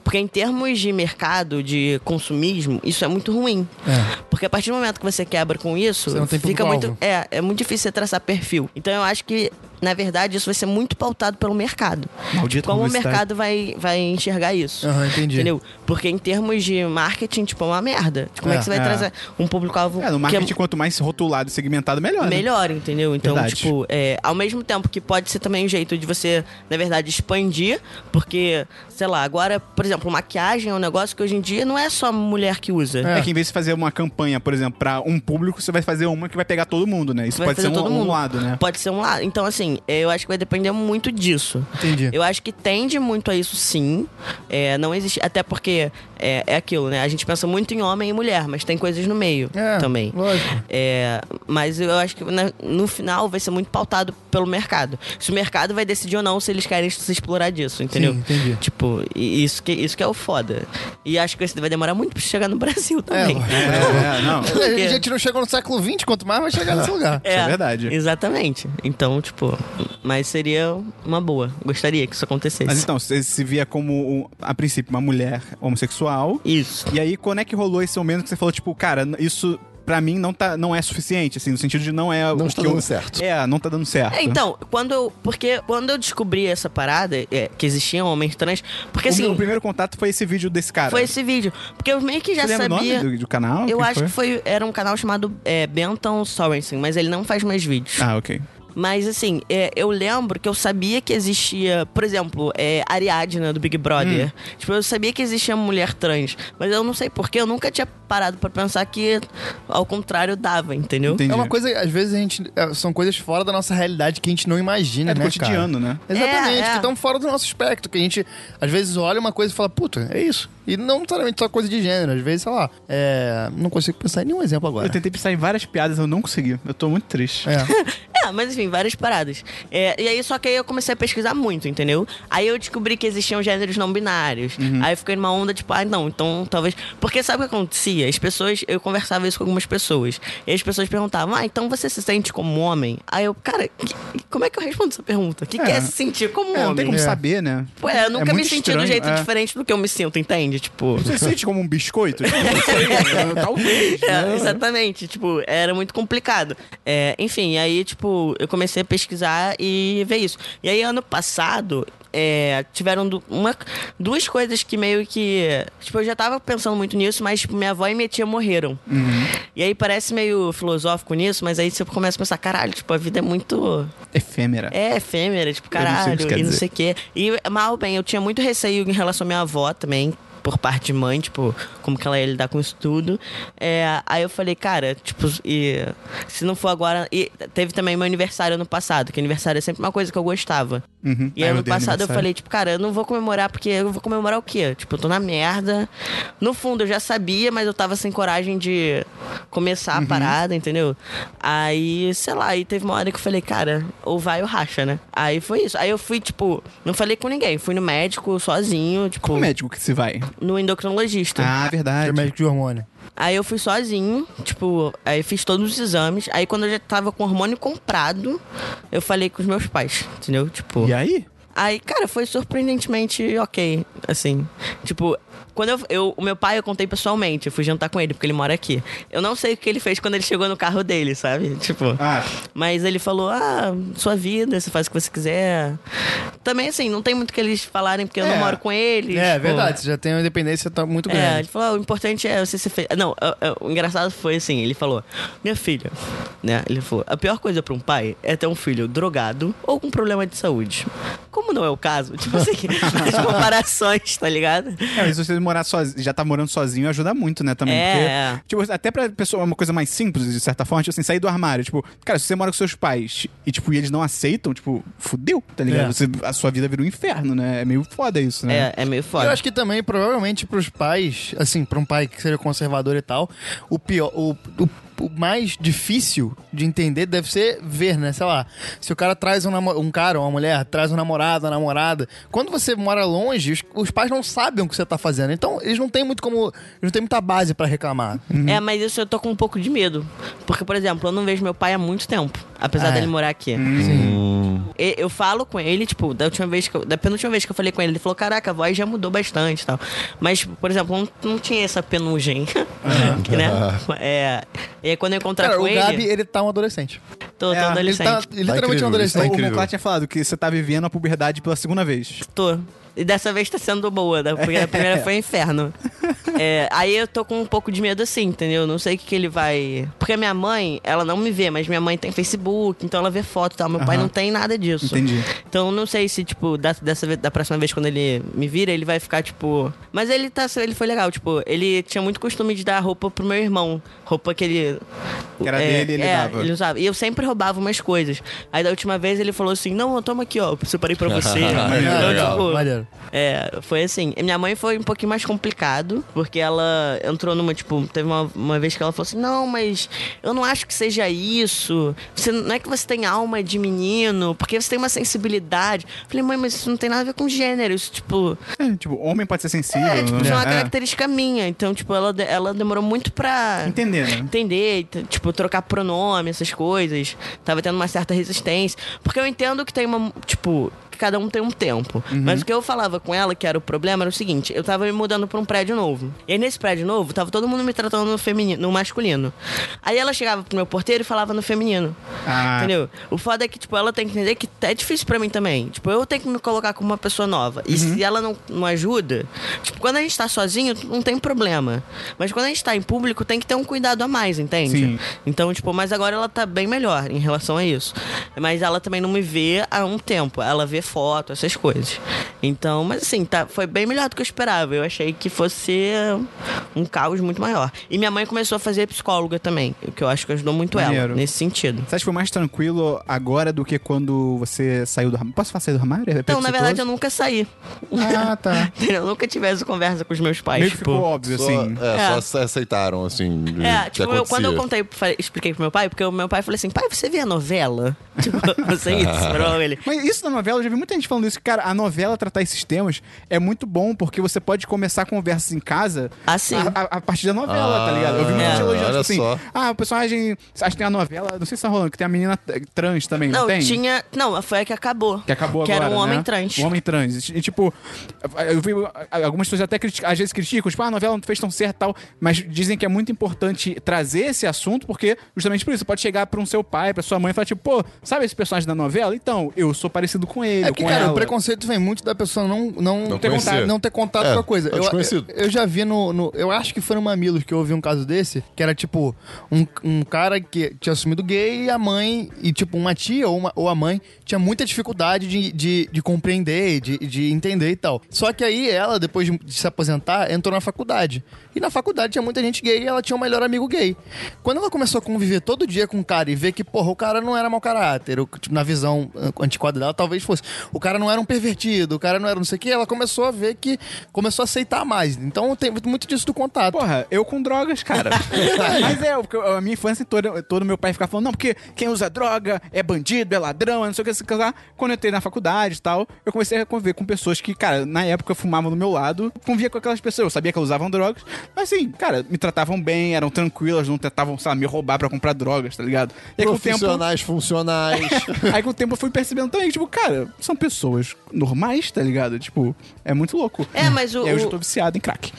Speaker 4: Porque em termos de mercado, de consumismo, isso é muito ruim.
Speaker 3: É.
Speaker 4: Porque a partir do momento que você quebra com isso,
Speaker 3: Você não tem
Speaker 4: fica
Speaker 3: público-alvo.
Speaker 4: muito. É, é muito difícil você traçar perfil. Então eu acho que, na verdade, isso vai ser muito pautado pelo mercado.
Speaker 1: Maldita
Speaker 4: Tipo, como o
Speaker 1: publicidade.
Speaker 4: mercado vai, vai enxergar isso.
Speaker 3: Aham, entendi.
Speaker 4: Entendeu? Porque em termos de marketing, tipo, é uma merda. Como é,
Speaker 3: É,
Speaker 4: que você vai
Speaker 1: é.
Speaker 4: trazer um público-alvo.
Speaker 1: É, no
Speaker 4: que é-
Speaker 1: marketing, quanto mais rotulado e segmentado, melhor. né?
Speaker 4: Melhor, entendeu? Então,
Speaker 1: Verdade.
Speaker 4: tipo, é, ao mesmo tempo que pode ser também um jeito de você, na verdade, expandir, porque, sei lá, agora, por exemplo, maquiagem é um negócio que hoje em dia não é só mulher que usa.
Speaker 1: É. que em vez de fazer uma campanha, por exemplo, pra um público, você vai fazer uma que vai pegar todo mundo, né? Isso
Speaker 4: Vai
Speaker 1: pode ser
Speaker 4: fazer
Speaker 1: um,
Speaker 4: todo mundo.
Speaker 1: um lado, né?
Speaker 4: Pode ser um lado. Então, assim, eu acho que vai depender muito disso.
Speaker 3: Entendi.
Speaker 4: Eu acho que tende muito a isso, sim. É, não existe. Até porque é, é aquilo, né? A gente pensa muito em homem e mulher, mas tem coisas no meio
Speaker 3: É,
Speaker 4: também.
Speaker 3: lógico.
Speaker 4: É, mas eu acho que na- no final vai ser muito pautado pelo mercado. Se o mercado vai decidir ou não se eles querem se explorar disso, entendeu?
Speaker 3: Sim, entendi.
Speaker 4: Tipo, e isso que, isso que é o foda. E acho que isso vai demorar muito pra chegar no Brasil também.
Speaker 3: lógico.
Speaker 1: É, é, não.
Speaker 3: A gente não chegou no século XX, quanto mais vai chegar nesse lugar.
Speaker 1: Isso é verdade.
Speaker 4: Exatamente. Então, tipo, mas seria uma boa. Gostaria que isso acontecesse.
Speaker 1: Mas então, você se via como, um- a princípio, uma mulher homossexual.
Speaker 4: Isso.
Speaker 1: E aí, quando é que rolou esse momento que você falou, tipo, cara, n- isso pra mim não, tá, não é suficiente, assim, no sentido de não é o
Speaker 2: Não está
Speaker 1: que eu-
Speaker 2: dando certo.
Speaker 1: É, não tá dando certo.
Speaker 4: É, então, quando eu. Porque quando eu descobri essa parada, é, que existiam homens trans, porque
Speaker 1: o,
Speaker 4: assim,
Speaker 1: meu primeiro contato foi esse vídeo desse cara.
Speaker 4: foi esse vídeo. Porque eu meio que já
Speaker 1: Você lembra o
Speaker 4: sabia.
Speaker 1: nome do, do canal?
Speaker 4: Eu
Speaker 1: Quem
Speaker 4: acho que foi. Era um canal chamado é, Benton Sorensen, mas ele não faz mais vídeos.
Speaker 1: Ah, ok.
Speaker 4: Mas assim, é, eu lembro que eu sabia que existia, por exemplo, é, Ariadna do Big Brother. Tipo, eu sabia que existia mulher trans. Mas eu não sei porquê, eu nunca tinha parado pra pensar que ao contrário dava, entendeu?
Speaker 1: *laughs* Entendi.
Speaker 3: É uma coisa, às vezes a gente. é, São coisas fora da nossa realidade que a gente não imagina,
Speaker 1: É do
Speaker 3: né?
Speaker 1: cotidiano, né?
Speaker 3: Cara? Exatamente,
Speaker 4: É, é.
Speaker 3: que estão fora do nosso espectro, que a gente às vezes olha uma coisa e fala, puta, é isso. E não necessariamente só coisa de gênero, às vezes, sei lá, é, não consigo pensar em nenhum exemplo agora.
Speaker 1: Eu tentei pensar em várias piadas, eu não consegui. Eu tô muito triste.
Speaker 3: É.
Speaker 4: É, mas enfim, várias paradas. É, e aí, só que aí eu comecei a pesquisar muito, entendeu? Aí eu descobri que existiam gêneros não binários.
Speaker 1: Uhum.
Speaker 4: Aí eu fiquei numa onda, tipo, ah, não, então talvez. Porque sabe o que acontecia? As pessoas, eu conversava isso com algumas pessoas. E as pessoas perguntavam, ah, então você se sente como homem? Aí eu, cara, que- como é que eu respondo essa pergunta? O que, que é
Speaker 1: É.
Speaker 4: se sentir como
Speaker 1: É,
Speaker 4: homem?
Speaker 1: não tem como saber, né?
Speaker 4: Pô, é, eu nunca me
Speaker 1: muito
Speaker 4: senti do
Speaker 1: estranho,
Speaker 4: jeito
Speaker 1: é.
Speaker 4: diferente do que eu me sinto, entende? Tipo.
Speaker 1: Você se sente como um
Speaker 4: *laughs*
Speaker 1: biscoito? Tipo, não sei, Talvez.
Speaker 4: É,
Speaker 1: né?
Speaker 4: exatamente, tipo, era muito complicado. É, enfim, aí, tipo, eu comecei a pesquisar e ver isso. E aí, ano passado, é, tiveram du- uma, duas coisas que meio que. Tipo, eu já tava pensando muito nisso, mas tipo, minha avó e minha tia morreram. E aí parece meio filosófico nisso, mas aí você começa a pensar, caralho, tipo, a vida é muito.
Speaker 1: Efêmera.
Speaker 4: É, efêmera, tipo,
Speaker 1: Eu não sei o que isso
Speaker 4: caralho,
Speaker 1: quer
Speaker 4: e não
Speaker 1: dizer.
Speaker 4: sei o quê. E mal bem, eu tinha muito receio em relação à minha avó também. por parte de mãe, tipo, como que ela ia lidar com isso tudo. É, aí eu falei, cara, tipo, e se não for agora. E teve também meu aniversário ano passado, que aniversário é sempre uma coisa que eu gostava.
Speaker 1: Uhum.
Speaker 4: E
Speaker 1: Aí eu
Speaker 4: ano
Speaker 1: odeio
Speaker 4: passado eu
Speaker 1: aniversário.
Speaker 4: falei, tipo, cara, eu não vou comemorar porque eu vou comemorar o quê? Tipo, eu tô na merda. No fundo, eu já sabia, mas eu tava sem coragem de começar
Speaker 1: Uhum.
Speaker 4: a parada, entendeu? Aí, sei lá, aí teve uma hora que eu falei, cara, ou vai ou racha, né? Aí foi isso. Aí eu fui, tipo, não falei com ninguém, fui no médico sozinho, tipo,
Speaker 1: Qual médico que se vai?
Speaker 4: no endocrinologista.
Speaker 1: é? Ah,
Speaker 3: *laughs*
Speaker 1: verdade.
Speaker 3: Remédio é de hormônio.
Speaker 4: Aí eu fui sozinho, tipo, aí fiz todos os exames. Aí quando eu já tava com o hormônio comprado, eu falei com os meus pais, entendeu? Tipo.
Speaker 1: E aí?
Speaker 4: Aí, cara, foi surpreendentemente ok, assim. Tipo, quando eu, eu- O meu pai eu contei pessoalmente, eu fui jantar com ele, porque ele mora aqui. Eu não sei o que ele fez quando ele chegou no carro dele, sabe? *laughs* Tipo.
Speaker 1: Ah,
Speaker 4: Mas ele falou, ah, sua vida, você faz o que você quiser. Também, assim, não tem muito o que eles falarem, porque eu
Speaker 1: É.
Speaker 4: não moro com eles.
Speaker 3: É,
Speaker 4: tipo,
Speaker 3: verdade. Você já tem uma independência tá muito
Speaker 4: é,
Speaker 3: grande.
Speaker 4: ele falou, ah, o importante é você ser feliz. Não, ah, ah, o engraçado foi assim, ele falou, minha filha, né? Ele falou, a pior coisa pra um pai é ter um filho drogado ou com problema de saúde. Como não é o caso,
Speaker 3: *laughs*
Speaker 4: tipo assim, as comparações, tá ligado?
Speaker 1: é, mas se você morar sozinho, já tá morando sozinho ajuda muito, né, também.
Speaker 4: É.
Speaker 1: Porque, tipo, até pra pessoa, uma coisa mais simples, de certa forma, tipo assim, sair do armário. Tipo, cara, se você mora com seus pais e, tipo, e eles não aceitam, tipo, fudeu, tá ligado?
Speaker 3: É.
Speaker 1: Você, a sua vida vira um inferno, né? É meio foda isso, né?
Speaker 4: É, é meio
Speaker 3: Eu
Speaker 4: foda.
Speaker 3: acho que também, provavelmente, pros pais, assim, pra um pai que seja conservador e tal, o pior. O, o- o mais difícil de entender deve ser ver, né? Sei lá, se o cara traz um, namo- um cara ou uma mulher, traz um namorado, uma namorada. Quando você mora longe, os, os pais não sabem o que você tá fazendo. Então, eles não têm muito como. Eles não têm muita base pra reclamar.
Speaker 4: É, mas isso eu tô com um pouco de medo. Porque, por exemplo, eu não vejo meu pai há muito tempo, apesar
Speaker 3: Ah, é.
Speaker 4: dele morar aqui. E- Eu falo com ele, tipo, da última vez que eu, da penúltima vez que eu falei com ele, ele falou: "Caraca, a voz já mudou bastante", e tal. Mas, tipo, por exemplo, não, não tinha essa penugem, *laughs* né? É, e aí quando eu encontrar
Speaker 3: Cara,
Speaker 4: com
Speaker 3: o
Speaker 4: ele,
Speaker 3: Gabi, ele tá um adolescente.
Speaker 4: tô, tô
Speaker 1: É, ele tá-
Speaker 3: Ele tá
Speaker 4: adolescente,
Speaker 3: literalmente um
Speaker 2: incrível, isso tá
Speaker 1: O-
Speaker 3: adolescente.
Speaker 1: o
Speaker 2: incrível.
Speaker 1: Monclar tinha falado que você tá vivendo a puberdade pela segunda vez.
Speaker 4: tô. E dessa vez tá sendo boa, né? Porque
Speaker 1: *laughs*
Speaker 4: a primeira foi um inferno. É, aí eu tô com um pouco de medo assim, entendeu? Não sei o que, que ele vai. Porque a minha mãe, ela não me vê, mas minha mãe tem Facebook, então ela vê foto e tal. Meu pai
Speaker 1: Aham.
Speaker 4: não tem nada disso.
Speaker 1: Entendi.
Speaker 4: Então não sei se, tipo, da, dessa, ve- da próxima vez quando ele me vira, ele vai ficar, tipo. Mas ele tá. Ele foi legal, tipo, ele tinha muito costume de dar roupa pro meu irmão. Roupa que ele.
Speaker 1: Que era dele, ele dava.
Speaker 4: É, ele usava. E eu sempre roubava umas coisas. Aí da última vez ele falou assim: não, toma aqui, ó, eu separei pra você. então,
Speaker 2: legal.
Speaker 4: tipo,
Speaker 3: Maneiro.
Speaker 4: é, foi assim. E Minha mãe foi um pouquinho mais complicado, porque ela entrou numa, tipo, teve uma, uma vez que ela falou assim: Não, mas eu não acho que seja isso. Você, não é que você tem alma de menino, porque você tem uma sensibilidade. Eu falei, mãe, mas isso não tem nada a ver com gênero. Isso, tipo,
Speaker 1: É, tipo, homem pode ser sensível.
Speaker 4: é, tipo,
Speaker 1: né?
Speaker 4: isso é uma
Speaker 1: É.
Speaker 4: característica minha. Então, tipo, ela, de- ela demorou muito pra
Speaker 1: Entender, né?
Speaker 4: entender, t- tipo, trocar pronome, essas coisas. Tava tendo uma certa resistência. Porque eu entendo que tem uma. Tipo, que cada um tem um tempo.
Speaker 1: Uhum.
Speaker 4: Mas o que eu falava com ela, que era o problema, era o seguinte: eu tava me mudando pra um prédio novo. E aí nesse prédio novo, tava todo mundo me tratando no feminino, no masculino. Aí ela chegava pro meu porteiro e falava no feminino.
Speaker 1: Ah.
Speaker 4: Entendeu? O foda é que, tipo, ela tem que entender que é difícil pra mim também. Tipo, eu tenho que me colocar como uma pessoa nova. E
Speaker 1: Uhum.
Speaker 4: se ela não, não ajuda, tipo, quando a gente tá sozinho, não tem problema. Mas quando a gente tá em público, tem que ter um cuidado a mais, entende?
Speaker 1: Sim.
Speaker 4: Então, tipo, mas agora ela tá bem melhor em relação a isso. Mas ela também não me vê há um tempo. Ela vê foto, essas coisas. Então, mas assim, tá, foi bem melhor do que eu esperava. Eu achei que fosse um caos muito maior. E minha mãe começou a fazer psicóloga também, o que eu acho que ajudou muito ela
Speaker 1: Maneiro.
Speaker 4: nesse sentido.
Speaker 1: Você acha que foi mais tranquilo agora do que quando você saiu do armário? Posso falar sair do armário? É
Speaker 4: Então, na verdade, eu
Speaker 1: preconceituoso?
Speaker 4: nunca saí. *laughs*
Speaker 1: Ah, tá.
Speaker 4: Eu nunca tive essa conversa com os meus pais.
Speaker 1: Meio que
Speaker 4: tipo...
Speaker 1: ficou óbvio,
Speaker 2: Só,
Speaker 1: assim.
Speaker 2: é,
Speaker 4: É.
Speaker 2: só se aceitaram, assim. de-
Speaker 4: É,
Speaker 2: que
Speaker 4: tipo, eu- quando eu
Speaker 2: acontecia.
Speaker 4: contei, falei- expliquei pro meu pai, porque o meu pai falou assim, pai, você vê a novela? *laughs* Tipo, não sei isso, pra ele.
Speaker 1: Mas isso na novela, eu já vi muita gente falando isso. que, Cara, a novela tratar esses temas é muito bom, porque você pode começar conversas em casa
Speaker 4: Assim.
Speaker 1: a, a- a partir da novela,
Speaker 2: Ah,
Speaker 1: tá ligado? Eu vi muita gente
Speaker 4: é.
Speaker 1: elogiando tipo
Speaker 2: Olha
Speaker 1: assim.
Speaker 2: só.
Speaker 1: Ah, o personagem. Acho que tem a novela, não sei se tá rolando, que tem a menina t- trans também, não,
Speaker 4: Não,
Speaker 1: tem?
Speaker 4: tinha... Não, foi a que acabou.
Speaker 1: Que acabou
Speaker 4: Que
Speaker 1: agora.
Speaker 4: era um homem
Speaker 1: né?
Speaker 4: trans.
Speaker 1: Um
Speaker 4: *laughs*
Speaker 1: homem trans. E, tipo, eu vi algumas pessoas até criti- às vezes criticam, tipo, ah, a novela não fez tão certo e tal. Mas dizem que é muito importante trazer esse assunto, porque justamente por isso, você pode chegar pra um seu pai, pra sua mãe e falar, tipo, pô, sabe esse personagem da novela? Então, eu sou parecido com ele. filho
Speaker 3: É que,
Speaker 1: com
Speaker 3: cara,
Speaker 1: ela.
Speaker 3: o preconceito vem muito da pessoa não, não,
Speaker 2: Não
Speaker 3: ter,
Speaker 2: conhecer.
Speaker 3: contato, não ter contato
Speaker 2: É,
Speaker 3: com a coisa.
Speaker 2: é
Speaker 3: Eu, eu,
Speaker 2: desconhecido.
Speaker 3: eu já vi no, no- Eu acho que foi no Mamilos que eu ouvi um caso desse, que era tipo um, um cara que tinha assumido gay e a mãe, e tipo, uma tia ou, uma- ou a mãe tinha muita dificuldade de, de, de compreender, de, de entender e tal. Só que aí ela, depois de, de se aposentar, entrou na faculdade. E na faculdade tinha muita gente gay e ela tinha um melhor amigo gay. Quando ela começou a conviver todo dia com o cara e ver que, porra, o cara não era mau caráter, o- tipo, na visão eh, antiquada dela, talvez fosse. O cara não era um pervertido, o cara não era não sei o que, ela começou a ver que começou a aceitar mais. Então tem muito disso do contato.
Speaker 1: Porra, eu com drogas, cara. Mas é, porque a minha infância toda, todo meu pai ficava falando, não, porque quem usa droga é bandido, é ladrão, é não sei o que, não sei o que lá. Quando eu entrei na faculdade e tal, eu comecei a conviver com pessoas que, cara, na época fumavam do meu lado, convia com aquelas pessoas, eu sabia que elas usavam drogas, mas assim, cara, me tratavam bem, eram tranquilas, não tentavam, sei lá, me roubar pra comprar drogas, tá ligado? E aí, com o tempo,
Speaker 2: Profissionais,
Speaker 4: *laughs*
Speaker 2: funcionais.
Speaker 1: aí com o tempo eu fui percebendo também, tipo, cara, são pessoas normais, tá ligado? Tipo, é muito louco.
Speaker 4: É, mas o-
Speaker 1: E aí hoje
Speaker 4: o-
Speaker 1: eu tô viciado em crack.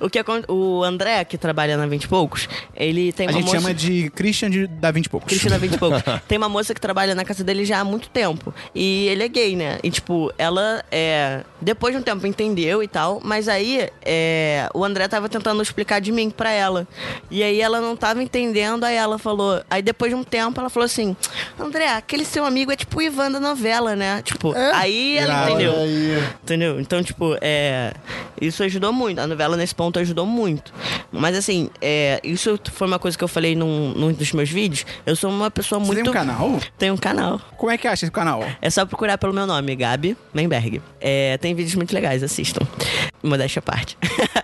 Speaker 4: o que acon- o André, que trabalha na 20 e poucos, ele tem
Speaker 1: A
Speaker 4: uma
Speaker 1: gente
Speaker 4: moça...
Speaker 1: chama de Christian de, da 20 e poucos.
Speaker 4: Cristina 20 e poucos. Tem uma moça que trabalha na casa dele já há muito tempo. E ele é gay, né? E, tipo, ela é. Depois de um tempo entendeu e tal. Mas aí é, o André tava tentando explicar de mim pra ela. E aí ela não tava entendendo. Aí ela falou. Aí depois de um tempo ela falou assim: André, aquele seu amigo é tipo o Ivan da novela, né? Tipo, aí ela
Speaker 1: Irado.
Speaker 4: entendeu.
Speaker 2: Olha aí.
Speaker 4: Entendeu? Então, tipo, é. Isso ajudou muito. A novela nesse ponto ajudou muito. Mas assim, é, isso foi uma coisa que eu falei num, num dos meus vídeos. Eu sou uma pessoa
Speaker 1: Você
Speaker 4: muito.
Speaker 1: tem um canal?
Speaker 4: Tem um canal.
Speaker 1: Como é que acha esse canal?
Speaker 4: É só procurar pelo meu nome, Gabi Menberg. É, tem vídeos muito legais, assistam. Modéstia à parte. *laughs*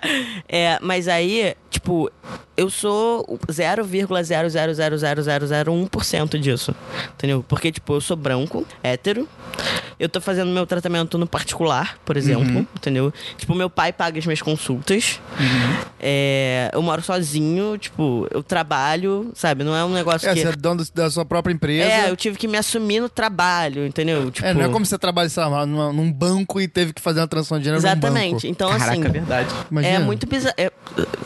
Speaker 4: É, mas aí, tipo, eu sou o 0,000001% disso. Entendeu? Porque, tipo, eu sou branco, hétero. Eu tô fazendo meu tratamento no particular, por exemplo.
Speaker 3: Uhum.
Speaker 4: Entendeu? Tipo, meu pai paga as minhas consultas.
Speaker 3: Uhum.
Speaker 4: É, eu moro sozinho, tipo, eu trabalho, sabe? Não é um negócio
Speaker 3: É,
Speaker 4: que.
Speaker 3: você é dono da sua própria empresa.
Speaker 4: É, eu tive que me assumir no trabalho, entendeu? Tipo,
Speaker 3: É, não é como você trabalha, sei lá, numa- num banco e teve que fazer uma transição de dinheiro num *laughs*
Speaker 4: Exatamente.
Speaker 3: um banco.
Speaker 4: Então, assim.
Speaker 1: verdade.
Speaker 3: Imagina.
Speaker 4: É muito bizarro. É,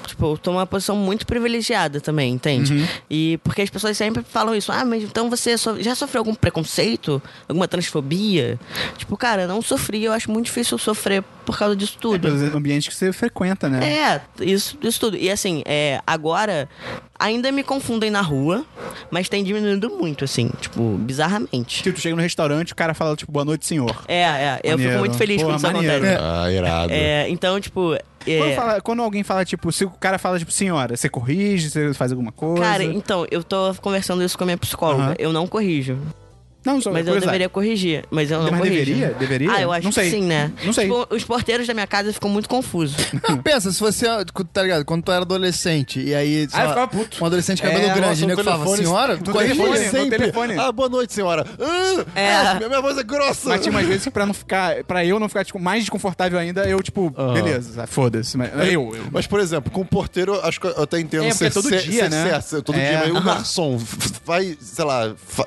Speaker 4: tipo, eu tô numa posição muito privilegiada também, entende? E porque as pessoas sempre falam isso. Ah, mas então você so- já sofreu algum preconceito? Alguma transfobia? Tipo, cara, eu não sofri. Eu acho muito difícil sofrer por causa disso tudo.
Speaker 1: É Pelos ambientes que você frequenta, né?
Speaker 4: É, isso, isso tudo. E assim, é, agora ainda me confundem na rua, mas tem diminuído muito, assim, tipo, bizarramente.
Speaker 1: Tipo, tu chega no restaurante, o cara fala, tipo, boa noite, senhor.
Speaker 4: É, é, eu
Speaker 1: Maneiro.
Speaker 4: fico muito feliz
Speaker 1: Porra,
Speaker 4: quando isso
Speaker 1: maneiro.
Speaker 4: acontece.
Speaker 2: Ah, irado.
Speaker 4: É, então, tipo. é,
Speaker 1: Quando, fala- quando alguém fala, tipo, se o cara fala, tipo, senhora, você corrige, você faz alguma coisa.
Speaker 4: Cara, então, eu tô conversando isso com a minha psicóloga.
Speaker 1: Aham.
Speaker 4: Eu não corrijo.
Speaker 1: não, só
Speaker 4: Mas eu
Speaker 1: curiosidade.
Speaker 4: deveria corrigir. Mas eu não
Speaker 1: Mas
Speaker 4: corrijo.
Speaker 1: deveria? Deveria?
Speaker 4: Ah, eu acho
Speaker 1: Não sei.
Speaker 4: que sim, né?
Speaker 1: Não sei.
Speaker 4: Tipo, os porteiros da minha casa ficam muito confusos.
Speaker 3: Não, Ah, pensa, se você, tá ligado? Quando tu era adolescente e aí. sei
Speaker 1: Ah, eu
Speaker 3: lá,
Speaker 1: ficava puto.
Speaker 3: Um adolescente de cabelo
Speaker 1: É,
Speaker 3: grande,
Speaker 2: Nossa,
Speaker 3: o
Speaker 2: no
Speaker 3: nego falava,
Speaker 2: telefone-
Speaker 3: senhora,
Speaker 2: no
Speaker 3: tu
Speaker 2: telefone
Speaker 1: corrige.
Speaker 2: sempre.
Speaker 1: No telefone.
Speaker 2: Ah, boa noite, senhora. Ah,
Speaker 4: É.
Speaker 2: ah, minha voz é grossa.
Speaker 1: Mas tinha umas vezes que pra não ficar. Pra eu não ficar, tipo, mais desconfortável ainda, eu, tipo, beleza, ah, foda-se. Mas Tipo, eu, eu.
Speaker 2: Mas, por exemplo, com o porteiro, acho que eu até entendo
Speaker 1: É, porque
Speaker 2: ser
Speaker 1: é todo
Speaker 2: ser-
Speaker 1: dia,
Speaker 2: ser
Speaker 1: né?
Speaker 2: certo, todo
Speaker 1: É.
Speaker 2: dia, mas o
Speaker 1: Aham.
Speaker 2: garçom f- vai, sei lá, fa-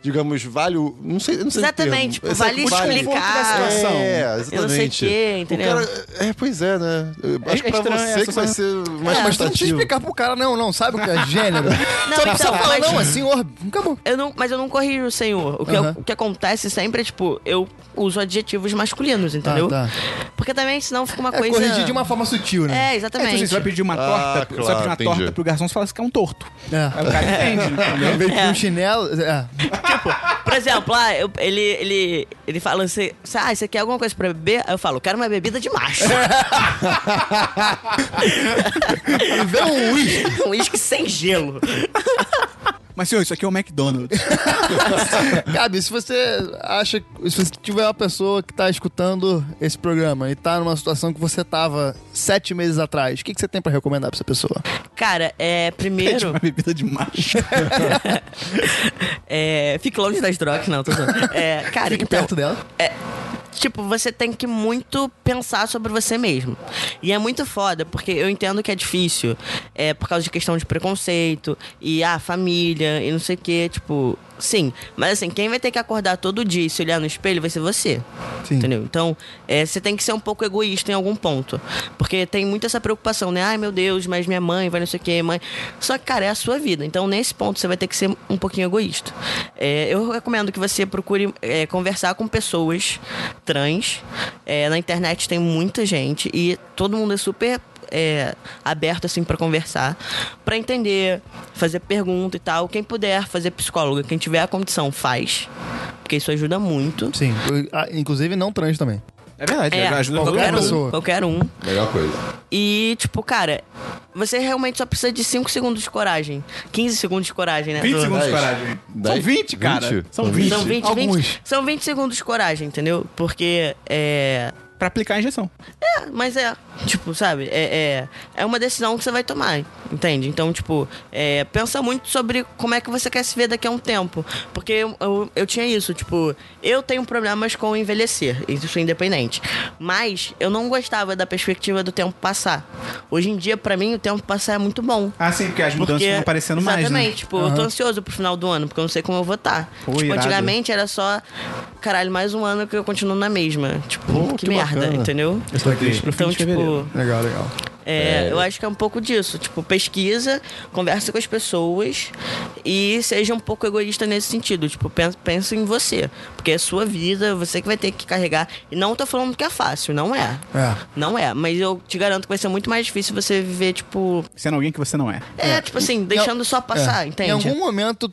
Speaker 2: digamos, vale o. Não sei, não sei o
Speaker 4: Exatamente,
Speaker 2: termo.
Speaker 4: tipo,
Speaker 1: é
Speaker 4: vale
Speaker 2: o desconforto
Speaker 4: explicar.
Speaker 2: da situação.
Speaker 1: Eu
Speaker 2: É,
Speaker 4: Eu não sei o
Speaker 2: exatamente.
Speaker 4: quê,
Speaker 2: O
Speaker 4: entendeu?
Speaker 2: cara, é, pois é, né? Eu
Speaker 1: É-
Speaker 2: acho que
Speaker 1: é
Speaker 2: pra
Speaker 1: estranho,
Speaker 2: você
Speaker 1: é,
Speaker 2: que
Speaker 1: só-
Speaker 2: vai ser mais
Speaker 3: Ah, Mas tu não precisa
Speaker 4: É,
Speaker 2: prestativo.
Speaker 3: explicar pro cara, não, não. Sabe o que é
Speaker 4: *laughs*
Speaker 3: gênero?
Speaker 4: Não,
Speaker 3: Você não
Speaker 4: então,
Speaker 3: precisa falar,
Speaker 4: mas-
Speaker 3: não, é senhor. Acabou.
Speaker 4: Eu não, mas eu não corrijo, senhor. O que, eu-
Speaker 3: Aham.
Speaker 4: o que acontece sempre é, tipo, eu uso adjetivos masculinos, entendeu?
Speaker 1: Ah,
Speaker 3: tá.
Speaker 4: Porque também, senão fica uma
Speaker 3: É
Speaker 4: coisa.
Speaker 3: corrigir de uma forma sutil, né?
Speaker 4: É,
Speaker 1: É, tipo, assim,
Speaker 4: exatamente.
Speaker 1: você vai pedir uma torta,
Speaker 2: Ah,
Speaker 1: você vai pedir uma
Speaker 2: claro,
Speaker 1: torta
Speaker 2: entendi.
Speaker 1: pro garçom, você fala, você quer um torto.
Speaker 3: É.
Speaker 1: Aí o
Speaker 4: *laughs*
Speaker 1: cara entende,
Speaker 3: Em
Speaker 1: entendeu?
Speaker 3: vez de
Speaker 4: É.
Speaker 3: um chinelo. É.
Speaker 4: Por exemplo, ah, eu- ele, ele, ele fala assim: Ah, você quer alguma coisa pra beber? Aí eu falo: Quero uma bebida de
Speaker 1: *laughs*
Speaker 4: macho. *laughs*
Speaker 3: E vê um uísque.
Speaker 4: um uísque sem gelo.
Speaker 1: Mas, senhor, isso aqui é o McDonald's.
Speaker 3: Gabi, se você acha. Se você tiver uma pessoa que tá escutando esse programa e tá numa situação que você tava sete meses atrás, o que, que você tem pra recomendar pra essa pessoa?
Speaker 4: Cara, é.
Speaker 3: *laughs*
Speaker 4: Primeiro.
Speaker 3: Tipo-
Speaker 1: uma bebida de macho.
Speaker 4: É, fique longe das drogas, não, tô zoando. É, cara,
Speaker 3: Fique
Speaker 4: então,
Speaker 3: perto dela.
Speaker 4: é, tipo, você tem que muito pensar sobre você mesmo. E é muito foda, porque eu entendo que é difícil. É por causa de questão de preconceito e a ah, família e não sei o que, tipo. Sim, mas assim, quem vai ter que acordar todo dia e se olhar no espelho vai ser você.
Speaker 3: Sim.
Speaker 4: Entendeu? Então, é, você tem que ser um pouco egoísta em algum ponto. Porque tem muito essa preocupação, né? Ai, meu Deus, mas minha mãe vai não sei o que, mãe. Só que, cara, é a sua vida. Então, nesse ponto, você vai ter que ser um pouquinho egoísta. É, eu recomendo que você procure é, conversar com pessoas trans. É, na internet tem muita gente e todo mundo é super é, aberto assim para conversar, para entender, fazer pergunta e tal. Quem puder fazer psicóloga, quem tiver a condição faz, porque isso ajuda muito.
Speaker 3: Sim. Eu- ah, inclusive não trans também.
Speaker 1: É verdade,
Speaker 4: É,
Speaker 1: ajuda
Speaker 3: qualquer
Speaker 1: todo mundo.
Speaker 3: pessoa.
Speaker 4: um, qualquer um.
Speaker 2: Melhor coisa.
Speaker 4: E, tipo, cara, você realmente só precisa de 5 segundos de coragem. 15 segundos de coragem, né?
Speaker 1: 20
Speaker 4: Do-
Speaker 1: segundos de
Speaker 2: Dez.
Speaker 1: coragem. São
Speaker 2: Dez?
Speaker 1: 20, cara.
Speaker 2: Vinte?
Speaker 1: São
Speaker 2: São
Speaker 1: 20.
Speaker 4: São 20,
Speaker 3: Alguns.
Speaker 4: 20, são 20 segundos de coragem, entendeu? Porque é.
Speaker 1: Pra aplicar a injeção.
Speaker 4: mas é, tipo, sabe, é, é, é uma decisão que você vai tomar, entende? Então, tipo, é, pensa muito sobre como é que você quer se ver daqui a um tempo. Porque eu, eu, eu tinha isso, tipo, eu tenho problemas com envelhecer, isso é independente. Mas eu não gostava da perspectiva do tempo passar. Hoje em dia, pra mim, o tempo passar é muito bom.
Speaker 1: Ah, sim, porque as mudanças estão aparecendo mais, né?
Speaker 4: Exatamente, tipo, eu tô ansioso pro final do ano, porque eu não sei como eu vou estar.
Speaker 1: Pô,
Speaker 4: tipo,
Speaker 1: irado.
Speaker 4: antigamente era só, caralho, mais um ano que eu continuo na mesma. Tipo, que,
Speaker 2: que
Speaker 4: merda,
Speaker 2: bacana.
Speaker 4: entendeu?
Speaker 1: Eu tô triste pro
Speaker 4: Então, tipo,
Speaker 3: Legal, legal.
Speaker 4: é, eu acho que é um pouco disso. Tipo, pesquisa, conversa com as pessoas e seja um pouco egoísta nesse sentido. Tipo, pensa, pensa em você. Porque é sua vida, você que vai ter que carregar. E não tô falando que é fácil, não é.
Speaker 3: É.
Speaker 4: Não é, mas eu te garanto que vai ser muito mais difícil você viver, tipo.
Speaker 1: Sendo alguém que você não é.
Speaker 4: É, tipo assim, deixando só passar,
Speaker 3: É.
Speaker 4: entende?
Speaker 3: Em algum momento,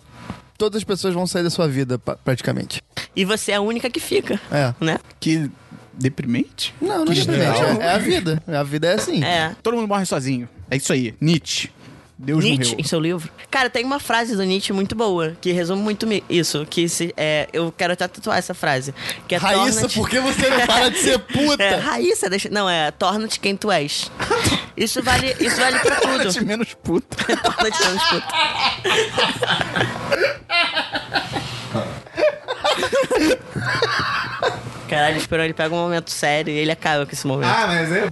Speaker 3: todas as pessoas vão sair da sua vida, pa- praticamente.
Speaker 4: E você é a única que fica.
Speaker 3: É.
Speaker 4: Né?
Speaker 1: Que deprimente.
Speaker 3: Não, não é diferente.
Speaker 2: geral.
Speaker 3: É, é a vida. A vida é assim.
Speaker 4: É.
Speaker 1: Todo mundo morre sozinho. É isso aí. Nietzsche. Deus
Speaker 4: Nietzsche em
Speaker 1: morreu.
Speaker 4: seu livro. Cara, tem uma frase do Nietzsche muito boa, que resume muito mi- isso. Que se, é, eu quero até tatuar essa frase. Que é
Speaker 3: Raíssa,
Speaker 4: torna-te-
Speaker 3: por que você não para de ser puta?
Speaker 4: É, Raíssa, deixa. Não, é torna-te quem
Speaker 3: *laughs*
Speaker 4: tu és. Isso vale, isso vale pra tudo.
Speaker 1: Nietzsche menos puta.
Speaker 4: torna-te menos puto.
Speaker 3: *laughs*
Speaker 4: Caralho, esperou ele pega um momento sério e ele acaba com esse momento.
Speaker 1: Ah, mas eu...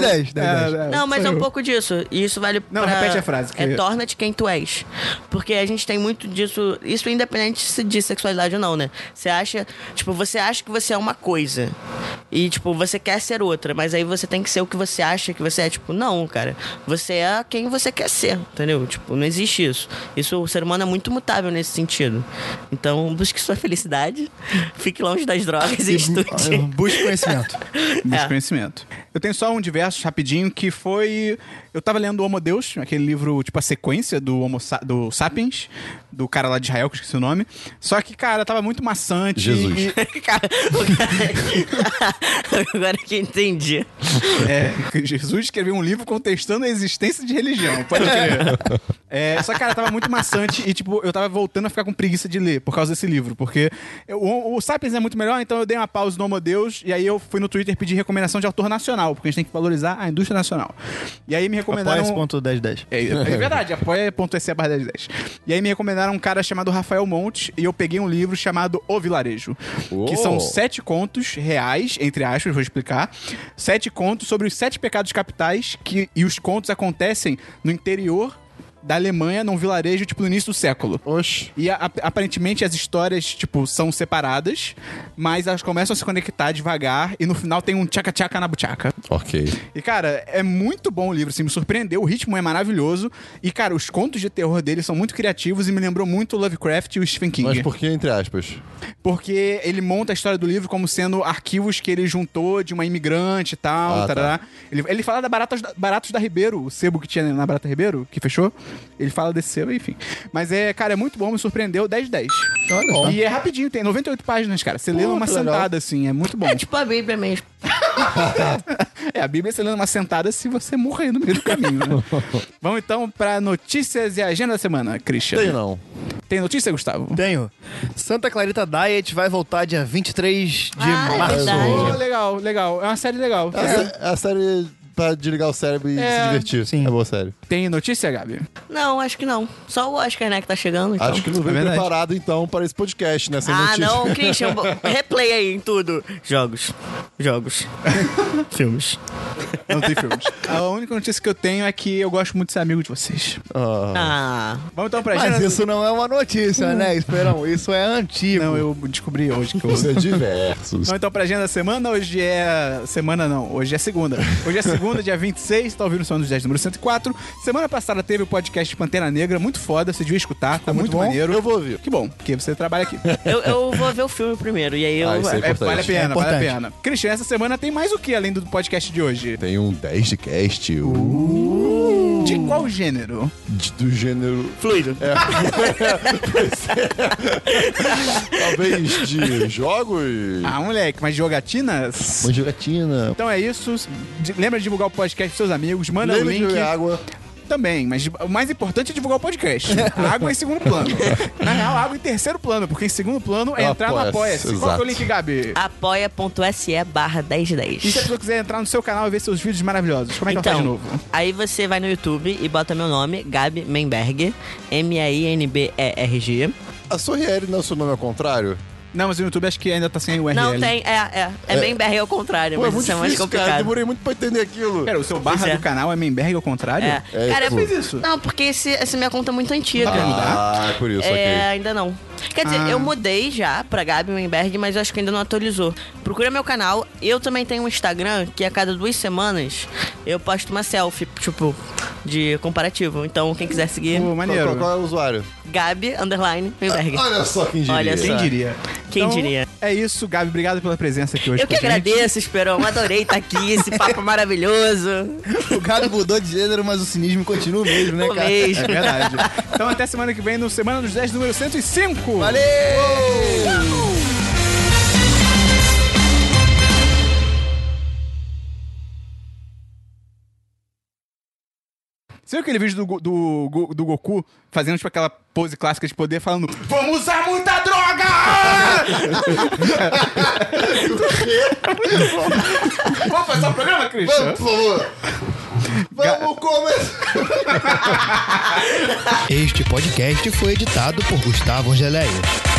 Speaker 3: 10, 10, 10.
Speaker 4: Não, mas é um pouco disso. E isso vale
Speaker 1: Não,
Speaker 4: pra-
Speaker 1: repete a frase, que-
Speaker 4: É torna-te quem tu és. Porque a gente tem muito disso... Isso independente se de sexualidade ou não, né? Você acha... Tipo, você acha que você é uma coisa. E, tipo, você quer ser outra. Mas aí você tem que ser o que você acha que você é. Tipo, não, cara. Você é quem você quer ser, entendeu? Tipo, não existe isso. Isso, o ser humano é muito mutável nesse sentido. Então, busque sua felicidade. *laughs* Fique longe das drogas e, estude.
Speaker 3: Busque conhecimento.
Speaker 1: Busca
Speaker 4: *laughs* É.
Speaker 1: conhecimento. Eu tenho só um de versos rapidinho que foi. Eu tava lendo o Homo Deus, aquele livro, tipo, a sequência do Homo Sa- do Sapiens, do cara lá de Israel, que eu esqueci o nome. Só que, cara, tava muito maçante.
Speaker 2: Jesus.
Speaker 1: e-
Speaker 4: *laughs* Cara, o cara- Agora *laughs* que eu entendi.
Speaker 1: É, *laughs* que Jesus escreveu um livro contestando a existência de religião, pode crer. É, só que, cara, tava muito maçante e, tipo, eu tava voltando a ficar com preguiça de ler por causa desse livro, porque eu- o, o Sapiens é muito melhor, então eu dei uma pausa no Homo Deus e aí eu fui no Twitter pedir recomendação de autor nacional, porque a gente tem que valorizar a indústria nacional. E aí me recomendaram...
Speaker 3: Apoia ponto 1010.
Speaker 1: É, é verdade, apoia.se barra 1010. E aí me recomendaram um cara chamado Rafael Montes e eu peguei um livro chamado O Vilarejo. Que
Speaker 2: Uou.
Speaker 1: são sete contos reais, entre aspas, vou explicar. Sete contos sobre os sete pecados capitais que, e os contos acontecem no interior da Alemanha, num vilarejo, tipo, no início do século.
Speaker 2: Oxe.
Speaker 1: E a- aparentemente as histórias, tipo, são separadas, mas elas começam a se conectar devagar e no final tem um tchaca-tchaca na buchaca.
Speaker 2: Ok.
Speaker 1: E, cara, é muito bom o livro, assim, me surpreendeu. O ritmo é maravilhoso. E, cara, os contos de terror dele são muito criativos e me lembrou muito o Lovecraft e o Stephen King.
Speaker 2: Mas por que entre aspas?
Speaker 1: Porque ele monta a história do livro como sendo arquivos que ele juntou de uma imigrante e tal.
Speaker 2: Ah,
Speaker 1: tarará. Ele, ele fala da Baratas, da Baratos da Ribeiro, o sebo que tinha na Barata Ribeiro, que fechou. Ele fala desse sebo, enfim. Mas é, cara, é muito bom, me surpreendeu. 10 de 10.
Speaker 3: Olha só.
Speaker 1: E é rapidinho, tem 98 páginas, cara. Você lê
Speaker 2: Pô,
Speaker 1: numa
Speaker 2: que legal.
Speaker 1: sentada, assim, é muito bom.
Speaker 4: É tipo a Bíblia mesmo.
Speaker 1: É, a Bíblia você lê numa sentada se você morrer no meio do caminho, né? Vamos então pra notícias e agenda da semana, Christian.
Speaker 2: Tem não.
Speaker 1: Tem notícia, Gustavo?
Speaker 3: Tenho. Santa Clarita Diet vai voltar dia 23 de
Speaker 4: Ah, é
Speaker 3: março.
Speaker 4: verdade.
Speaker 1: legal, legal. É uma série legal.
Speaker 2: É a série pra desligar o cérebro e
Speaker 1: É,
Speaker 2: se divertir.
Speaker 3: sim.
Speaker 2: É boa série.
Speaker 1: Tem notícia, Gabi?
Speaker 4: Não, acho que não. Só o Oscar, né, que tá chegando. Então.
Speaker 2: Acho que não veio
Speaker 1: é verdade.
Speaker 2: preparado, então, para esse podcast, né? Sem
Speaker 4: ah,
Speaker 2: notícia.
Speaker 4: não, Christian, bo- replay aí em tudo. Jogos.
Speaker 2: *laughs*
Speaker 4: Jogos. Filmes.
Speaker 1: Não tem filmes. *laughs* A única notícia que eu tenho é que eu gosto muito de ser amigo de vocês.
Speaker 2: *laughs* Ah.
Speaker 4: Ah.
Speaker 1: Vamos então pra
Speaker 3: Mas
Speaker 1: agenda-
Speaker 3: isso não é uma notícia, né, Esperão? Isso é antigo.
Speaker 1: Não, eu descobri hoje que *laughs* eu...
Speaker 2: Isso é diversos.
Speaker 1: Não, então pra agenda da semana, hoje é... Semana não, hoje é segunda. Hoje é segunda, dia 26, tá ouvindo o Som dos 10, número 104. Semana passada teve o podcast Pantera Negra, muito foda, você devia escutar, tá muito,
Speaker 2: bom?
Speaker 1: maneiro.
Speaker 2: Eu vou ouvir.
Speaker 1: Que bom, porque você trabalha aqui.
Speaker 4: Eu, eu vou ver o filme primeiro. E aí eu.
Speaker 2: Ah, isso aí.
Speaker 1: É, vale a
Speaker 2: importante.
Speaker 1: pena,
Speaker 3: É
Speaker 1: vale a
Speaker 3: importante.
Speaker 1: pena. Christian, essa semana tem mais o que além do podcast de hoje?
Speaker 2: Tem um 10 de cast
Speaker 1: De qual gênero?
Speaker 2: de- do gênero. É.
Speaker 4: Fluido.
Speaker 2: *laughs* é. Talvez de jogos.
Speaker 1: Ah, moleque, mas jogatinas?
Speaker 2: Uma jogatina.
Speaker 1: Então é isso. De- lembra de divulgar o podcast pros seus amigos, manda o
Speaker 2: Lembra de
Speaker 1: link.
Speaker 2: beber água.
Speaker 1: Também, mas o mais importante é divulgar o podcast. A água é em segundo plano. Na real, a água é em terceiro plano, porque em segundo plano é
Speaker 2: Eu
Speaker 1: entrar no Apoia-se.
Speaker 2: apoio-se,
Speaker 1: Qual que é o
Speaker 2: exato.
Speaker 1: link, Gabi?
Speaker 4: apoia.se barra
Speaker 1: E se a
Speaker 4: 1010.
Speaker 1: pessoa quiser entrar no seu canal e ver seus vídeos maravilhosos, como é que ela faz de
Speaker 4: Então,
Speaker 1: novo?
Speaker 4: aí você vai no YouTube e bota meu nome, Gabi Menberg, M-A-I-N-B-E-R-G.
Speaker 2: A Sorriere não é o seu nome ao contrário?
Speaker 1: Não, mas o YouTube acho que ainda tá sem o URL.
Speaker 4: Não tem, é, é. É Menberg ao contrário,
Speaker 2: Pô, é
Speaker 4: mas
Speaker 2: muito
Speaker 4: isso é mais
Speaker 2: difícil, cara.
Speaker 4: complicado.
Speaker 2: Demorei muito pra entender aquilo.
Speaker 1: Pera, o seu barra
Speaker 4: Pois é.
Speaker 1: do canal é Memberg ao contrário?
Speaker 4: É.
Speaker 2: É,
Speaker 4: Cara,
Speaker 2: tipo-
Speaker 4: eu fiz
Speaker 1: isso?
Speaker 4: Não, porque esse, essa minha conta é muito antiga.
Speaker 2: ah, por isso,
Speaker 4: É,
Speaker 2: ok.
Speaker 4: ainda não. Quer dizer,
Speaker 1: Ah.
Speaker 4: eu mudei já pra Gabi Weinberg, mas eu acho que ainda não atualizou. Procura meu canal. Eu também tenho um Instagram que a cada duas semanas eu posto uma selfie, tipo, de comparativo. Então, quem quiser seguir,
Speaker 1: Pô,
Speaker 2: Qual,
Speaker 1: maneiro.
Speaker 2: qual- qual é o usuário?
Speaker 4: Gabi Underline Weinberg.
Speaker 2: Olha só quem diria.
Speaker 4: Olha
Speaker 1: Quem
Speaker 4: só.
Speaker 1: diria?
Speaker 4: Quem
Speaker 1: Então,
Speaker 4: diria?
Speaker 1: É isso, Gabi. Obrigado pela presença aqui hoje
Speaker 4: Eu que
Speaker 1: com a gente.
Speaker 4: agradeço, Esperão. Adorei estar aqui, esse papo maravilhoso.
Speaker 3: O cara mudou de gênero, mas o cinismo continua o mesmo, né,
Speaker 4: O
Speaker 3: cara?
Speaker 1: É
Speaker 4: mesmo.
Speaker 1: verdade. então até semana que vem no Semana dos 10, número 105.
Speaker 3: Valeu!
Speaker 1: Você viu aquele vídeo do, Go- do, Go- do Goku fazendo tipo aquela pose clássica de poder falando Vamos usar muita
Speaker 2: *laughs*
Speaker 1: droga! Vamos fazer o programa, Christian?
Speaker 2: Vamos, por favor. Vamos começar.
Speaker 3: Este podcast foi editado por Gustavo Angeléia.